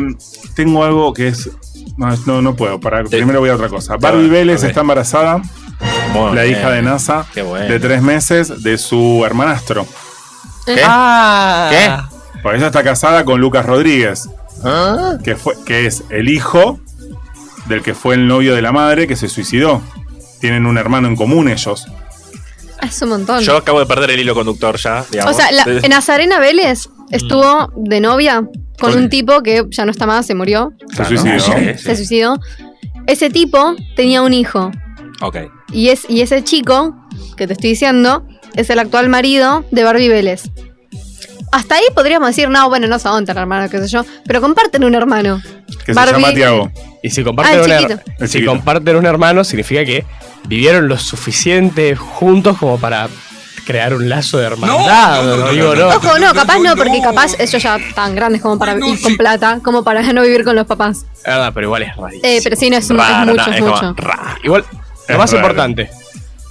Speaker 3: tengo algo que es... No, no, no puedo, para, primero voy a otra cosa. Barbie
Speaker 5: bien,
Speaker 3: Vélez
Speaker 5: ok.
Speaker 3: está embarazada,
Speaker 5: Muy
Speaker 3: la
Speaker 5: bien.
Speaker 3: hija de NASA,
Speaker 5: Qué bueno.
Speaker 3: de tres meses, de su hermanastro.
Speaker 5: ¿Qué?
Speaker 6: Ah.
Speaker 3: Porque ella está casada con Lucas Rodríguez,
Speaker 4: ¿Ah?
Speaker 3: que, fue, que es el hijo del que fue el novio de la madre que se suicidó. Tienen un hermano en común ellos.
Speaker 4: Ah, Es un montón.
Speaker 5: Yo acabo de perder el hilo conductor ya,
Speaker 4: o
Speaker 5: digamos.
Speaker 4: sea, la- en Nazarena Vélez estuvo de novia con
Speaker 3: Con-
Speaker 4: un tipo que ya no está más, se murió,
Speaker 3: Se suicidó.
Speaker 5: Sí,
Speaker 4: se
Speaker 5: sí.
Speaker 4: suicidó. Ese tipo tenía un hijo.
Speaker 5: Ok.
Speaker 4: Y, es, y ese chico que te estoy diciendo es el actual marido de Barbie Vélez. Hasta ahí podríamos decir, no, bueno, no son tan hermanos, qué sé yo, pero comparten un hermano.
Speaker 3: Que
Speaker 4: Barbie-
Speaker 3: se llama Tiago.
Speaker 6: Y si comparten,
Speaker 4: Ah, el
Speaker 6: un,
Speaker 4: chiquito.
Speaker 6: her-
Speaker 3: El
Speaker 6: si
Speaker 3: chiquito.
Speaker 6: comparten un hermano, significa que vivieron lo suficiente juntos como para crear un lazo de hermandad. No, digo, no.
Speaker 4: Ojo, no, capaz no, porque capaz ellos ya tan grandes como para y con plata, como para no vivir con los papás.
Speaker 6: Es verdad, pero igual es rarísimo.
Speaker 4: Eh, pero sí, no, es, un- es
Speaker 5: Raro,
Speaker 4: mucho,
Speaker 5: no,
Speaker 4: es
Speaker 5: es como-
Speaker 4: mucho.
Speaker 6: Raro. Igual,
Speaker 3: Es
Speaker 6: lo más
Speaker 3: raro.
Speaker 6: importante,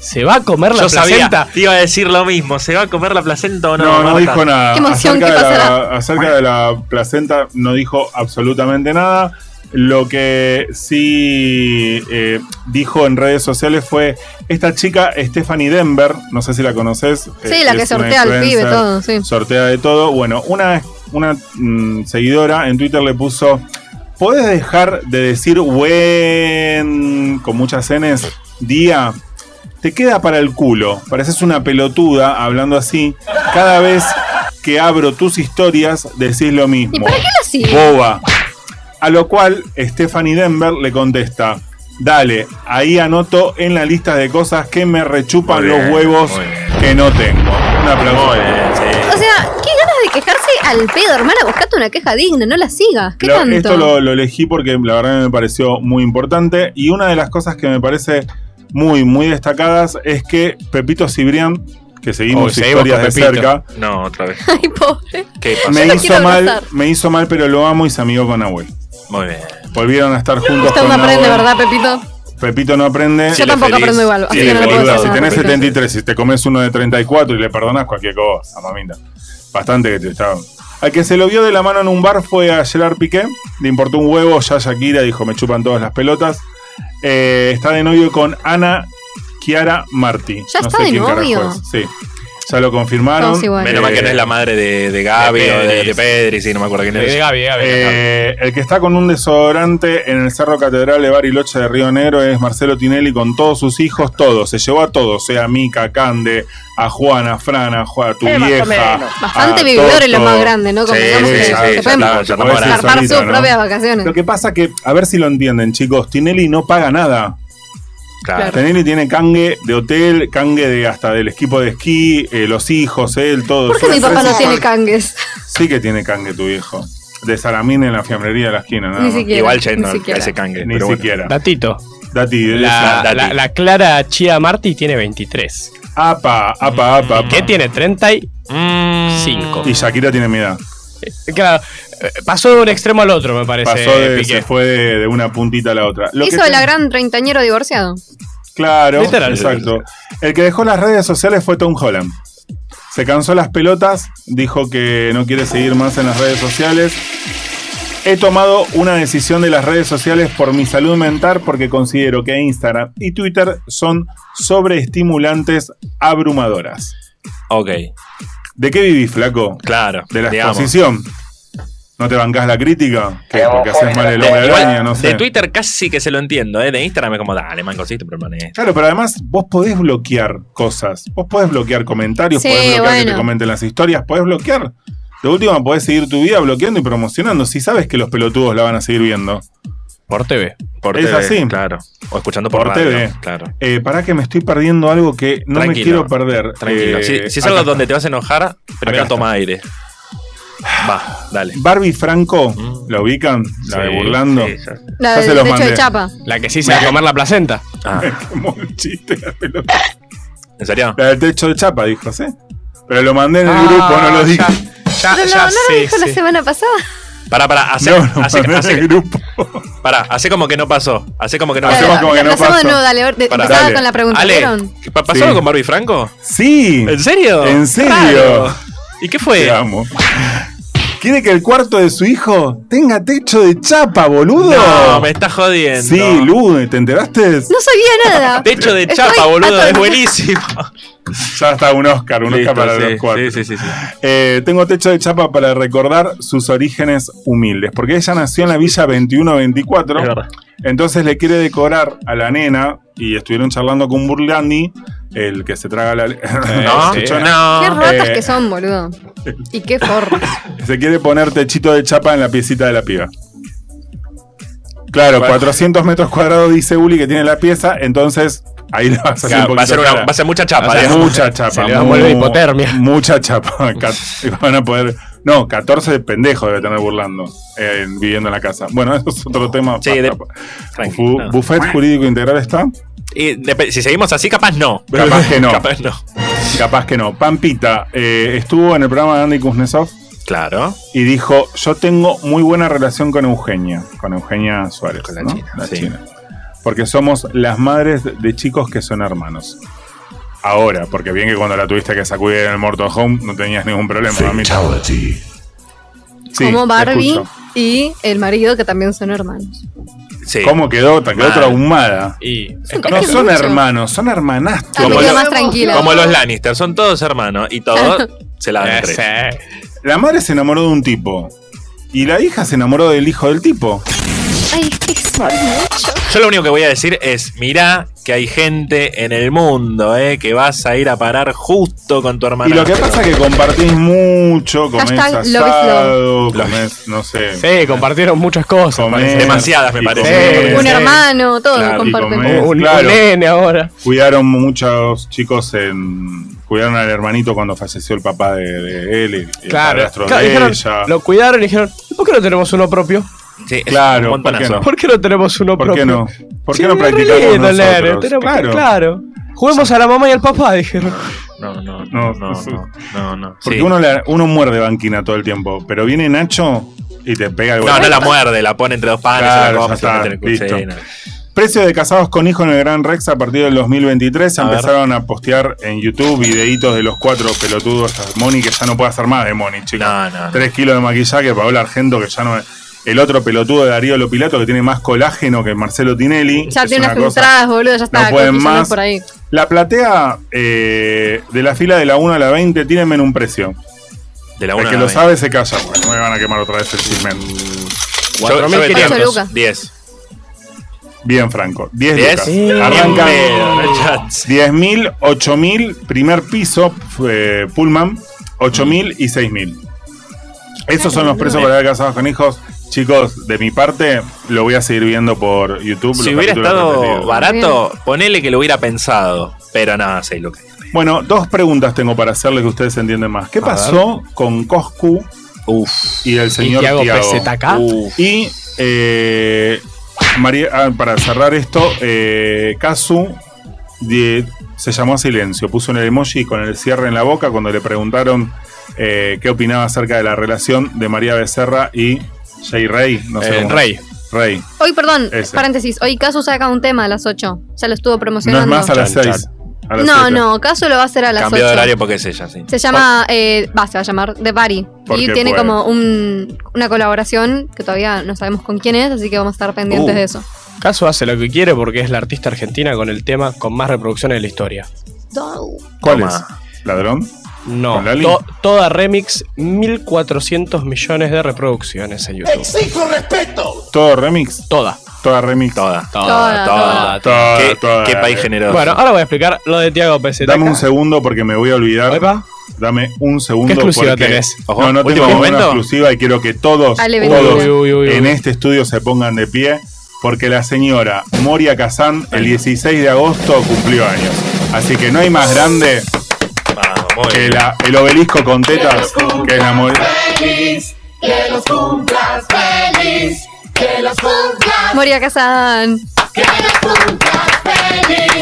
Speaker 6: ¿se va a comer la
Speaker 5: Yo
Speaker 6: placenta?
Speaker 5: sabía, te iba a decir lo mismo. ¿Se va a comer la placenta o no?
Speaker 3: No, no,
Speaker 5: Marta?
Speaker 3: dijo nada.
Speaker 4: Qué emoción,
Speaker 3: acerca,
Speaker 4: ¿qué
Speaker 3: de la, acerca de la placenta no dijo absolutamente nada. Lo que sí eh, dijo en redes sociales fue esta chica, Stephanie Denver, no sé si la conoces. eh,
Speaker 4: Sí, la que sortea al
Speaker 3: al
Speaker 4: pibe, todo, sí.
Speaker 3: sortea de todo. Bueno, una, una mm, seguidora en Twitter le puso, ¿podés dejar de decir buen, con muchas Ns, día? Te queda para el culo, pareces una pelotuda hablando así. Cada vez que abro tus historias decís lo
Speaker 4: ¿Y
Speaker 3: mismo.
Speaker 4: para qué lo sigue?
Speaker 3: Boba. A lo cual Stephanie Denver le contesta, dale, ahí anoto en la lista de cosas que me rechupan
Speaker 5: Muy bien,
Speaker 3: los huevos
Speaker 5: muy bien.
Speaker 3: que no tengo. Un aplauso.
Speaker 5: Muy bien, sí.
Speaker 4: O sea, qué ganas de quejarse al pedo, hermana. Buscate una queja digna, no la sigas. ¿Qué
Speaker 3: Lo-
Speaker 4: tanto?
Speaker 3: Esto lo, lo elegí porque la verdad me pareció muy importante. Y una de las cosas que me parece muy, muy destacadas es que Pepito Cibrián, que seguimos
Speaker 6: Oh,
Speaker 3: su
Speaker 6: seguimos
Speaker 3: historia
Speaker 6: con
Speaker 3: de
Speaker 6: Pepito.
Speaker 3: cerca,
Speaker 5: No, otra vez.
Speaker 4: Ay, pobre.
Speaker 5: ¿Qué pasó?
Speaker 3: me
Speaker 4: lo
Speaker 3: hizo,
Speaker 4: quiero
Speaker 3: mal,
Speaker 4: abrazar.
Speaker 3: me hizo mal, pero lo amo y se amigó con Nahuel.
Speaker 5: Muy bien.
Speaker 3: Volvieron a estar juntos.
Speaker 4: Usted
Speaker 3: Con
Speaker 4: no aprende,
Speaker 3: Nahuel.
Speaker 4: ¿verdad, Pepito?
Speaker 3: Pepito no aprende.
Speaker 4: Yo
Speaker 5: Chile
Speaker 4: tampoco
Speaker 5: feliz.
Speaker 4: aprendo igual, así
Speaker 3: Sí,
Speaker 4: que no le puedo
Speaker 3: boluda,
Speaker 4: decir
Speaker 3: si
Speaker 4: nada,
Speaker 3: tenés
Speaker 4: Pepito.
Speaker 3: 73 y te comes uno de 34 y le perdonás cualquier cosa, mamita. Bastante que te estaba. Al que se lo vio de la mano en un bar fue a Gerard Piqué. Le importó un huevo, ya Shakira dijo, me chupan todas las pelotas. Eh, está de novio con Ana Chiara Martí.
Speaker 4: ¿Ya está de
Speaker 3: quién carajo
Speaker 4: novio?
Speaker 3: es, Sí. Ya lo confirmaron.
Speaker 4: Todos iguales.
Speaker 5: Menos mal que no es la madre de, de Gaby
Speaker 6: de
Speaker 5: o de,
Speaker 6: Pedris.
Speaker 5: de Pedri, sí, no me acuerdo quién
Speaker 6: De
Speaker 5: es.
Speaker 6: Gaby, de Gaby.
Speaker 3: Eh, el que está con un desodorante en el Cerro Catedral de Bariloche de Río Negro es Marcelo Tinelli con todos sus hijos, todos. Se llevó a todos, eh, a Mica, a Cande, a Juana, a Fran, a, Ju- a tu
Speaker 10: Eh, más o
Speaker 3: vieja.
Speaker 10: menos.
Speaker 4: Bastante
Speaker 3: a
Speaker 4: vividores los
Speaker 3: Toto.
Speaker 4: más grandes, ¿no? Como
Speaker 5: Sí,
Speaker 4: digamos
Speaker 5: sí,
Speaker 4: que
Speaker 5: sí,
Speaker 4: se
Speaker 5: ya
Speaker 4: pueden
Speaker 5: está, ya estamos ahora.
Speaker 4: zarpar
Speaker 3: Solito,
Speaker 4: sus
Speaker 3: ¿no?
Speaker 4: propias vacaciones.
Speaker 3: Lo que pasa que, a ver si lo entienden, chicos, Tinelli no paga nada.
Speaker 5: Claro.
Speaker 3: Tinelli tiene cangue de hotel, cangue de hasta del equipo de esquí, eh, los hijos, él, todo.
Speaker 4: ¿Por qué
Speaker 3: Son-
Speaker 4: mi papá
Speaker 3: son-
Speaker 4: no
Speaker 3: son-
Speaker 4: tiene cangues?
Speaker 3: Sí que tiene cangue tu viejo. De Salamín en la fiambrería de la esquina, nada
Speaker 4: Ni
Speaker 3: más.
Speaker 4: siquiera.
Speaker 5: Igual yendo
Speaker 4: ni siquiera.
Speaker 5: ese cangue.
Speaker 3: Ni
Speaker 5: pero bueno.
Speaker 3: siquiera.
Speaker 6: Datito.
Speaker 3: Dati,
Speaker 6: La,
Speaker 3: esa-
Speaker 6: la- la Clara Chia Marti tiene 23.
Speaker 3: apa, apa, apa. apa.
Speaker 6: ¿Qué tiene? 35.
Speaker 3: Y Shakira tiene mi edad.
Speaker 6: Eh, Claro, eh, pasó de un extremo al otro, me parece.
Speaker 3: Pasó de,
Speaker 6: Piqué.
Speaker 3: se fue de, de una puntita a la otra. Lo que
Speaker 4: Hizo
Speaker 3: te-
Speaker 4: la gran treintañero divorciado.
Speaker 3: Claro,
Speaker 6: Literal.
Speaker 3: exacto. El que dejó las redes sociales fue Tom Holland. Se cansó las pelotas, dijo que no quiere seguir más en las redes sociales. He tomado una decisión de las redes sociales por mi salud mental porque considero que Instagram y Twitter son sobreestimulantes abrumadoras.
Speaker 5: Ok,
Speaker 3: ¿De qué vivís, flaco?
Speaker 5: claro.
Speaker 3: De la
Speaker 5: digamos.
Speaker 3: exposición. ¿No te bancás la crítica? ¿Qué?
Speaker 10: Pero
Speaker 3: Porque haces
Speaker 10: joder,
Speaker 3: mal el
Speaker 5: De,
Speaker 3: hombre
Speaker 5: igual,
Speaker 3: araña, no sé.
Speaker 5: de Twitter casi que se lo entiendo, ¿eh? De Instagram es como, dale, mancosito, pero eh". mané.
Speaker 3: Claro, pero además vos podés bloquear cosas. Vos podés bloquear comentarios,
Speaker 4: Sí,
Speaker 3: podés bloquear que
Speaker 4: bueno.
Speaker 3: te comenten las historias, podés bloquear. De última, podés seguir tu vida bloqueando y promocionando si sabes que los pelotudos la van a seguir viendo.
Speaker 6: Por TV.
Speaker 5: Por
Speaker 3: Es
Speaker 5: TV,
Speaker 3: así.
Speaker 5: Claro. O escuchando por,
Speaker 3: Por
Speaker 5: radio,
Speaker 3: TV.
Speaker 5: Claro.
Speaker 3: Eh, pará que me estoy perdiendo algo que no me
Speaker 5: Tranquilo,
Speaker 3: quiero perder.
Speaker 5: Tranquilo.
Speaker 3: Eh,
Speaker 5: si, si es
Speaker 3: acá
Speaker 5: algo
Speaker 3: está.
Speaker 5: donde te vas a enojar, primero
Speaker 3: está.
Speaker 5: toma aire. Va, dale.
Speaker 3: Barbie Franco,
Speaker 5: Mm.
Speaker 3: ¿la ubican? La de
Speaker 5: Sí,
Speaker 3: Burlando.
Speaker 5: sí, ya-
Speaker 4: La
Speaker 3: Ya se
Speaker 4: del
Speaker 3: los
Speaker 4: techo
Speaker 3: mandé.
Speaker 4: de chapa.
Speaker 6: La que sí se va a comer la placenta.
Speaker 5: Ah,
Speaker 3: Como un chiste, la pelota.
Speaker 5: ¿En serio?
Speaker 3: La del techo de chapa, dijo, ¿sí? Pero lo mandé en el
Speaker 6: Ah,
Speaker 3: grupo, no lo dije.
Speaker 6: ya, Ya,
Speaker 4: No, no,
Speaker 6: ya
Speaker 4: no lo
Speaker 6: sé,
Speaker 4: dijo la
Speaker 6: sí.
Speaker 4: semana pasada.
Speaker 5: Pará, pará, hace,
Speaker 3: No, lo
Speaker 5: hace-
Speaker 3: mandé
Speaker 5: hace-
Speaker 3: en el grupo.
Speaker 5: pará, hace como que no pasó. Hace como que no
Speaker 3: Hacemos
Speaker 5: pasó.
Speaker 4: Claro,
Speaker 3: como que
Speaker 4: lo
Speaker 3: no
Speaker 4: hacemos de
Speaker 3: pasó.
Speaker 4: nuevo, dale. or- de-
Speaker 5: Pará,
Speaker 4: empezaba
Speaker 3: dale.
Speaker 4: con la pregunta.
Speaker 5: Ale,
Speaker 4: ¿vieron?
Speaker 5: ¿pa- ¿pasó algo
Speaker 3: Sí.
Speaker 5: con Barbie Franco?
Speaker 3: Sí.
Speaker 5: ¿En serio?
Speaker 3: ¿En serio?
Speaker 5: Claro. ¿Y qué fue?
Speaker 3: Te amo. ¿Quiere que el cuarto de su hijo tenga techo de chapa, boludo?
Speaker 5: No, me estás jodiendo.
Speaker 3: Sí, Lu, ¿te enteraste?
Speaker 4: No sabía nada.
Speaker 5: Techo de
Speaker 4: Estoy
Speaker 5: chapa, boludo,
Speaker 4: atónita.
Speaker 5: es buenísimo.
Speaker 3: Ya está un Oscar, un
Speaker 5: Listo,
Speaker 3: Oscar para
Speaker 5: sí,
Speaker 3: los cuatro.
Speaker 5: sí, sí, sí, sí.
Speaker 3: Eh, tengo techo de chapa para recordar sus orígenes humildes, porque ella nació en la Villa
Speaker 5: Es
Speaker 3: 2124,
Speaker 5: verdad.
Speaker 3: entonces le quiere decorar a la nena y estuvieron charlando con Burlandi, el que se traga la...
Speaker 5: Eh, No,
Speaker 3: Techo de-
Speaker 4: Qué
Speaker 5: no.
Speaker 4: ratas
Speaker 3: Eh.
Speaker 4: que son, boludo. Y qué forros.
Speaker 3: Se quiere poner techito de chapa en la piecita de la piba. Claro,
Speaker 5: Bueno.
Speaker 3: 400 metros cuadrados dice Uli que tiene la pieza, entonces ahí le vas a hacer
Speaker 5: Claro,
Speaker 3: un
Speaker 5: va, a ser
Speaker 3: poquito
Speaker 5: una-
Speaker 3: cara.
Speaker 5: va a ser mucha chapa.
Speaker 3: Va a ser
Speaker 5: digamos.
Speaker 3: mucha chapa.
Speaker 6: se le va a volver hipotermia.
Speaker 3: Mucha chapa. Cat- Van a poder. No, 14 pendejos debe tener burlando eh, viviendo en la casa. Bueno, eso es otro tema.
Speaker 5: Sí,
Speaker 3: Pa-
Speaker 5: de-
Speaker 3: pa-
Speaker 5: Tranqui,
Speaker 3: Bu-
Speaker 5: no.
Speaker 3: ¿Buffet jurídico integral está?
Speaker 5: Y depe- si seguimos así, capaz no.
Speaker 3: Capaz que no.
Speaker 5: Capaz no.
Speaker 3: Capaz que no. Pampita eh, estuvo en el programa de Andy Kuznetsov.
Speaker 5: Claro.
Speaker 3: y dijo, yo tengo muy buena relación con Eugenia, con Eugenia Suárez,
Speaker 5: Con la
Speaker 3: ¿no?
Speaker 5: China,
Speaker 3: La
Speaker 5: sí.
Speaker 3: China. Porque somos las madres de chicos que son hermanos. Ahora, porque bien que cuando la tuviste que sacudir en el Mortal Home no tenías ningún problema, mamita. Sí,
Speaker 4: Como
Speaker 3: te
Speaker 4: Barbie
Speaker 3: escucho.
Speaker 4: y el marido, que también son hermanos.
Speaker 5: Sí.
Speaker 3: ¿Cómo quedó? Te quedó
Speaker 5: Mal.
Speaker 3: traumada.
Speaker 6: Y
Speaker 4: Son
Speaker 3: No
Speaker 4: tres
Speaker 3: son
Speaker 4: mucho.
Speaker 3: hermanos, son
Speaker 4: Ah,
Speaker 3: hermanastros.
Speaker 4: me
Speaker 5: Como
Speaker 4: quedo
Speaker 5: los-
Speaker 4: más tranquila.
Speaker 5: Como los Lannister, son todos hermanos y todos se la dan entre.
Speaker 6: Ese.
Speaker 3: La madre se enamoró de un tipo. Y la hija se enamoró del hijo del tipo.
Speaker 4: Ay, es que es mucho.
Speaker 5: Yo lo único que voy a decir es, mirá que hay gente en el mundo, eh, que vas a ir a parar justo con tu hermana.
Speaker 3: Y lo que pasa es que compartís mucho, comés
Speaker 4: Hashtag love is
Speaker 3: asado, comés, no sé.
Speaker 6: Sí, compartieron muchas cosas.
Speaker 3: comer,
Speaker 6: parece.
Speaker 5: Demasiadas, me
Speaker 3: y
Speaker 5: parece.
Speaker 3: comer.
Speaker 4: Un
Speaker 6: Sí.
Speaker 4: hermano, todo
Speaker 3: Claro, y
Speaker 4: comparten.
Speaker 3: comer.
Speaker 6: Un- un
Speaker 3: Claro.
Speaker 6: nene ahora.
Speaker 3: Cuidaron muchos chicos en. Cuidaron al hermanito cuando falleció el papá de, de él y- y el
Speaker 6: Claro.
Speaker 3: padrastro
Speaker 6: Claro,
Speaker 3: de
Speaker 6: dijeron-
Speaker 3: ella.
Speaker 6: lo cuidaron y dijeron, "¿Y ¿por qué no tenemos uno propio?
Speaker 5: Sí, es
Speaker 3: Claro,
Speaker 5: un
Speaker 3: ¿por qué
Speaker 5: montonazo.
Speaker 3: no?
Speaker 6: ¿Por qué no tenemos uno
Speaker 3: ¿Por
Speaker 6: propio?
Speaker 3: qué no? ¿Por qué
Speaker 6: Sí,
Speaker 3: no
Speaker 6: re
Speaker 3: practicamos
Speaker 6: lindo,
Speaker 3: nosotros?
Speaker 6: nene, tenemos-
Speaker 3: Claro.
Speaker 6: claro. Juguemos a la mamá y al papá, dijeron.
Speaker 5: No, no, no,
Speaker 3: No,
Speaker 5: no,
Speaker 3: sí.
Speaker 5: no, no, no.
Speaker 3: Porque
Speaker 5: Sí.
Speaker 3: uno, la- uno muerde banquina todo el tiempo, pero viene Nacho y te pega el
Speaker 5: No,
Speaker 3: golpe.
Speaker 5: no la muerde, la pone entre dos panes, se
Speaker 3: Claro,
Speaker 5: la
Speaker 3: ya
Speaker 5: come, se la
Speaker 3: está,
Speaker 5: mete en el cuchillo.
Speaker 3: listo. Precio de casados con hijos en el Gran Rex a partir del 2023.
Speaker 5: A ver.
Speaker 3: Empezaron a postear en YouTube videitos de los cuatro pelotudos. Moni, que ya no puede hacer más de Moni, chicos.
Speaker 5: No, no, no.
Speaker 3: 3 kilos de maquillaje, Paola Argento, que ya no El otro pelotudo de Darío Lopilato, que tiene más colágeno que Marcelo Tinelli.
Speaker 4: Ya
Speaker 3: Es
Speaker 4: tiene unas
Speaker 3: cosa-
Speaker 4: filtradas, boludo, ya está.
Speaker 3: No pueden
Speaker 4: cotillando
Speaker 3: más.
Speaker 4: por ahí.
Speaker 3: La platea eh, de la fila de la 1 a la 20, tírenme en un precio.
Speaker 5: De la
Speaker 3: El
Speaker 5: una
Speaker 3: que
Speaker 5: a la
Speaker 3: lo
Speaker 5: veinte.
Speaker 3: sabe se calla, porque no me van a quemar otra vez el chismen.
Speaker 5: Yo, yo
Speaker 4: 4.500.
Speaker 5: metí
Speaker 4: Ocho lucas.
Speaker 5: 10.
Speaker 3: Bien, Franco. 10
Speaker 5: 10.
Speaker 3: lucas.
Speaker 5: Bien
Speaker 3: Arrancan
Speaker 5: pedo, no chats.
Speaker 3: 10.000, 8.000, primer piso, eh, Pullman, 8.000 y 6.000. Esos son los precios para ver casados con hijos. Chicos, de mi parte, lo voy a seguir viendo por YouTube.
Speaker 5: Si
Speaker 3: los
Speaker 5: hubiera
Speaker 3: capítulos
Speaker 5: estado
Speaker 3: repetidos.
Speaker 5: barato, ponele que lo hubiera pensado. Pero nada, 6 lucas.
Speaker 3: Bueno, dos preguntas tengo para hacerles que ustedes entienden más. ¿Qué pasó con Coscu
Speaker 5: Uf.
Speaker 3: y el señor
Speaker 6: Tiago
Speaker 3: Tiago?
Speaker 6: PZK?
Speaker 5: Uf.
Speaker 3: Y eh, María, ah, para cerrar esto, eh, Kazu die- se llamó a silencio, puso en el emoji con el cierre en la boca cuando le preguntaron eh, qué opinaba acerca de la relación de María Becerra y Jay Rey. No sé
Speaker 6: Eh,
Speaker 3: cómo-
Speaker 6: Rey.
Speaker 3: Rey.
Speaker 4: Hoy, perdón,
Speaker 3: Ese.
Speaker 4: paréntesis. Hoy Casu saca un tema a las 8. Ya lo estuvo
Speaker 3: No es
Speaker 4: promocionando.
Speaker 3: más a las
Speaker 6: Chan,
Speaker 3: 6.
Speaker 4: no, no, Casu lo va a hacer a las
Speaker 5: Cambió
Speaker 4: 8.
Speaker 5: de horario porque es ella, sí.
Speaker 4: Se llama, eh, va, se va a llamar The Party.
Speaker 3: Porque
Speaker 4: Y tiene
Speaker 3: puede.
Speaker 4: como un, una colaboración que todavía no sabemos con quién es, así que vamos a estar pendientes
Speaker 3: Uh.
Speaker 4: de eso.
Speaker 6: Caso hace lo que quiere porque es la artista argentina con el tema con más reproducciones de la historia.
Speaker 3: ¿Cuál
Speaker 5: Toma.
Speaker 3: es? ¿Ladrón?
Speaker 6: No,
Speaker 3: ¿Con Lali?
Speaker 6: to- toda remix, 1400 millones de reproducciones en YouTube.
Speaker 3: ¿Todo remix?
Speaker 6: Toda.
Speaker 3: Toda remix.
Speaker 5: Toda,
Speaker 4: Toda,
Speaker 5: toda, toda.
Speaker 3: toda.
Speaker 5: Qué,
Speaker 3: Toda,
Speaker 5: qué
Speaker 3: toda. ah,
Speaker 5: país generoso.
Speaker 6: Bueno, ahora voy a explicar lo de Tiago PZK.
Speaker 3: Dame un segundo porque me voy a olvidar.
Speaker 6: Opa.
Speaker 3: Dame un segundo.
Speaker 6: ¿Qué exclusiva
Speaker 3: porque-
Speaker 6: tenés?
Speaker 5: Ojo,
Speaker 3: no, no tengo
Speaker 5: último
Speaker 3: ninguna
Speaker 5: momento.
Speaker 3: exclusiva y quiero que todos,
Speaker 4: Ale
Speaker 3: todos
Speaker 4: Ventura.
Speaker 6: Uy, uy, uy, uy.
Speaker 3: en este estudio se pongan de pie porque la señora Moria Kazan el 16 de agosto cumplió años. Así que no hay más grande
Speaker 5: Vamos, muy
Speaker 3: que
Speaker 5: bien.
Speaker 3: la- el obelisco con tetas que la Moria.
Speaker 4: Moria Kazan.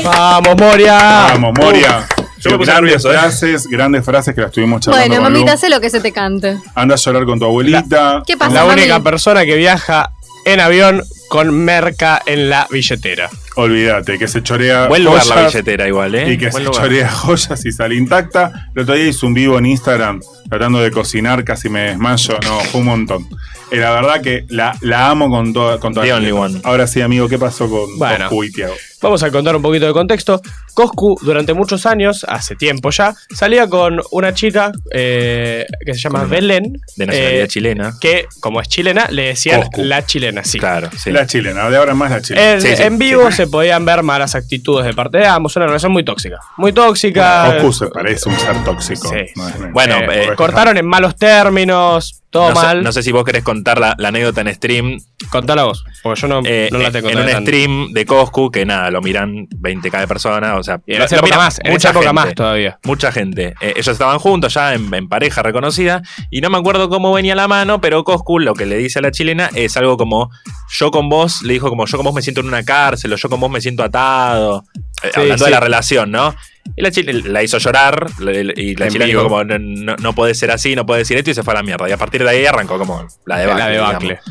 Speaker 6: Vamos, Moria.
Speaker 3: Vamos, Moria.
Speaker 5: yo me puse
Speaker 3: grandes
Speaker 5: nervioso, eh.
Speaker 3: frases, grandes frases que las estuvimos charlando.
Speaker 4: Bueno,
Speaker 3: con Lu.
Speaker 4: mamita, sé lo que se te cante.
Speaker 3: Anda a llorar con tu abuelita.
Speaker 4: ¿Qué pasa,
Speaker 6: La
Speaker 4: mami?
Speaker 6: única persona que viaja en avión con merca en la billetera.
Speaker 3: Olvídate, que se chorea.
Speaker 5: Buen lugar la
Speaker 3: joyas.
Speaker 5: billetera igual, ¿eh?
Speaker 3: Y que
Speaker 5: Buen
Speaker 3: se
Speaker 5: lugar.
Speaker 3: chorea joyas y sale intacta. El otro día hice un vivo en Instagram tratando de cocinar, casi me desmayo. No, fue un montón. Eh, la verdad que la, la amo con toda con toda
Speaker 5: The
Speaker 3: mi
Speaker 5: only
Speaker 3: alma.
Speaker 5: one.
Speaker 3: Ahora sí, amigo, ¿qué pasó con,
Speaker 6: Bueno.
Speaker 3: con Cuy, Tiago?
Speaker 6: Vamos a contar un poquito de contexto. Coscu durante muchos años, hace tiempo ya, salía con una chica eh, que se llama
Speaker 5: Con una-
Speaker 6: Belén.
Speaker 5: De nacionalidad
Speaker 6: eh,
Speaker 5: chilena.
Speaker 6: Que como es chilena, le decían
Speaker 3: Coscu.
Speaker 6: la chilena, sí.
Speaker 5: Claro, sí.
Speaker 3: La chilena, de ahora en más la chilena.
Speaker 6: En,
Speaker 5: Sí, sí,
Speaker 6: en vivo se podían ver malas actitudes de parte de ambos, una relación muy tóxica. Muy tóxica.
Speaker 3: Coscu se parece un ser tóxico.
Speaker 6: Sí.
Speaker 3: No es-
Speaker 5: Bueno,
Speaker 6: Eh,
Speaker 5: eh,
Speaker 6: cortaron en malos términos, todo
Speaker 5: no, sé,
Speaker 6: mal.
Speaker 5: no sé si vos querés contar la, la anécdota en stream.
Speaker 6: Contala vos, porque yo no,
Speaker 5: eh,
Speaker 6: no la tengo
Speaker 5: en
Speaker 6: tan
Speaker 5: un
Speaker 6: grande.
Speaker 5: stream de Coscu, que nada, lo miran 20k de personas. O sea,
Speaker 6: Y en
Speaker 5: lo-
Speaker 6: esa
Speaker 5: lo
Speaker 6: época
Speaker 5: mira
Speaker 6: más, en esa época más todavía.
Speaker 5: Mucha gente. Eh, ellos estaban juntos ya en, en pareja reconocida y no me acuerdo cómo venía la mano, pero Coscu lo que le dice a la chilena es algo como yo con vos, le dijo como yo con vos me siento en una cárcel o yo con vos me siento atado, Eh,
Speaker 6: Sí,
Speaker 5: hablando
Speaker 6: sí.
Speaker 5: de la relación, ¿no? Y la, chile- la hizo llorar le- le- y la
Speaker 6: En
Speaker 5: chilena
Speaker 6: vivo.
Speaker 5: dijo como no, no, no puede ser así, no puede decir esto y se fue a la mierda. Y a partir de ahí arrancó como la debacle.
Speaker 6: la debacle.
Speaker 5: digamos.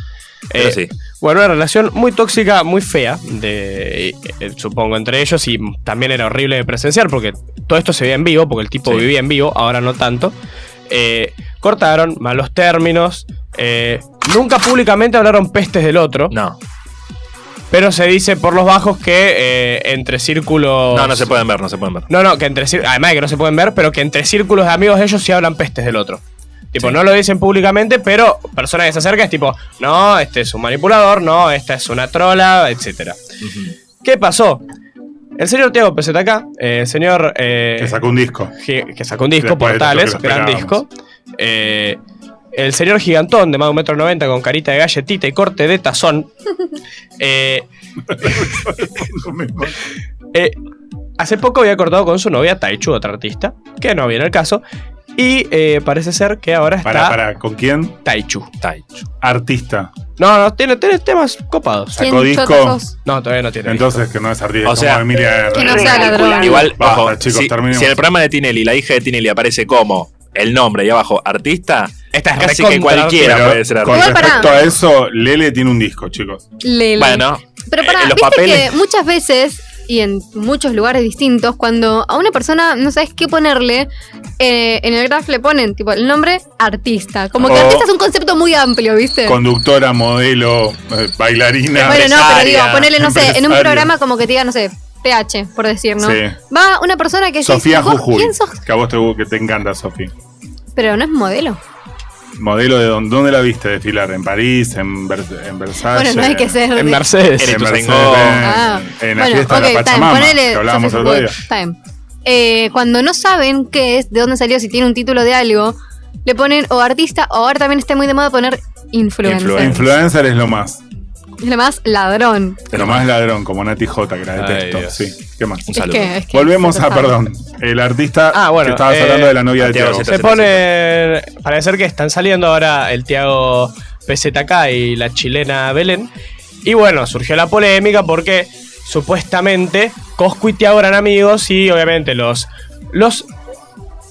Speaker 5: Pero
Speaker 6: Eh,
Speaker 5: sí.
Speaker 6: Bueno, una relación muy tóxica, muy fea, de, eh, eh, supongo, entre ellos. Y también era horrible de presenciar porque todo esto se veía en vivo, porque el tipo
Speaker 5: Sí.
Speaker 6: vivía en vivo, ahora no tanto. Eh, cortaron, malos términos. eh, nunca públicamente hablaron pestes del otro,
Speaker 5: No,
Speaker 6: pero se dice por los bajos que eh, entre círculos.
Speaker 5: no, no se pueden ver, no se pueden ver.
Speaker 6: No, no, que entre cír- además de que no se pueden ver, pero que entre círculos de amigos ellos sí hablan pestes del otro. Tipo, no lo dicen públicamente, pero personas que se acercan es tipo, no, este es un manipulador, no, esta es una trola, etcétera. ¿Qué pasó? El señor Tiago PZK, eh, el señor eh,
Speaker 3: Que sacó un disco.
Speaker 6: gi- que sacó un disco,
Speaker 3: Después de todo
Speaker 6: Portales,
Speaker 3: lo que
Speaker 6: gran
Speaker 3: esperábamos.
Speaker 6: disco. eh, el señor gigantón de más de un metro noventa con carita de galletita y corte de tazón. eh, eh, hace poco había cortado con su novia Taichu, otra artista, que no viene el caso. Y eh, parece ser que ahora está
Speaker 3: Para, para, ¿con quién?
Speaker 6: Taichu.
Speaker 3: Artista.
Speaker 6: No, no, tiene, tiene temas copados.
Speaker 4: ¿Quién
Speaker 3: Sacó
Speaker 4: chota
Speaker 3: disco.
Speaker 4: sos?
Speaker 6: No, todavía no tiene.
Speaker 3: Entonces, que no es artista.
Speaker 5: O
Speaker 3: es
Speaker 5: sea,
Speaker 3: como Emilia
Speaker 4: que no
Speaker 3: Herrera.
Speaker 4: sea ladrón.
Speaker 5: Igual,
Speaker 3: Basta,
Speaker 5: ojo,
Speaker 3: chicos,
Speaker 5: si,
Speaker 3: terminemos.
Speaker 5: si en el programa de Tinelli, la hija de Tinelli aparece como el nombre y abajo artista,
Speaker 6: Esta es
Speaker 5: casi
Speaker 6: recontra
Speaker 5: que cualquiera
Speaker 3: Pero
Speaker 5: puede ser
Speaker 3: con
Speaker 5: artista.
Speaker 4: Igual pará.
Speaker 3: respecto a eso, Lele tiene un disco, chicos.
Speaker 4: Lele.
Speaker 5: Bueno,
Speaker 4: Pero
Speaker 5: eh,
Speaker 4: pará,
Speaker 5: en los
Speaker 4: viste
Speaker 5: papeles.
Speaker 4: que muchas veces y en muchos lugares distintos, cuando a una persona no sabes qué ponerle, eh, en el graph le ponen tipo el nombre artista. Como que
Speaker 3: O-
Speaker 4: artista es un concepto muy amplio, ¿viste?
Speaker 3: Conductora, modelo, eh, bailarina.
Speaker 4: Bueno, no, pero digo,
Speaker 5: empresaria,
Speaker 4: ponerle, no sé, en un
Speaker 3: empresaria.
Speaker 4: programa como que te diga, no sé, TH, por decir, ¿no?
Speaker 3: Sí.
Speaker 4: Va una persona que dice,
Speaker 3: Sofía
Speaker 4: "¿Vos
Speaker 3: Jujuy.
Speaker 4: ¿Quién sos?
Speaker 3: Que a vos te, que te encanta, Sofía.
Speaker 4: Pero no es modelo.
Speaker 3: Modelo de dónde, dónde la viste desfilar, en París, en, Ver- en Versalles.
Speaker 4: bueno, no hay que ser.
Speaker 6: En
Speaker 4: de-
Speaker 6: Mercedes.
Speaker 5: En
Speaker 3: Ah, En Mercedes,
Speaker 5: Ituzaingó.
Speaker 3: en-
Speaker 4: Ah,
Speaker 3: en la
Speaker 4: bueno,
Speaker 3: fiesta
Speaker 4: ok,
Speaker 3: de la
Speaker 4: está bien,
Speaker 3: Pachamama,
Speaker 4: ponele
Speaker 3: que hablábamos el
Speaker 4: Sofía
Speaker 3: otro día.
Speaker 4: Jujuy, está bien. Eh, cuando no saben qué es, de dónde salió, si tiene un título de algo, le ponen o artista o ahora también está muy de moda poner influencer.
Speaker 5: Influen-
Speaker 3: Influencer es lo más.
Speaker 4: Es lo más ladrón.
Speaker 3: Es lo más ladrón, como Nati J, que la
Speaker 6: Ay,
Speaker 3: detesto.
Speaker 6: Dios.
Speaker 3: sí. ¿Qué más?
Speaker 5: Un saludo.
Speaker 4: Es que, es que
Speaker 3: Volvemos
Speaker 4: se
Speaker 3: a,
Speaker 4: te sabe.
Speaker 3: perdón, el artista
Speaker 6: Ah, bueno,
Speaker 3: que estabas
Speaker 6: eh,
Speaker 3: hablando de la novia de
Speaker 5: Santiago
Speaker 3: Tiago.
Speaker 5: Zeta.
Speaker 6: Se pone. Parece que están saliendo ahora el Tiago PZK y la chilena Belén. Y bueno, surgió la polémica porque supuestamente Coscu y Tiago eran amigos y obviamente los. Los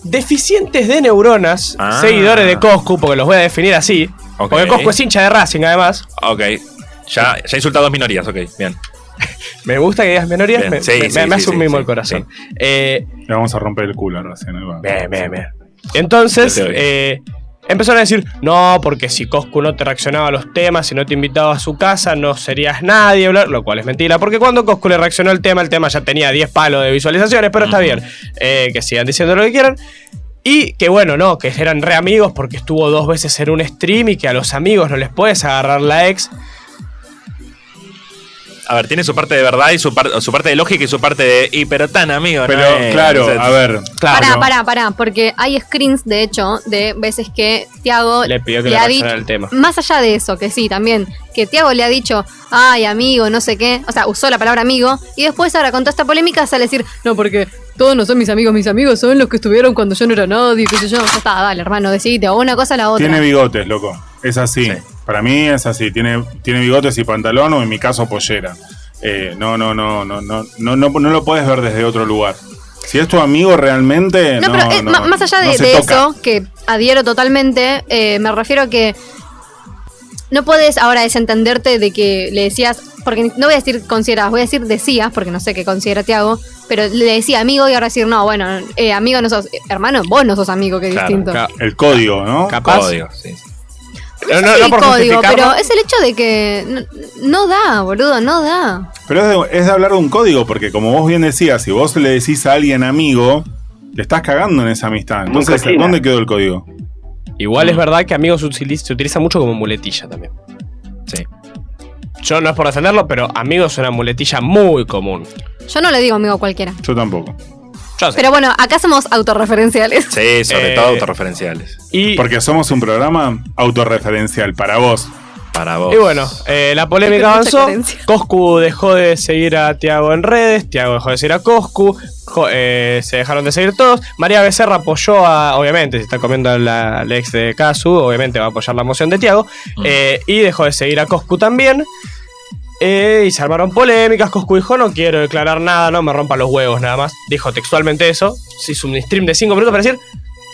Speaker 6: deficientes de neuronas,
Speaker 5: Ah.
Speaker 6: seguidores de Coscu, porque los voy a definir así.
Speaker 5: Ok.
Speaker 6: Porque Coscu es hincha de Racing, además.
Speaker 5: Ok. Ya, ya insultado a dos minorías, ok, bien.
Speaker 6: Me gusta que digas minorías,
Speaker 5: Bien,
Speaker 6: me,
Speaker 5: sí,
Speaker 6: me-
Speaker 5: sí,
Speaker 6: me- me
Speaker 5: sí,
Speaker 6: hace un
Speaker 5: sí,
Speaker 6: mimo
Speaker 5: sí,
Speaker 6: el corazón. Eh,
Speaker 3: Le vamos a romper el culo recién. ahí va.
Speaker 6: Bien, bien, bien. Entonces,
Speaker 5: Yo te oí.
Speaker 6: eh, empezaron a decir, no, porque si Coscu no te reaccionaba a los temas, si no te invitaba a su casa, no serías nadie, bla, lo cual es mentira, porque cuando Coscu le reaccionó el tema, el tema ya tenía 10 palos de visualizaciones, pero está
Speaker 5: Ujú.
Speaker 6: bien, eh, que sigan diciendo lo que quieran. Y que bueno, no, que eran re amigos porque estuvo dos veces en un stream y que a los amigos no les puedes agarrar la ex.
Speaker 5: A ver, tiene su parte de verdad y su, par- su parte de lógica y su parte de. Y pero tan amigo, ¿no? Eh,
Speaker 3: Pero
Speaker 5: es?"
Speaker 3: claro,
Speaker 5: Entonces,
Speaker 3: a ver.
Speaker 4: Pará, pará, pará, porque hay screens, de hecho, de veces que Tiago
Speaker 6: Le pidió que le
Speaker 4: ha
Speaker 6: reaccionara
Speaker 4: dicho-
Speaker 6: el tema.
Speaker 4: Más allá de eso, que sí, también, que Tiago le ha dicho, ay, amigo, no sé qué, o sea, usó la palabra amigo, y después ahora con toda esta polémica sale a decir, no, porque todos no son mis amigos, mis amigos son los que estuvieron cuando yo no era nadie, qué sé yo, ya está, dale, hermano, decidite, o una cosa o la otra.
Speaker 3: Tiene bigotes, loco. Es así. Para mí es así. Tiene, tiene bigotes y pantalón o en mi caso pollera. Eh, no, no, no, no, no, no, no, no lo puedes ver desde otro lugar. Si es tu amigo realmente.
Speaker 4: No,
Speaker 3: No,
Speaker 4: pero eh,
Speaker 3: no,
Speaker 4: ma- más allá de,
Speaker 3: no se
Speaker 4: de
Speaker 3: toca.
Speaker 4: eso, que adhiero totalmente, eh, me refiero a que no puedes ahora desentenderte de que le decías, porque no voy a decir consideras, voy a decir decías, porque no sé qué considera Tiago, pero le decía amigo y ahora decir, no, bueno, eh, amigo no sos, eh, hermano, vos no sos amigo, que
Speaker 5: Claro,
Speaker 4: distinto.
Speaker 6: claro.
Speaker 3: El código, ¿no?
Speaker 6: Ah, Capaz.
Speaker 5: Código, sí.
Speaker 6: No,
Speaker 4: No,
Speaker 6: no,
Speaker 4: sé
Speaker 6: no
Speaker 4: el
Speaker 6: por
Speaker 4: código,
Speaker 6: justificarlo.
Speaker 4: pero es el hecho de que no, no da, boludo, no da.
Speaker 3: Pero es de, es de hablar de un código, porque como vos bien decías, si vos le decís a alguien amigo, te estás cagando en esa amistad. Entonces, ¿dónde quedó el código?
Speaker 6: Igual es verdad que amigos se utiliza, se utiliza mucho como muletilla también.
Speaker 5: Sí.
Speaker 6: Yo no es por defenderlo, pero amigos es una muletilla muy común.
Speaker 4: Yo no le digo amigo a cualquiera.
Speaker 3: Yo tampoco.
Speaker 6: Yo sé.
Speaker 4: Pero bueno, acá somos autorreferenciales.
Speaker 5: Sí, sobre
Speaker 6: Eh,
Speaker 5: todo autorreferenciales.
Speaker 6: y,
Speaker 3: Porque somos un programa autorreferencial para vos.
Speaker 5: Para vos.
Speaker 6: y bueno, eh, la polémica
Speaker 4: Mucha
Speaker 6: avanzó.
Speaker 4: coherencia.
Speaker 6: Coscu dejó de seguir a Tiago en redes, Tiago dejó de seguir a Coscu, jo- eh, se dejaron de seguir todos. María Becerra apoyó a, obviamente, si está comiendo la, la ex de Casu, obviamente va a apoyar la moción de Tiago.
Speaker 4: Mm.
Speaker 6: eh, y dejó de seguir a Coscu también. Eh, y se armaron polémicas. Coscu dijo: No quiero declarar nada, no me rompa los huevos, nada más. Dijo textualmente eso. Se hizo un stream de 5 minutos para decir: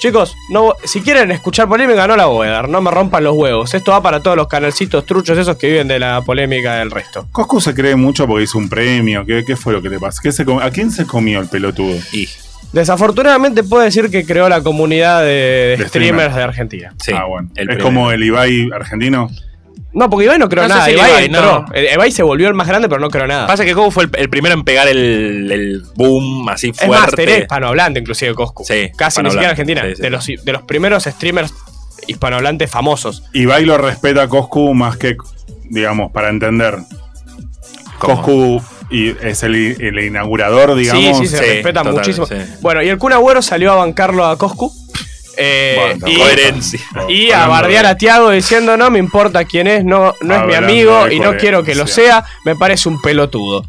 Speaker 6: Chicos, no, si quieren escuchar polémica, no la voy a dar, no me rompan los huevos. Esto va para todos los canalcitos truchos esos que viven de la polémica del resto.
Speaker 3: Coscu se cree mucho porque hizo un premio. ¿Qué, qué fue lo que le pasó? ¿Qué se com- ¿A quién se comió el pelotudo?
Speaker 5: Y,
Speaker 6: Desafortunadamente, puedo decir que creó la comunidad de, de
Speaker 3: De
Speaker 6: streamers
Speaker 3: streamers.
Speaker 6: de Argentina.
Speaker 5: sí,
Speaker 3: ah, bueno.
Speaker 5: el
Speaker 3: es
Speaker 5: primero.
Speaker 3: como el Ibai argentino.
Speaker 6: No, porque Ibai no creó
Speaker 5: No sé
Speaker 6: nada.
Speaker 5: si
Speaker 6: Ibai,
Speaker 5: Ibai,
Speaker 6: entró.
Speaker 5: no.
Speaker 6: Eh, Ibai se volvió el más grande, pero no creó nada.
Speaker 5: Pasa que Cobo fue el, el primero en pegar el, el boom así
Speaker 6: Es más, tenés
Speaker 5: fuerte.
Speaker 6: hispanohablante inclusive Coscu.
Speaker 5: Sí,
Speaker 6: Casi ni siquiera
Speaker 5: hispanohablante.
Speaker 6: Argentina.
Speaker 5: Sí, sí.
Speaker 6: De, los, de los primeros streamers hispanohablantes famosos.
Speaker 3: Ibai lo respeta a Coscu más que, digamos, para entender.
Speaker 5: ¿Cómo?
Speaker 3: Coscu y es el, el inaugurador, digamos.
Speaker 6: sí, sí, se
Speaker 5: sí,
Speaker 6: respeta
Speaker 5: total,
Speaker 6: muchísimo.
Speaker 5: sí.
Speaker 6: Bueno, y el Kun Agüero salió a bancarlo a Coscu. Eh,
Speaker 3: Bueno,
Speaker 6: y-
Speaker 5: Coherencia.
Speaker 6: Y a bardear a Tiago diciendo no me importa quién es, no, no es mi
Speaker 3: Hablando
Speaker 6: amigo
Speaker 3: de
Speaker 6: y no quiero que lo sea,
Speaker 3: coherencia.
Speaker 6: me parece un pelotudo.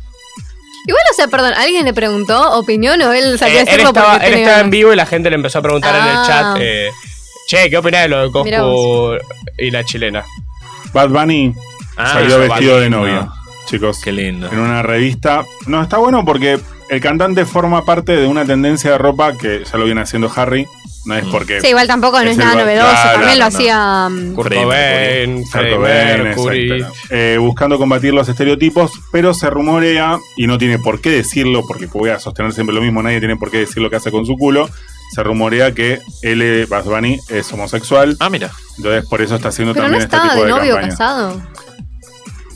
Speaker 4: Igual, o sea, perdón, ¿alguien le preguntó opinión o él salió
Speaker 6: Eh,
Speaker 4: a
Speaker 6: él
Speaker 4: hacerlo
Speaker 6: estaba,
Speaker 4: porque
Speaker 6: él
Speaker 4: tiene
Speaker 6: estaba
Speaker 4: ganas?
Speaker 6: en vivo y la gente le empezó a preguntar en el
Speaker 4: Ah.
Speaker 6: chat, eh, che, ¿qué opinás de lo de
Speaker 4: Mirá
Speaker 6: Coscu y la chilena?
Speaker 3: Bad Bunny
Speaker 5: Ah,
Speaker 3: salió
Speaker 5: eso,
Speaker 3: vestido
Speaker 5: Bad
Speaker 3: de
Speaker 5: Bunny,
Speaker 3: novio,
Speaker 5: no.
Speaker 3: chicos.
Speaker 5: Qué lindo.
Speaker 3: En una revista. No, está bueno porque el cantante forma parte de una tendencia de ropa que ya lo viene haciendo Harry. No
Speaker 5: Mm.
Speaker 3: es porque.
Speaker 4: Sí, igual tampoco no
Speaker 3: Es
Speaker 4: es
Speaker 3: el
Speaker 4: nada
Speaker 3: ba-
Speaker 4: novedoso.
Speaker 3: claro,
Speaker 4: También lo
Speaker 3: no.
Speaker 4: hacía. mm,
Speaker 6: Kurt
Speaker 5: Freddie
Speaker 6: Cobain,
Speaker 3: Kurt
Speaker 6: Freddie
Speaker 3: Cobain,
Speaker 6: Mercury.
Speaker 3: exacto. Eh, buscando combatir los estereotipos, pero se rumorea, y no tiene por qué decirlo, porque voy a sostener siempre lo mismo, nadie tiene por qué decir lo que hace con su culo. Se rumorea que L. Bad Bunny es homosexual,
Speaker 5: Ah, mira.
Speaker 3: entonces por eso está haciendo
Speaker 4: Pero no
Speaker 3: también este
Speaker 4: estaba
Speaker 3: tipo
Speaker 4: de
Speaker 3: de,
Speaker 4: novio
Speaker 3: campaña.
Speaker 4: casado.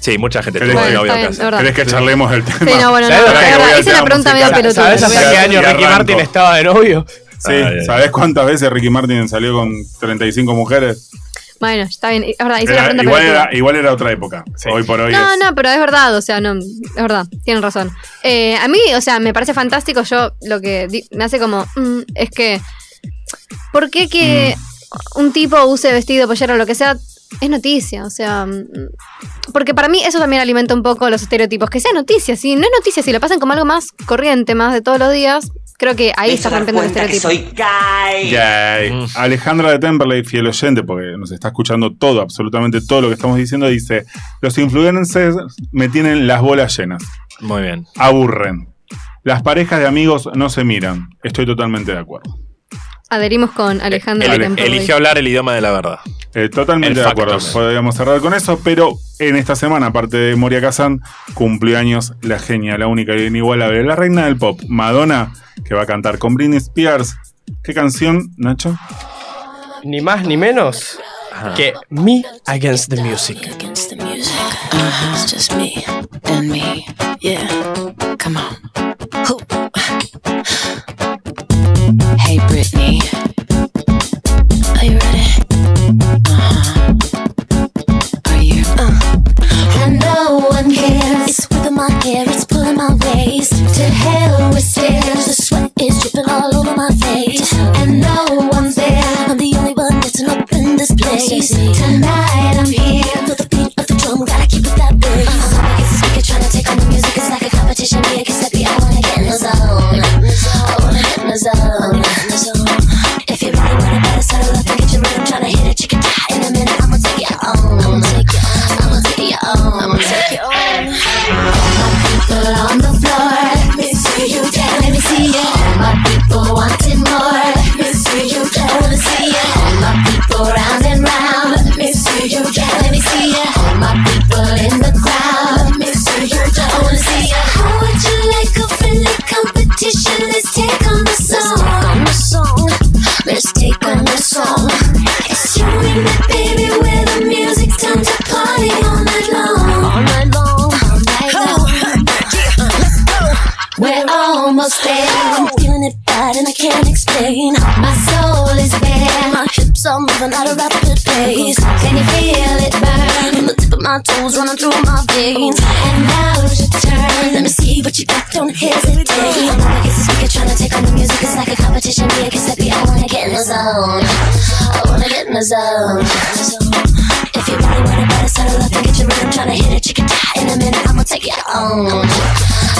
Speaker 5: Sí, mucha gente
Speaker 3: Pero
Speaker 5: tuvo
Speaker 3: es
Speaker 5: el
Speaker 3: que-
Speaker 5: novio
Speaker 4: Está
Speaker 5: que
Speaker 4: bien,
Speaker 5: hace.
Speaker 4: es verdad.
Speaker 3: ¿Querés que charlemos el tema?
Speaker 4: Sí, no, bueno, no,
Speaker 6: ¿Sabes
Speaker 4: no,
Speaker 6: lo que
Speaker 4: es
Speaker 6: hay?
Speaker 4: verdad,
Speaker 3: Voy a
Speaker 4: es una
Speaker 3: tirar
Speaker 4: pregunta medio
Speaker 3: música.
Speaker 4: pelotuda.
Speaker 6: ¿Sabes
Speaker 4: pero
Speaker 6: hace qué
Speaker 4: bueno.
Speaker 6: año Ricky
Speaker 3: arranco.
Speaker 6: Martin estaba de novio?
Speaker 3: Sí,
Speaker 5: Ay, ay.
Speaker 3: ¿sabés cuántas veces Ricky Martin salió con 35 mujeres?
Speaker 4: Bueno, está bien, es verdad, hice una
Speaker 3: Era-
Speaker 4: pregunta
Speaker 3: igual,
Speaker 4: pelotuda.
Speaker 3: era, igual era otra época. Hoy por hoy
Speaker 4: No,
Speaker 3: es.
Speaker 4: no, pero es verdad, o sea, no, es verdad, tienen razón. Eh, a mí, o sea, me parece fantástico, yo lo que di- me hace como, mm, es que, ¿por qué que un tipo use vestido, pollero, lo que sea, es noticia? O sea, mm, porque para mí eso también alimenta un poco los estereotipos, que sea noticia, si no es noticia, si lo pasan como algo más corriente, más de todos los días, creo que ahí
Speaker 8: Me
Speaker 4: está
Speaker 8: hizo dar
Speaker 4: rompiendo el
Speaker 8: cuenta que
Speaker 4: estereotipo.
Speaker 8: soy gay.
Speaker 3: Yay. eh, Alejandra de Temperley, fiel oyente, porque nos está escuchando todo, absolutamente todo lo que estamos diciendo, dice: Los influencers me tienen las bolas llenas.
Speaker 5: Muy bien.
Speaker 3: Aburren. Las parejas de amigos no se miran. Estoy totalmente de acuerdo.
Speaker 4: Adherimos con Alejandra
Speaker 5: El-
Speaker 4: de Temperley.
Speaker 5: eligió hablar el idioma de la verdad.
Speaker 3: Eh, totalmente
Speaker 5: El
Speaker 3: de
Speaker 5: factor.
Speaker 3: acuerdo. Podríamos cerrar con eso, pero en esta semana, aparte de Moria Kazan, cumplió años la genia, la única y inigualable, la reina del pop, Madonna, que va a cantar con Britney Spears. ¿Qué canción, Nacho?
Speaker 6: Ni más ni menos que Me Against the Music.
Speaker 10: against the music. Uh-huh. It's just me and me. Yeah. Come on. Hoo. Hey, Brittany. Are you ready? Uh-huh. Are you? uh?
Speaker 9: And no one cares. Whipping my hair, it's pulling my waist. To hell with stairs, the sweat is dripping all over my face. And no one's there. I'm the only one that's up in this place. Tonight I'm here for the beat of the drum, gotta keep it that bass. Uh-huh. It's a speaker trying to take on the music, it's like a competition. Big and steppy, I wanna get in the zone. I wanna get in the zone. If you really wanna better settle up and get your rhythm, tryna hit it, you can die in a minute. I'ma take you home. I'ma take you home. I'ma take you home. I'ma take you home. All my people on the floor, let me see you down, let me see you. All my people wanting more, let me see you down, let me see you. All my people round and round, let me see you down, let me see you. All my people in the crowd, let me see you down, let me see you. How would you like a friendly competition? Let's take on the song. Let's take on the song. Let's take on the song. It's you and me, baby, where the music's time to party all night long. All night long. All night long. We're almost there. I'm feeling it bad and I can't explain. My soul is bare. My hips are moving at a rapid pace. Can you feel it burn? From the tip of my toes running through my veins. And now it's your turn. Let me see what you got. Don't hesitate. I'm like a speaker trying to take on the music. It's like a competition. Be a I wanna get in the zone. I wanna get in the zone. If you really wanna better settle up and get your rhythm. Tryna hit it, you can die in a minute. I'ma take it on.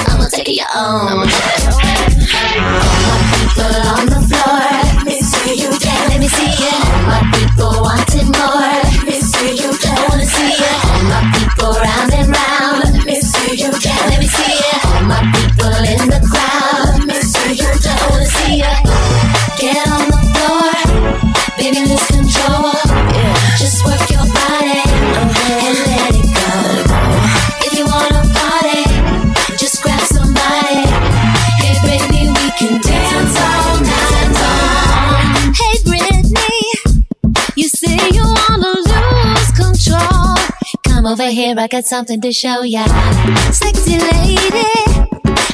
Speaker 9: I'ma take it on. All my people on the floor. Let me see you down. Let me see you. All my people wanting more. Let me see you down. I wanna see you. All my people round and round. Let me see you down. Let me see you. All my people in the crowd. Let me see you down. I wanna see you. Get on the floor. Baby, lose control. Just work your body Uh-huh. and let it go. If you wanna party, just grab somebody. Hey Britney, we can dance all night long. Hey Britney, you say you wanna lose control. Come over here, I got something to show ya. Sexy lady,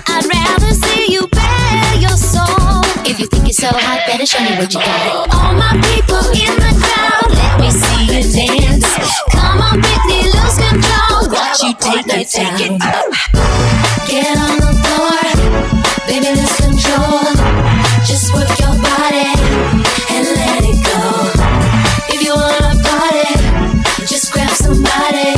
Speaker 9: I'd rather see you bare your soul. If you think you're so hot, better show me what you got. All my people in the crowd, let me see you dance. Come on, Britney, lose control. Watch you take it down. Get on the floor, baby, lose control. Just work your body and let it go. If you wanna party, just grab somebody.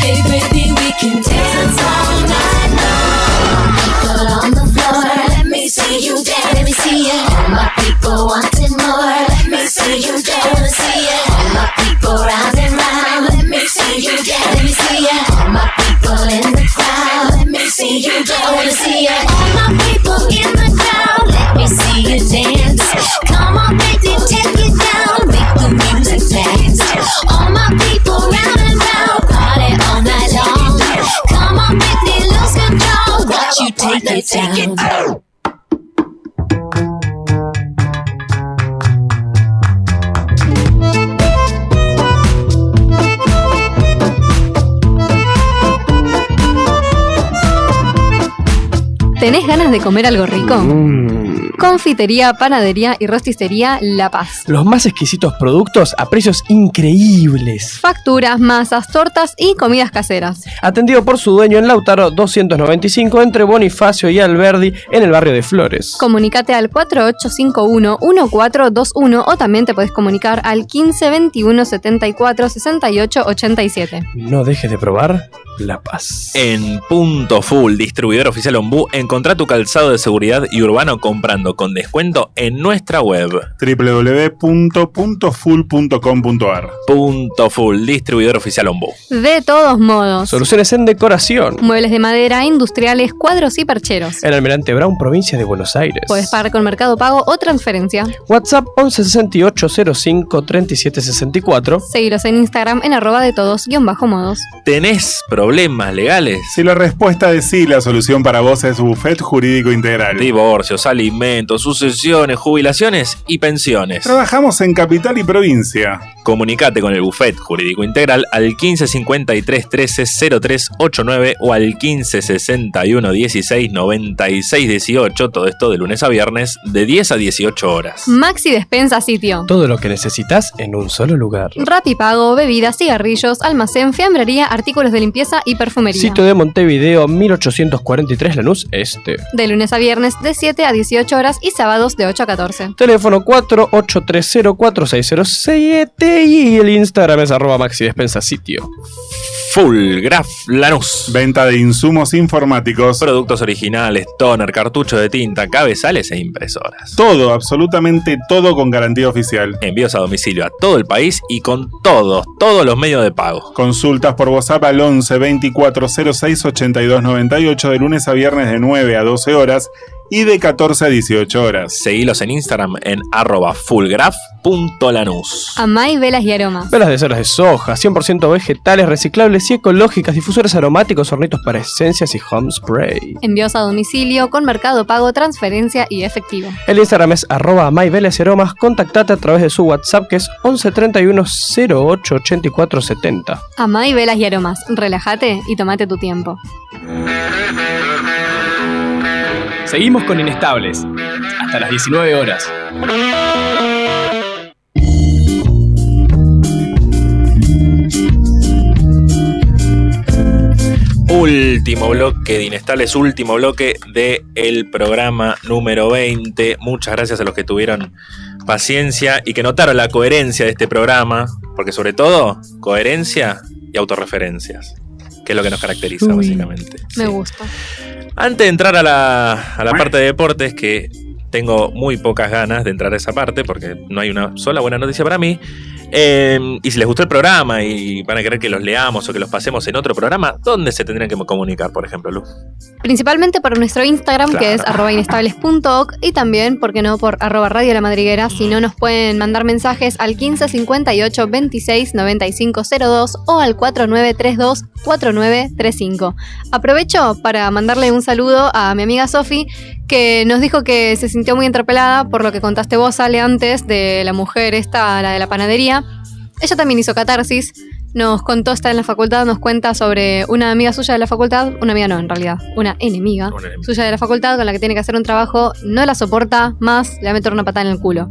Speaker 9: Hey, baby, we can dance all night long. People on the floor, let me see you dance. Let me see you. All my people wanting more. Let me see you dance. I wanna see you. All my people round and round. Let me see you dance. Let me see you. All my people in the crowd. Let me see you dance. I wanna see you. All my people in the crowd. Let me see you dance. Come on, baby, take it down. Make the music dance. All my people round and round. Party all night long. Come on, baby, lose control. Watch you take it down.
Speaker 4: ¿Tenés ganas de comer algo rico?
Speaker 6: Mm.
Speaker 4: Confitería, panadería y rosticería La Paz.
Speaker 6: Los más exquisitos productos a precios increíbles.
Speaker 4: Facturas, masas, tortas y comidas caseras.
Speaker 6: Atendido por su dueño en Lautaro 295 entre Bonifacio y Alberdi en el barrio de Flores.
Speaker 4: Comunicate al 4851-1421 o también te podés comunicar al 1521 74 68 87.
Speaker 6: No dejes de probar La Paz.
Speaker 5: En Punto Full, distribuidor oficial Ombú, encontrá tu calzado de seguridad y urbano comprando con descuento en nuestra web.
Speaker 3: www.puntofull.com.ar
Speaker 5: Punto Full, distribuidor oficial Ombú.
Speaker 4: De todos modos,
Speaker 6: Soluciones en decoración.
Speaker 4: muebles de madera, industriales, cuadros y percheros.
Speaker 6: En Almirante Brown, provincia de Buenos Aires.
Speaker 4: Podés pagar con Mercado Pago o transferencia.
Speaker 6: WhatsApp 1168053764.
Speaker 4: Seguiros en Instagram en arroba de todos guión bajo modos.
Speaker 5: ¿Tenés problemas legales?
Speaker 3: Si la respuesta es sí, la solución para vos es Buffet Jurídico Integral.
Speaker 5: Divorcios, alimentos, sucesiones, jubilaciones y pensiones.
Speaker 3: Trabajamos en capital y provincia.
Speaker 5: Comunicate con el Buffet Jurídico Integral al 1553 13 0389 o al 1561 16 96 18. Todo esto de lunes a viernes de 10 a 18 horas.
Speaker 4: Maxi Despensa Sitio.
Speaker 6: Todo lo que necesitas en un solo lugar.
Speaker 4: Rappi Pago, bebidas, cigarrillos, almacén, fiambrería, artículos de limpieza y perfumería.
Speaker 6: Sitio de Montevideo 1843 Lanús Este.
Speaker 4: De lunes a viernes de 7 a 18 horas y sábados de 8 a 14.
Speaker 6: Teléfono 48304607 y el Instagram es arroba maxi despensa sitio.
Speaker 5: Full Graph Lanús.
Speaker 3: Venta de insumos informáticos.
Speaker 5: Productos originales, toner, cartucho de tinta, cabezales e impresoras.
Speaker 3: Todo, absolutamente todo con garantía oficial.
Speaker 5: Envíos a domicilio a todo el país y con todos, todos los medios de pago.
Speaker 3: Consultas por WhatsApp al 11 24 06 82 98 de lunes a viernes de 9 a 12 horas y de 14 a 18 horas.
Speaker 5: Seguilos en Instagram en arroba fullgraph.lanús.
Speaker 4: Amay Velas y Aromas.
Speaker 6: Velas de ceras de soja, 100% vegetales, reciclables y ecológicas, difusores aromáticos, hornitos para esencias y home spray.
Speaker 4: Envíos a domicilio con Mercado Pago, transferencia y efectivo.
Speaker 6: El Instagram es arroba y aromas. Contactate a través de su WhatsApp que es 1131 08 84 70.
Speaker 4: Amay Velas y Aromas. Relájate y tomate tu tiempo.
Speaker 6: Seguimos con Inestables. Hasta las 19 horas.
Speaker 5: Último bloque de Inestables, último bloque del el programa número 20. Muchas gracias a los que tuvieron paciencia y que notaron la coherencia de este programa, porque sobre todo, coherencia y autorreferencias, que es lo que nos caracteriza
Speaker 4: Uy,
Speaker 5: básicamente.
Speaker 4: Me
Speaker 5: Sí.
Speaker 4: gusta.
Speaker 5: Antes de entrar a la, a la parte de deportes, que tengo muy pocas ganas de entrar a esa parte porque no hay una sola buena noticia para mí. eh, y si les gustó el programa y van a querer que los leamos o que los pasemos en otro programa, ¿dónde se tendrían que comunicar, por ejemplo, Lu?
Speaker 4: Principalmente por nuestro Instagram, que es
Speaker 5: Claro.
Speaker 4: arroba inestables.oc y también, ¿por qué no?, por arroba radio la madriguera. Si no, nos pueden mandar mensajes al 15 58 26 95 02 o al 4932 4935. Aprovecho para mandarle un saludo a mi amiga Sofi, que nos dijo que se sintió muy interpelada por lo que contaste vos, Ale, antes de la mujer esta, la de la panadería. Ella también hizo catarsis. Nos contó, está en la facultad, nos cuenta sobre una amiga suya de la facultad, una amiga no, en realidad, una enemiga
Speaker 5: Una enemiga.
Speaker 4: suya de la facultad con la que tiene que hacer un trabajo, no la soporta más, le va a meter una patada en el culo.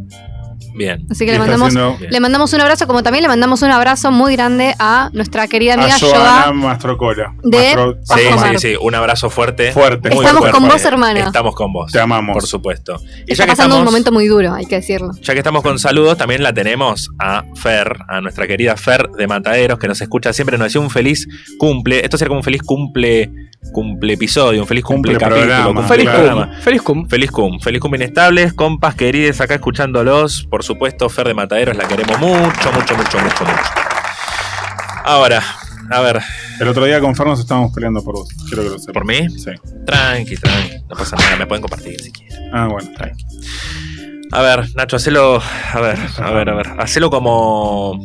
Speaker 5: Bien.
Speaker 4: Así que le
Speaker 3: Está
Speaker 4: mandamos,
Speaker 3: haciendo
Speaker 5: Bien.
Speaker 4: le mandamos un abrazo, como también le mandamos un abrazo muy grande a nuestra querida amiga
Speaker 3: a
Speaker 4: Joa.
Speaker 3: Joana Mastrocola.
Speaker 4: de
Speaker 3: Mastro-
Speaker 5: Sí,
Speaker 4: Bajo
Speaker 5: sí,
Speaker 4: mar.
Speaker 5: sí, un abrazo fuerte.
Speaker 3: Fuerte.
Speaker 5: Muy
Speaker 4: Estamos con vos, hermana.
Speaker 5: Estamos con vos.
Speaker 3: Te amamos.
Speaker 5: Por supuesto. Y
Speaker 4: Está
Speaker 5: ya que,
Speaker 4: pasando
Speaker 5: estamos,
Speaker 4: un momento muy duro, hay que decirlo.
Speaker 5: ya que estamos con saludos, también la tenemos a Fer, a nuestra querida Fer de Mataderos, que nos escucha siempre, nos decía un feliz cumple. Esto sería como un feliz cumple, cumple episodio, un feliz cumple,
Speaker 3: Cumple
Speaker 5: capítulo,
Speaker 3: programa.
Speaker 5: cumple
Speaker 6: Feliz
Speaker 3: Claro.
Speaker 5: programa.
Speaker 6: cum. Feliz cum.
Speaker 5: Feliz cum, feliz cum inestables, compas querides acá escuchándolos. Por supuesto, Fer de Mataderos la queremos mucho, mucho, mucho, mucho, mucho. Ahora, a ver,
Speaker 3: El otro día con Fer nos estábamos peleando por vos. Quiero que lo sepas.
Speaker 5: ¿Por mí?
Speaker 3: Sí.
Speaker 5: tranqui, tranqui, no pasa nada, me pueden compartir si quieren.
Speaker 3: Ah, bueno.
Speaker 5: A ver, Nacho, hacelo, a ver, a ver, a ver, hacelo como,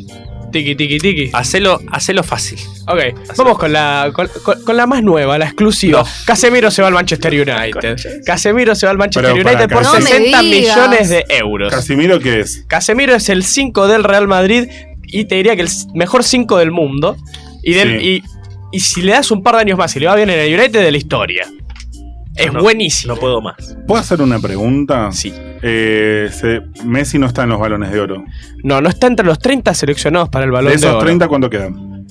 Speaker 6: Tiki, tiki, tiki.
Speaker 5: hacelo, hacelo fácil.
Speaker 6: Ok, vamos con la, con, con- con la más nueva, la exclusiva.
Speaker 5: No.
Speaker 6: Casemiro se va al Manchester United. Casemiro se va al Manchester
Speaker 3: Pero para
Speaker 6: United por
Speaker 3: acá.
Speaker 4: No me
Speaker 6: 60
Speaker 4: digas.
Speaker 6: millones de euros.
Speaker 3: Casimiro, ¿qué es?
Speaker 6: Casemiro es el 5 del Real Madrid y te diría que el s- mejor 5 del mundo. Y, del-
Speaker 3: Sí.
Speaker 6: y, y si le das un par de años más y le va bien en el United de la historia. Es
Speaker 5: No,
Speaker 6: buenísimo.
Speaker 5: No puedo más.
Speaker 3: ¿Puedo hacer una pregunta?
Speaker 6: Sí.
Speaker 3: Eh, se- Messi no está en los balones de oro.
Speaker 6: No, no está entre los 30 seleccionados para el balón
Speaker 3: de
Speaker 6: de,
Speaker 3: esos
Speaker 6: oro.
Speaker 3: 30, ¿cuánto quedan?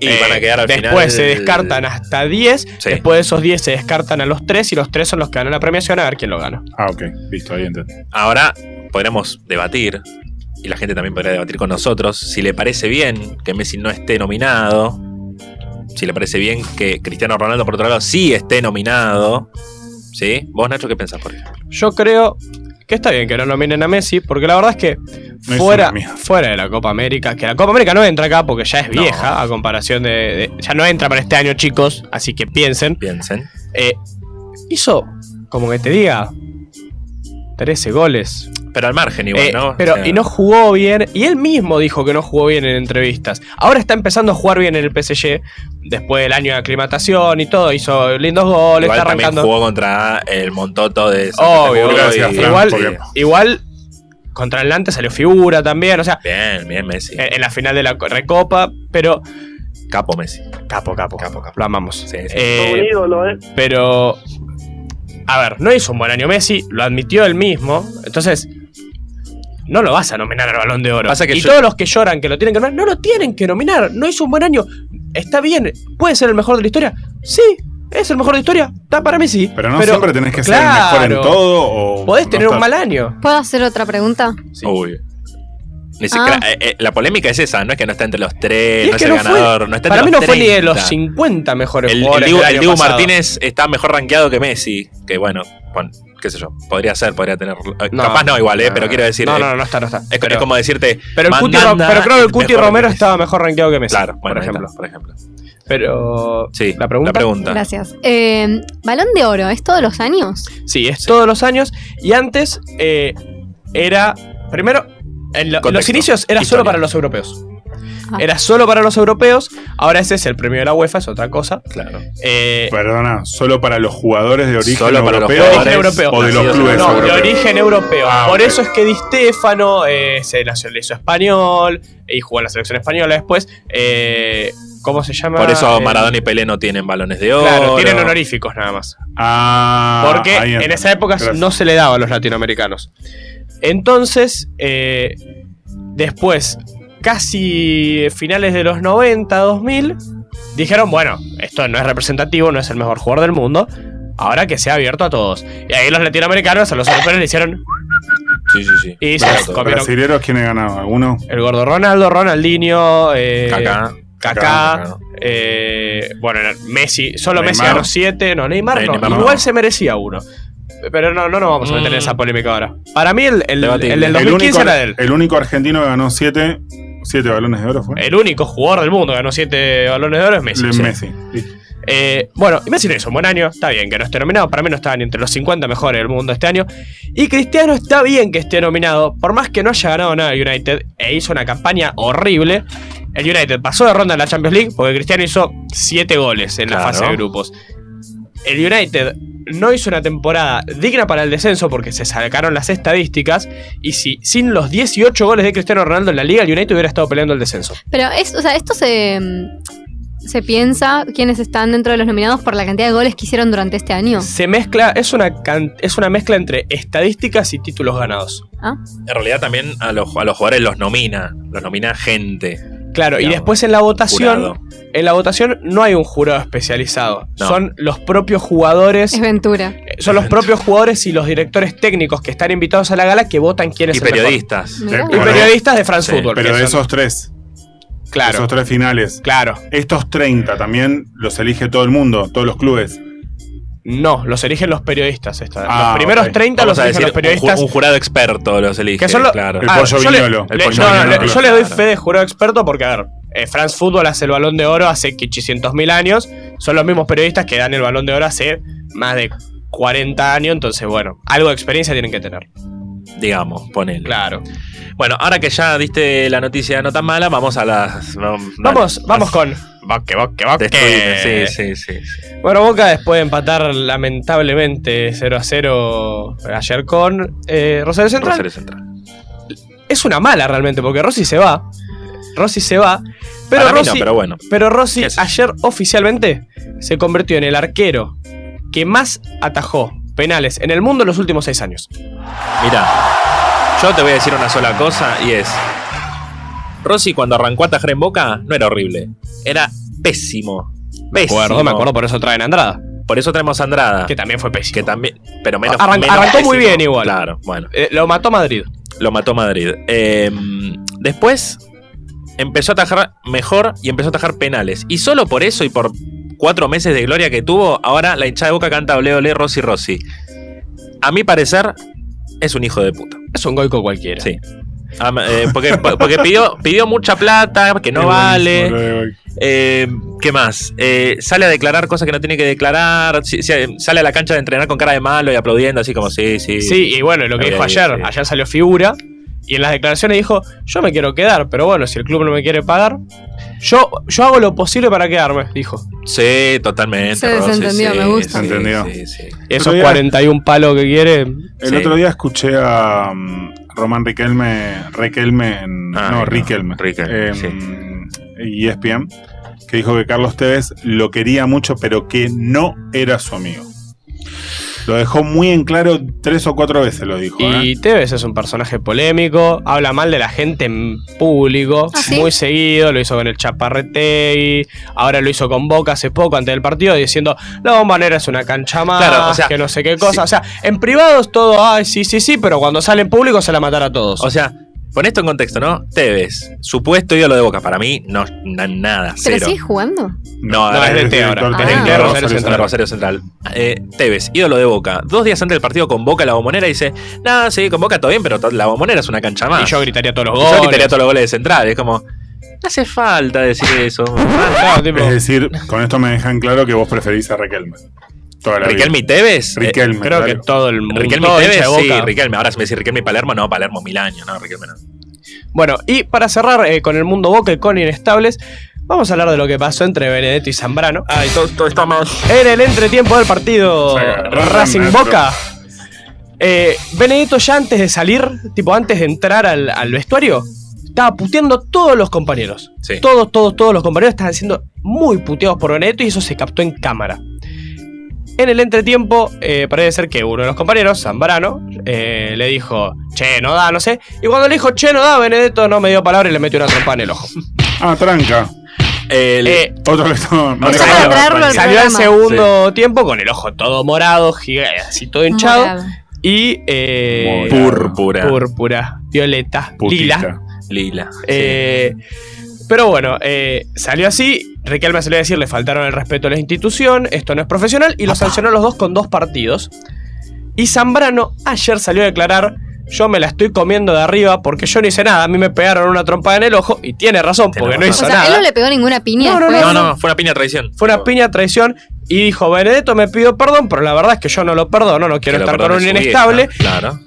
Speaker 5: Y
Speaker 6: Eh,
Speaker 5: van a quedar al
Speaker 6: después
Speaker 5: final-
Speaker 6: se descartan hasta 10.
Speaker 5: Sí.
Speaker 6: Después de esos 10 se descartan a los 3 y los 3 son los que ganan la premiación a ver quién lo gana.
Speaker 3: Ah, ok, listo, ahí entiendo.
Speaker 5: Ahora podremos debatir, y la gente también podrá debatir con nosotros, si le parece bien que Messi no esté nominado, si le parece bien que Cristiano Ronaldo, por otro lado, sí esté nominado. ¿Sí? ¿Vos, Nacho, qué pensás por ejemplo?
Speaker 6: Yo creo que está bien que no nominen a Messi porque la verdad es que
Speaker 3: una
Speaker 6: fuera,
Speaker 3: mierda.
Speaker 6: fuera de la Copa América, que la Copa América no entra acá porque ya es
Speaker 5: No.
Speaker 6: vieja a comparación de, de- Ya no entra para este año, chicos, así que piensen.
Speaker 5: Piensen.
Speaker 6: Eh, hizo, como que te diga, 13 goles.
Speaker 5: Pero al margen igual,
Speaker 6: Eh,
Speaker 5: ¿no?
Speaker 6: Pero,
Speaker 5: O sea,
Speaker 6: y no jugó bien. Y él mismo dijo que no jugó bien en entrevistas. Ahora está empezando a jugar bien en el PSG. Después del año de aclimatación y todo. Hizo lindos goles.
Speaker 5: igual
Speaker 6: está
Speaker 5: también
Speaker 6: arrancando.
Speaker 5: jugó contra el Montoto de San
Speaker 6: Obvio,
Speaker 5: Petersburgo
Speaker 3: gracias,
Speaker 5: y-
Speaker 3: Fran,
Speaker 6: igual,
Speaker 3: porque-
Speaker 6: igual contra el Nantes salió figura también. O sea,
Speaker 5: Bien, bien, Messi.
Speaker 6: en en la final de la co- Recopa. Pero.
Speaker 5: Capo
Speaker 6: eh,
Speaker 5: Messi.
Speaker 6: Capo, capo. Lo amamos.
Speaker 5: Sí, sí.
Speaker 6: Eh, Pero. A ver, no hizo un buen año Messi, lo admitió él mismo. Entonces. No lo vas a nominar al balón de oro.
Speaker 5: Pasa que
Speaker 6: y
Speaker 5: yo-
Speaker 6: todos los que lloran que lo tienen que nominar, no lo tienen que nominar. No hizo un buen año. Está bien, puede ser el mejor de la historia. Sí, es el mejor de la historia. Está para Messi.
Speaker 3: Pero no siempre tenés que ser el mejor en
Speaker 6: claro,
Speaker 3: todo o.
Speaker 6: Podés
Speaker 3: no
Speaker 6: tener un
Speaker 3: estás-
Speaker 6: mal año.
Speaker 4: ¿Puedo hacer otra pregunta?
Speaker 5: Sí. Uy. Ni
Speaker 4: Ah.
Speaker 5: siquiera- eh, eh, la polémica es esa, no es que no está entre los tres,
Speaker 6: Y
Speaker 5: no
Speaker 6: es
Speaker 5: es
Speaker 6: que
Speaker 5: el
Speaker 6: no fue-
Speaker 5: ganador, no está entre
Speaker 6: para mí no
Speaker 5: los
Speaker 6: fue ni de los
Speaker 5: 30.
Speaker 6: 50 mejores
Speaker 5: El, el
Speaker 6: jugadores.
Speaker 5: Dibu,
Speaker 6: del
Speaker 5: el
Speaker 6: año
Speaker 5: Dibu
Speaker 6: pasado.
Speaker 5: Martínez está mejor rankeado que Messi. Que bueno, pon- qué sé yo, podría ser, podría tener. eh,
Speaker 6: No.
Speaker 5: capaz no igual, eh,
Speaker 6: No,
Speaker 5: pero quiero decir.
Speaker 6: No,
Speaker 5: eh,
Speaker 6: no, no está, no está.
Speaker 5: Es,
Speaker 6: pero,
Speaker 5: es como decirte.
Speaker 6: pero el Cuti Ro-
Speaker 5: Mandanda
Speaker 6: pero creo que el
Speaker 5: es
Speaker 6: Cuti
Speaker 5: mejor
Speaker 6: Romero
Speaker 5: que Messi.
Speaker 6: estaba mejor rankeado que Messi.
Speaker 5: Claro, bueno,
Speaker 6: por
Speaker 5: ahí
Speaker 6: ejemplo.
Speaker 5: está, por ejemplo.
Speaker 6: Pero.
Speaker 5: Sí,
Speaker 6: ¿La pregunta?
Speaker 5: La pregunta.
Speaker 4: Gracias. Eh, Balón de oro, ¿es todos los años?
Speaker 6: Sí, es todos los años. Y antes eh, era. Primero, en lo-
Speaker 5: Contexto.
Speaker 6: los inicios era
Speaker 5: Historia.
Speaker 6: solo para los europeos.
Speaker 4: Ah.
Speaker 6: Era solo para los europeos. Ahora ese es el premio de la UEFA, es otra cosa.
Speaker 5: Claro.
Speaker 6: Eh,
Speaker 3: Perdona, solo para los jugadores de origen
Speaker 5: Solo para los
Speaker 3: europeo.
Speaker 5: jugadores
Speaker 6: origen europeo.
Speaker 3: o de los
Speaker 5: nacidos en
Speaker 3: clubes
Speaker 6: no,
Speaker 5: Europa.
Speaker 6: de
Speaker 3: europeos.
Speaker 6: origen europeo.
Speaker 3: Ah,
Speaker 6: Por
Speaker 3: ok.
Speaker 6: eso es que Di Stefano eh, se nacionalizó español y jugó en la selección española después. Eh, ¿Cómo se llama?
Speaker 5: Por eso
Speaker 6: Eh,
Speaker 5: Maradona y Pelé no tienen balones de oro.
Speaker 6: Claro, tienen honoríficos nada más.
Speaker 3: Ah,
Speaker 6: Porque
Speaker 3: ahí
Speaker 6: en
Speaker 3: entiendo.
Speaker 6: esa época
Speaker 3: Gracias.
Speaker 6: no se le daba a los latinoamericanos. Entonces, eh, después, casi finales de los 90, 2000, dijeron, bueno, esto no es representativo, no es el mejor jugador del mundo, ahora que sea abierto a todos. Y ahí los latinoamericanos a los europeos le hicieron
Speaker 5: Sí, sí, sí.
Speaker 6: y se los
Speaker 3: Brasil-
Speaker 6: comieron.
Speaker 3: ¿Brasileros quiénes ganaban? ¿Alguno?
Speaker 6: El gordo Ronaldo, Ronaldinho, eh,
Speaker 5: Acá.
Speaker 6: Kaká, eh, bueno, era Messi, solo
Speaker 3: Neymar.
Speaker 6: Messi ganó 7, no, Neymar, no,
Speaker 5: Neymar no.
Speaker 6: igual se merecía uno. Pero no, no nos vamos a meter en
Speaker 5: Mm.
Speaker 6: esa polémica ahora. Para mí el, el,
Speaker 5: Debatible.
Speaker 6: el del
Speaker 5: El
Speaker 6: 2015
Speaker 3: único,
Speaker 6: era de él.
Speaker 3: el único argentino que ganó siete, siete balones de oro fue.
Speaker 6: El único jugador del mundo que ganó 7 balones de oro es Messi.
Speaker 3: Le-
Speaker 6: Eh, sí.
Speaker 3: Messi. Sí.
Speaker 6: Eh, bueno, y Messi no hizo un buen año, está bien que no esté nominado, para mí no estaba ni entre los 50 mejores del mundo este año. Y Cristiano está bien que esté nominado, por más que no haya ganado nada el United e hizo una campaña horrible. El United pasó de ronda en la Champions League porque Cristiano hizo 7 goles en la
Speaker 5: Claro.
Speaker 6: fase de grupos. El United no hizo una temporada digna para el descenso porque se sacaron las estadísticas y si sin los 18 goles de Cristiano Ronaldo en la liga, el United hubiera estado peleando el descenso.
Speaker 4: Pero es, o sea, esto se, mm, se piensa quienes están dentro de los nominados por la cantidad de goles que hicieron durante este año.
Speaker 6: Se mezcla, es una, can- es una mezcla entre estadísticas y títulos ganados.
Speaker 5: En realidad también a los, a los jugadores los nomina. Los nomina gente.
Speaker 6: Claro, y
Speaker 5: Digamos,
Speaker 6: después en la votación,
Speaker 5: jurado.
Speaker 6: en la votación no hay un jurado especializado.
Speaker 5: No.
Speaker 6: Son los propios jugadores,
Speaker 4: Es Ventura.
Speaker 6: eh, son los propios jugadores y los directores técnicos que están invitados a la gala que votan quién es
Speaker 5: Y
Speaker 6: el mejor.
Speaker 5: periodistas.
Speaker 4: Mirá.
Speaker 6: Y
Speaker 3: Bueno,
Speaker 6: periodistas de France
Speaker 5: sí,
Speaker 6: Football.
Speaker 3: Pero
Speaker 6: que
Speaker 3: de
Speaker 6: son-
Speaker 3: esos tres,
Speaker 6: claro,
Speaker 3: esos tres finales,
Speaker 6: claro.
Speaker 3: estos
Speaker 5: Eh.
Speaker 3: 30 también los elige todo el mundo, todos los clubes.
Speaker 6: No, los eligen los periodistas esta vez.
Speaker 3: Ah,
Speaker 6: los primeros
Speaker 3: ok.
Speaker 6: 30
Speaker 5: Vamos
Speaker 6: los
Speaker 5: a
Speaker 6: eligen
Speaker 5: decir, un
Speaker 6: los
Speaker 5: ju-
Speaker 6: periodistas.
Speaker 5: un, jurado experto los elige.
Speaker 6: Que son los- Ah.
Speaker 5: claro.
Speaker 3: El pollo
Speaker 6: yo le-
Speaker 3: viñolo.
Speaker 6: le-
Speaker 5: El pollo
Speaker 6: no, no,
Speaker 5: viñolo,
Speaker 6: le- yo
Speaker 5: claro.
Speaker 6: le doy fe de jurado experto porque, a ver, eh, France Football hace el balón de oro hace 800 mil años. Son los mismos periodistas que dan el balón de oro hace más de 40 años. Entonces, bueno, algo de experiencia tienen que tener.
Speaker 5: digamos, ponele.
Speaker 6: Claro.
Speaker 5: Bueno, ahora que ya diste la noticia no tan mala, vamos a las. no,
Speaker 6: Vamos,
Speaker 5: dale.
Speaker 6: vamos con. Boque, boque, boque.
Speaker 5: Destruime, sí, sí, sí.
Speaker 6: Bueno, Boca después de empatar lamentablemente 0 a 0 ayer con eh, Rosario Central.
Speaker 5: Rosario Central.
Speaker 6: Es una mala realmente porque Rossi se va. Rossi se va. Pero
Speaker 5: Para mí no,
Speaker 6: Rossi,
Speaker 5: pero bueno.
Speaker 6: Pero Rossi
Speaker 5: ¿Qué es eso?
Speaker 6: ayer oficialmente se convirtió en el arquero que más atajó penales en el mundo en los últimos seis años.
Speaker 5: Mira, yo te voy a decir una sola cosa y es. Rossi cuando arrancó a tajar en boca no era horrible. Era pésimo.
Speaker 6: Me
Speaker 5: Pésimo.
Speaker 6: acuerdo, me acuerdo, por eso traen a Andrada,
Speaker 5: Por eso traemos a Andrada.
Speaker 6: que también fue pésimo.
Speaker 5: que también. Pero menos.
Speaker 6: Arran-
Speaker 5: menos
Speaker 6: arrancó muy bien igual.
Speaker 5: Claro, bueno.
Speaker 6: Eh, lo mató Madrid.
Speaker 5: Lo mató Madrid. Eh, después empezó a atajar mejor y empezó a atajar penales. Y solo por eso y por cuatro meses de gloria que tuvo, ahora la hinchada de boca canta ole ole Rossi Rossi. A mi parecer, es un hijo de puta.
Speaker 6: Es un goico cualquiera.
Speaker 5: Sí. Am- eh, porque porque pidió, pidió mucha plata, que no
Speaker 3: Qué buenísimo lo
Speaker 5: vale.
Speaker 3: de hoy.
Speaker 5: Eh, ¿Qué más? Eh, sale a declarar cosas que no tiene que declarar. si- si- Sale a la cancha de entrenar con cara de malo y aplaudiendo, así como sí, sí.
Speaker 6: Sí, y bueno, lo que
Speaker 5: Había
Speaker 6: dijo ayer,
Speaker 5: dicho.
Speaker 6: ayer salió figura y en las declaraciones dijo, yo me quiero quedar, pero bueno, si el club no me quiere pagar, yo, yo hago lo posible para quedarme, dijo.
Speaker 5: Sí, totalmente.
Speaker 4: Se desentendió,
Speaker 5: sí,
Speaker 4: me gusta.
Speaker 5: sí,
Speaker 3: Entendió.
Speaker 5: sí, sí.
Speaker 6: Esos
Speaker 3: Pero ya-
Speaker 6: 41 palos que quiere,
Speaker 3: El
Speaker 5: Sí.
Speaker 3: otro día escuché a um, Román Riquelme, Riquelme en-
Speaker 5: Ah,
Speaker 3: no,
Speaker 5: no,
Speaker 3: Riquelme,
Speaker 5: Riquelme,
Speaker 3: em, y E ESPN, que dijo que Carlos Tevez lo quería mucho, pero que no era su amigo. Lo dejó muy en claro tres o cuatro veces, lo dijo. ¿eh?
Speaker 6: y Tevez es un personaje polémico, habla mal de la gente en público,
Speaker 4: ¿Ah, sí?
Speaker 6: muy seguido, lo hizo con el Chaparretegui, ahora lo hizo con Boca hace poco antes del partido, diciendo, la bombonera es una cancha más,
Speaker 5: Claro, o sea,
Speaker 6: que no sé qué cosa. O sea, en privados todo, ay, sí, sí, sí, pero cuando sale en público se la matará a todos.
Speaker 5: O sea, pon esto en contexto, ¿no? Tevez, supuesto ídolo de Boca. Para mí, no, na- nada,
Speaker 4: ¿Pero
Speaker 5: cero.
Speaker 4: sigue jugando?
Speaker 5: No,
Speaker 6: No,
Speaker 5: ahora
Speaker 6: es
Speaker 5: es
Speaker 6: de
Speaker 5: de
Speaker 6: T ahora.
Speaker 3: director
Speaker 4: Ah.
Speaker 3: técnico
Speaker 5: Rosario,
Speaker 3: de
Speaker 6: Rosario
Speaker 5: Central.
Speaker 6: Central.
Speaker 5: Rosario Central. Eh, Tevez, ídolo de Boca. Dos días antes del partido con Boca en la bombonera, dice: Nada, sí, con Boca todo bien, pero to- la bombonera es una cancha más.
Speaker 6: y yo gritaría todos los
Speaker 5: Y
Speaker 6: goles.
Speaker 5: yo gritaría todos los goles de Central. Es como, no hace falta decir eso.
Speaker 6: Claro, Ah, tipo,
Speaker 3: Es decir, con esto me dejan claro que vos preferís a Riquelme. Toda la vida.
Speaker 5: Riquelme y Tevez. eh,
Speaker 3: Riquelme,
Speaker 6: creo que
Speaker 3: claro.
Speaker 6: todo el mundo.
Speaker 5: Riquelme
Speaker 6: todo
Speaker 5: y
Speaker 6: hincha
Speaker 5: Tevez,
Speaker 6: de
Speaker 5: sí,
Speaker 6: Boca.
Speaker 5: Riquelme. Ahora si me decís Riquelme y Palermo, no, Palermo mil años, no, Riquelme no.
Speaker 6: Bueno, y para cerrar eh, con el mundo Boca y con Inestables, vamos a hablar de lo que pasó entre Benedetto y Zambrano.
Speaker 5: Ay, Ah, todo, está más.
Speaker 6: En el entretiempo del partido
Speaker 3: O sea,
Speaker 6: Racing
Speaker 3: Racing
Speaker 6: Boca. eh, Benedetto ya antes de salir, tipo antes de entrar al, al vestuario, estaba puteando a todos los compañeros.
Speaker 5: Sí.
Speaker 6: Todos, todos, todos los compañeros estaban siendo muy puteados por Benedetto y eso se captó en cámara. En el entretiempo, eh, parece ser que uno de los compañeros, Zambrano, eh, le dijo, che, no da, no sé. Y cuando le dijo, che, no da, Benedetto no me dio palabra y le metió una trompa en el ojo.
Speaker 3: Ah, tranca.
Speaker 5: El,
Speaker 6: Eh,
Speaker 3: Otro que estaba
Speaker 4: Eso para traerlo al
Speaker 6: Salió al
Speaker 4: programa.
Speaker 6: segundo tiempo con el ojo todo morado, giga- así todo hinchado.
Speaker 4: Morado.
Speaker 6: Y eh,
Speaker 5: Púrpura.
Speaker 6: púrpura, violeta, lila.
Speaker 3: Putita.
Speaker 5: Lila.
Speaker 6: Eh, pero bueno, eh, salió así. Riquelme salió a decir, le faltaron el respeto a la institución, esto no es profesional, y lo sancionó a los dos con dos partidos. Y Zambrano ayer salió a declarar, yo me la estoy comiendo de arriba porque yo no hice nada, a mí me pegaron una trompada en el ojo, y tiene razón,
Speaker 5: Tiene
Speaker 6: porque no
Speaker 5: razón.
Speaker 4: O
Speaker 6: hizo
Speaker 4: sea,
Speaker 6: nada.
Speaker 4: él no le pegó ninguna piña.
Speaker 6: No, no,
Speaker 4: fue-
Speaker 5: No, no, fue una piña de traición.
Speaker 6: Fue una piña traición y dijo, Benedetto me pido perdón, pero la verdad es que yo no lo perdono, no quiero
Speaker 5: Que lo
Speaker 6: estar con
Speaker 5: perdone
Speaker 6: un
Speaker 5: su
Speaker 6: inestable,
Speaker 5: vieja, Claro.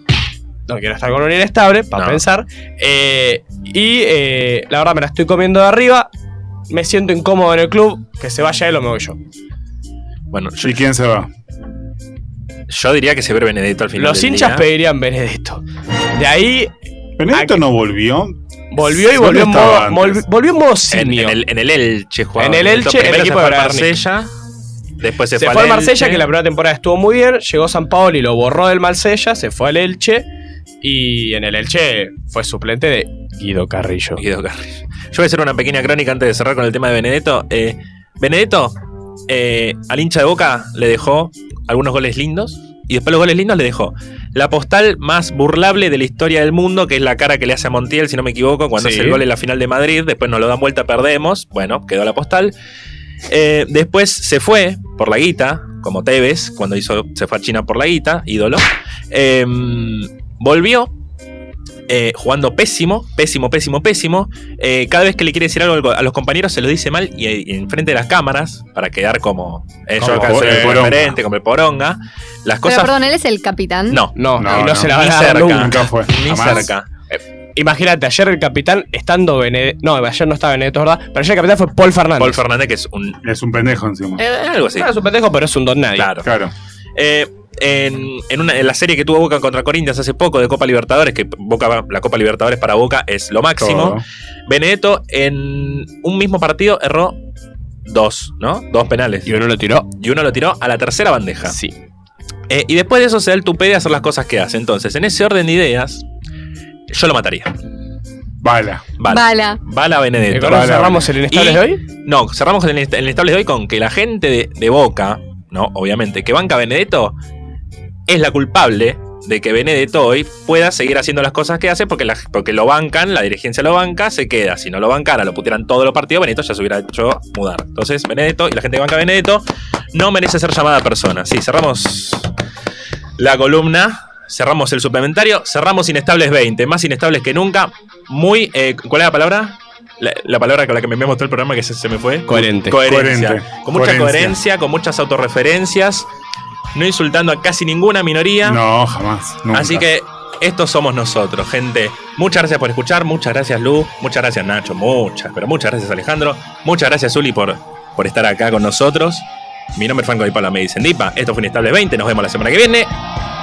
Speaker 6: no quiero estar con un inestable, para
Speaker 5: No.
Speaker 6: pensar. Eh, y eh, la verdad me la estoy comiendo de arriba, me siento incómodo en el club, que se vaya él o me voy yo.
Speaker 5: Bueno, yo,
Speaker 3: ¿Y quién se va?
Speaker 5: yo diría que se ve Benedetto al final.
Speaker 6: Los
Speaker 5: del
Speaker 6: hinchas
Speaker 5: día.
Speaker 6: pedirían Benedetto. De ahí
Speaker 5: Ah,
Speaker 3: Benedetto no volvió.
Speaker 6: volvió y
Speaker 3: ¿Dónde
Speaker 6: volvió en
Speaker 3: estaba
Speaker 6: modo,
Speaker 3: antes?
Speaker 6: volvi- volvió en modo
Speaker 5: en,
Speaker 6: simio.
Speaker 5: en el, en el Elche jugaba.
Speaker 6: En el
Speaker 5: Benedetto.
Speaker 6: Elche, el
Speaker 5: Primero se
Speaker 6: equipo
Speaker 5: fue a
Speaker 6: era
Speaker 5: Marsella. Después se,
Speaker 6: se
Speaker 5: fue,
Speaker 6: fue al
Speaker 5: Elche.
Speaker 6: Marsella, que la primera temporada estuvo muy bien. Llegó San Paolo y lo borró del Marsella. Se fue al Elche. Y en el Elche fue suplente de Guido Carrillo.
Speaker 5: Guido Carrillo. Yo voy a hacer una pequeña crónica antes de cerrar con el tema de Benedetto. Eh, Benedetto eh, al hincha de Boca le dejó algunos goles lindos y después los goles lindos le dejó la postal más burlable de la historia del mundo, que es la cara que le hace a Montiel, si no me equivoco, cuando
Speaker 6: Sí.
Speaker 5: hace el gol en la final de Madrid. Después nos lo dan vuelta, perdemos. Bueno, quedó la postal. Eh, después se fue por la guita, como Tevez, cuando hizo, se fue a China por la guita, ídolo. Eh, volvió eh, jugando pésimo, pésimo, pésimo, pésimo. Eh, cada vez que le quiere decir algo a los compañeros se lo dice mal y, en enfrente de las cámaras, para quedar como eh, yo
Speaker 3: Como
Speaker 5: acá soy
Speaker 3: el
Speaker 5: el
Speaker 3: poronga.
Speaker 5: referente, como el poronga. Las
Speaker 4: Pero
Speaker 5: cosas.
Speaker 4: perdón, él es el capitán.
Speaker 5: no,
Speaker 6: No,
Speaker 3: No,
Speaker 6: y no,
Speaker 3: no.
Speaker 6: se la van
Speaker 5: Ni
Speaker 6: a dar
Speaker 5: cerca.
Speaker 6: nunca.
Speaker 3: Nunca fue.
Speaker 5: ni
Speaker 3: jamás.
Speaker 5: cerca.
Speaker 6: Imagínate, ayer el capitán estando Benedetto. No, ayer no estaba Benedetto, ¿verdad? Pero ayer el capitán fue Paul Fernández.
Speaker 5: Paul Fernández, que es un.
Speaker 3: Es un pendejo encima.
Speaker 5: eh, algo así.
Speaker 6: Ah, es un pendejo, pero es un don nadie.
Speaker 5: Claro.
Speaker 3: Claro.
Speaker 5: Eh, en, en una- en la serie que tuvo Boca contra Corinthians hace poco de Copa Libertadores, que Boca, va- la Copa Libertadores para Boca es lo máximo.
Speaker 3: Todo.
Speaker 5: Benedetto en un mismo partido erró dos, ¿no? Dos penales.
Speaker 6: Y uno lo tiró.
Speaker 5: Y uno lo tiró a la tercera bandeja.
Speaker 6: Sí.
Speaker 5: Eh, y después de eso se da el tupé de hacer las cosas que hace. Entonces, en ese orden de ideas, yo lo mataría.
Speaker 3: Bala.
Speaker 5: Vale.
Speaker 4: Bala.
Speaker 5: Bala
Speaker 6: ¿Y
Speaker 5: Benedetto.
Speaker 6: Eh, con eso cerramos el inestable
Speaker 5: Y-
Speaker 6: de hoy?
Speaker 5: No, cerramos el, inest- el inestable de hoy con que la gente de, de Boca, ¿no? Obviamente, que banca a Benedetto es la culpable de que Benedetto hoy pueda seguir haciendo las cosas que hace porque, la- porque lo bancan, la dirigencia lo banca, se queda. Si no lo bancara, lo putieran todos los partidos, Benedetto ya se hubiera hecho mudar. Entonces, Benedetto y la gente que banca a Benedetto no merece ser llamada persona. Sí, cerramos la columna. Cerramos el suplementario, cerramos Inestables 20, más inestables que nunca. Muy. eh, ¿Cuál es la palabra? La, la palabra con la que me todo el programa que se, se me fue.
Speaker 6: Coherente.
Speaker 5: Coherencia.
Speaker 3: Coherente.
Speaker 5: Con mucha
Speaker 3: Coherencia.
Speaker 5: coherencia, con muchas autorreferencias, no insultando a casi ninguna minoría.
Speaker 3: No, jamás. Nunca.
Speaker 5: Así que estos somos nosotros, gente. Muchas gracias por escuchar, muchas gracias Lu, muchas gracias Nacho, muchas, pero muchas gracias Alejandro, muchas gracias Uli por, por estar acá con nosotros. Mi nombre es Franco Di Paula, me dicen Dipa, esto fue Inestable 20, nos vemos la semana que viene.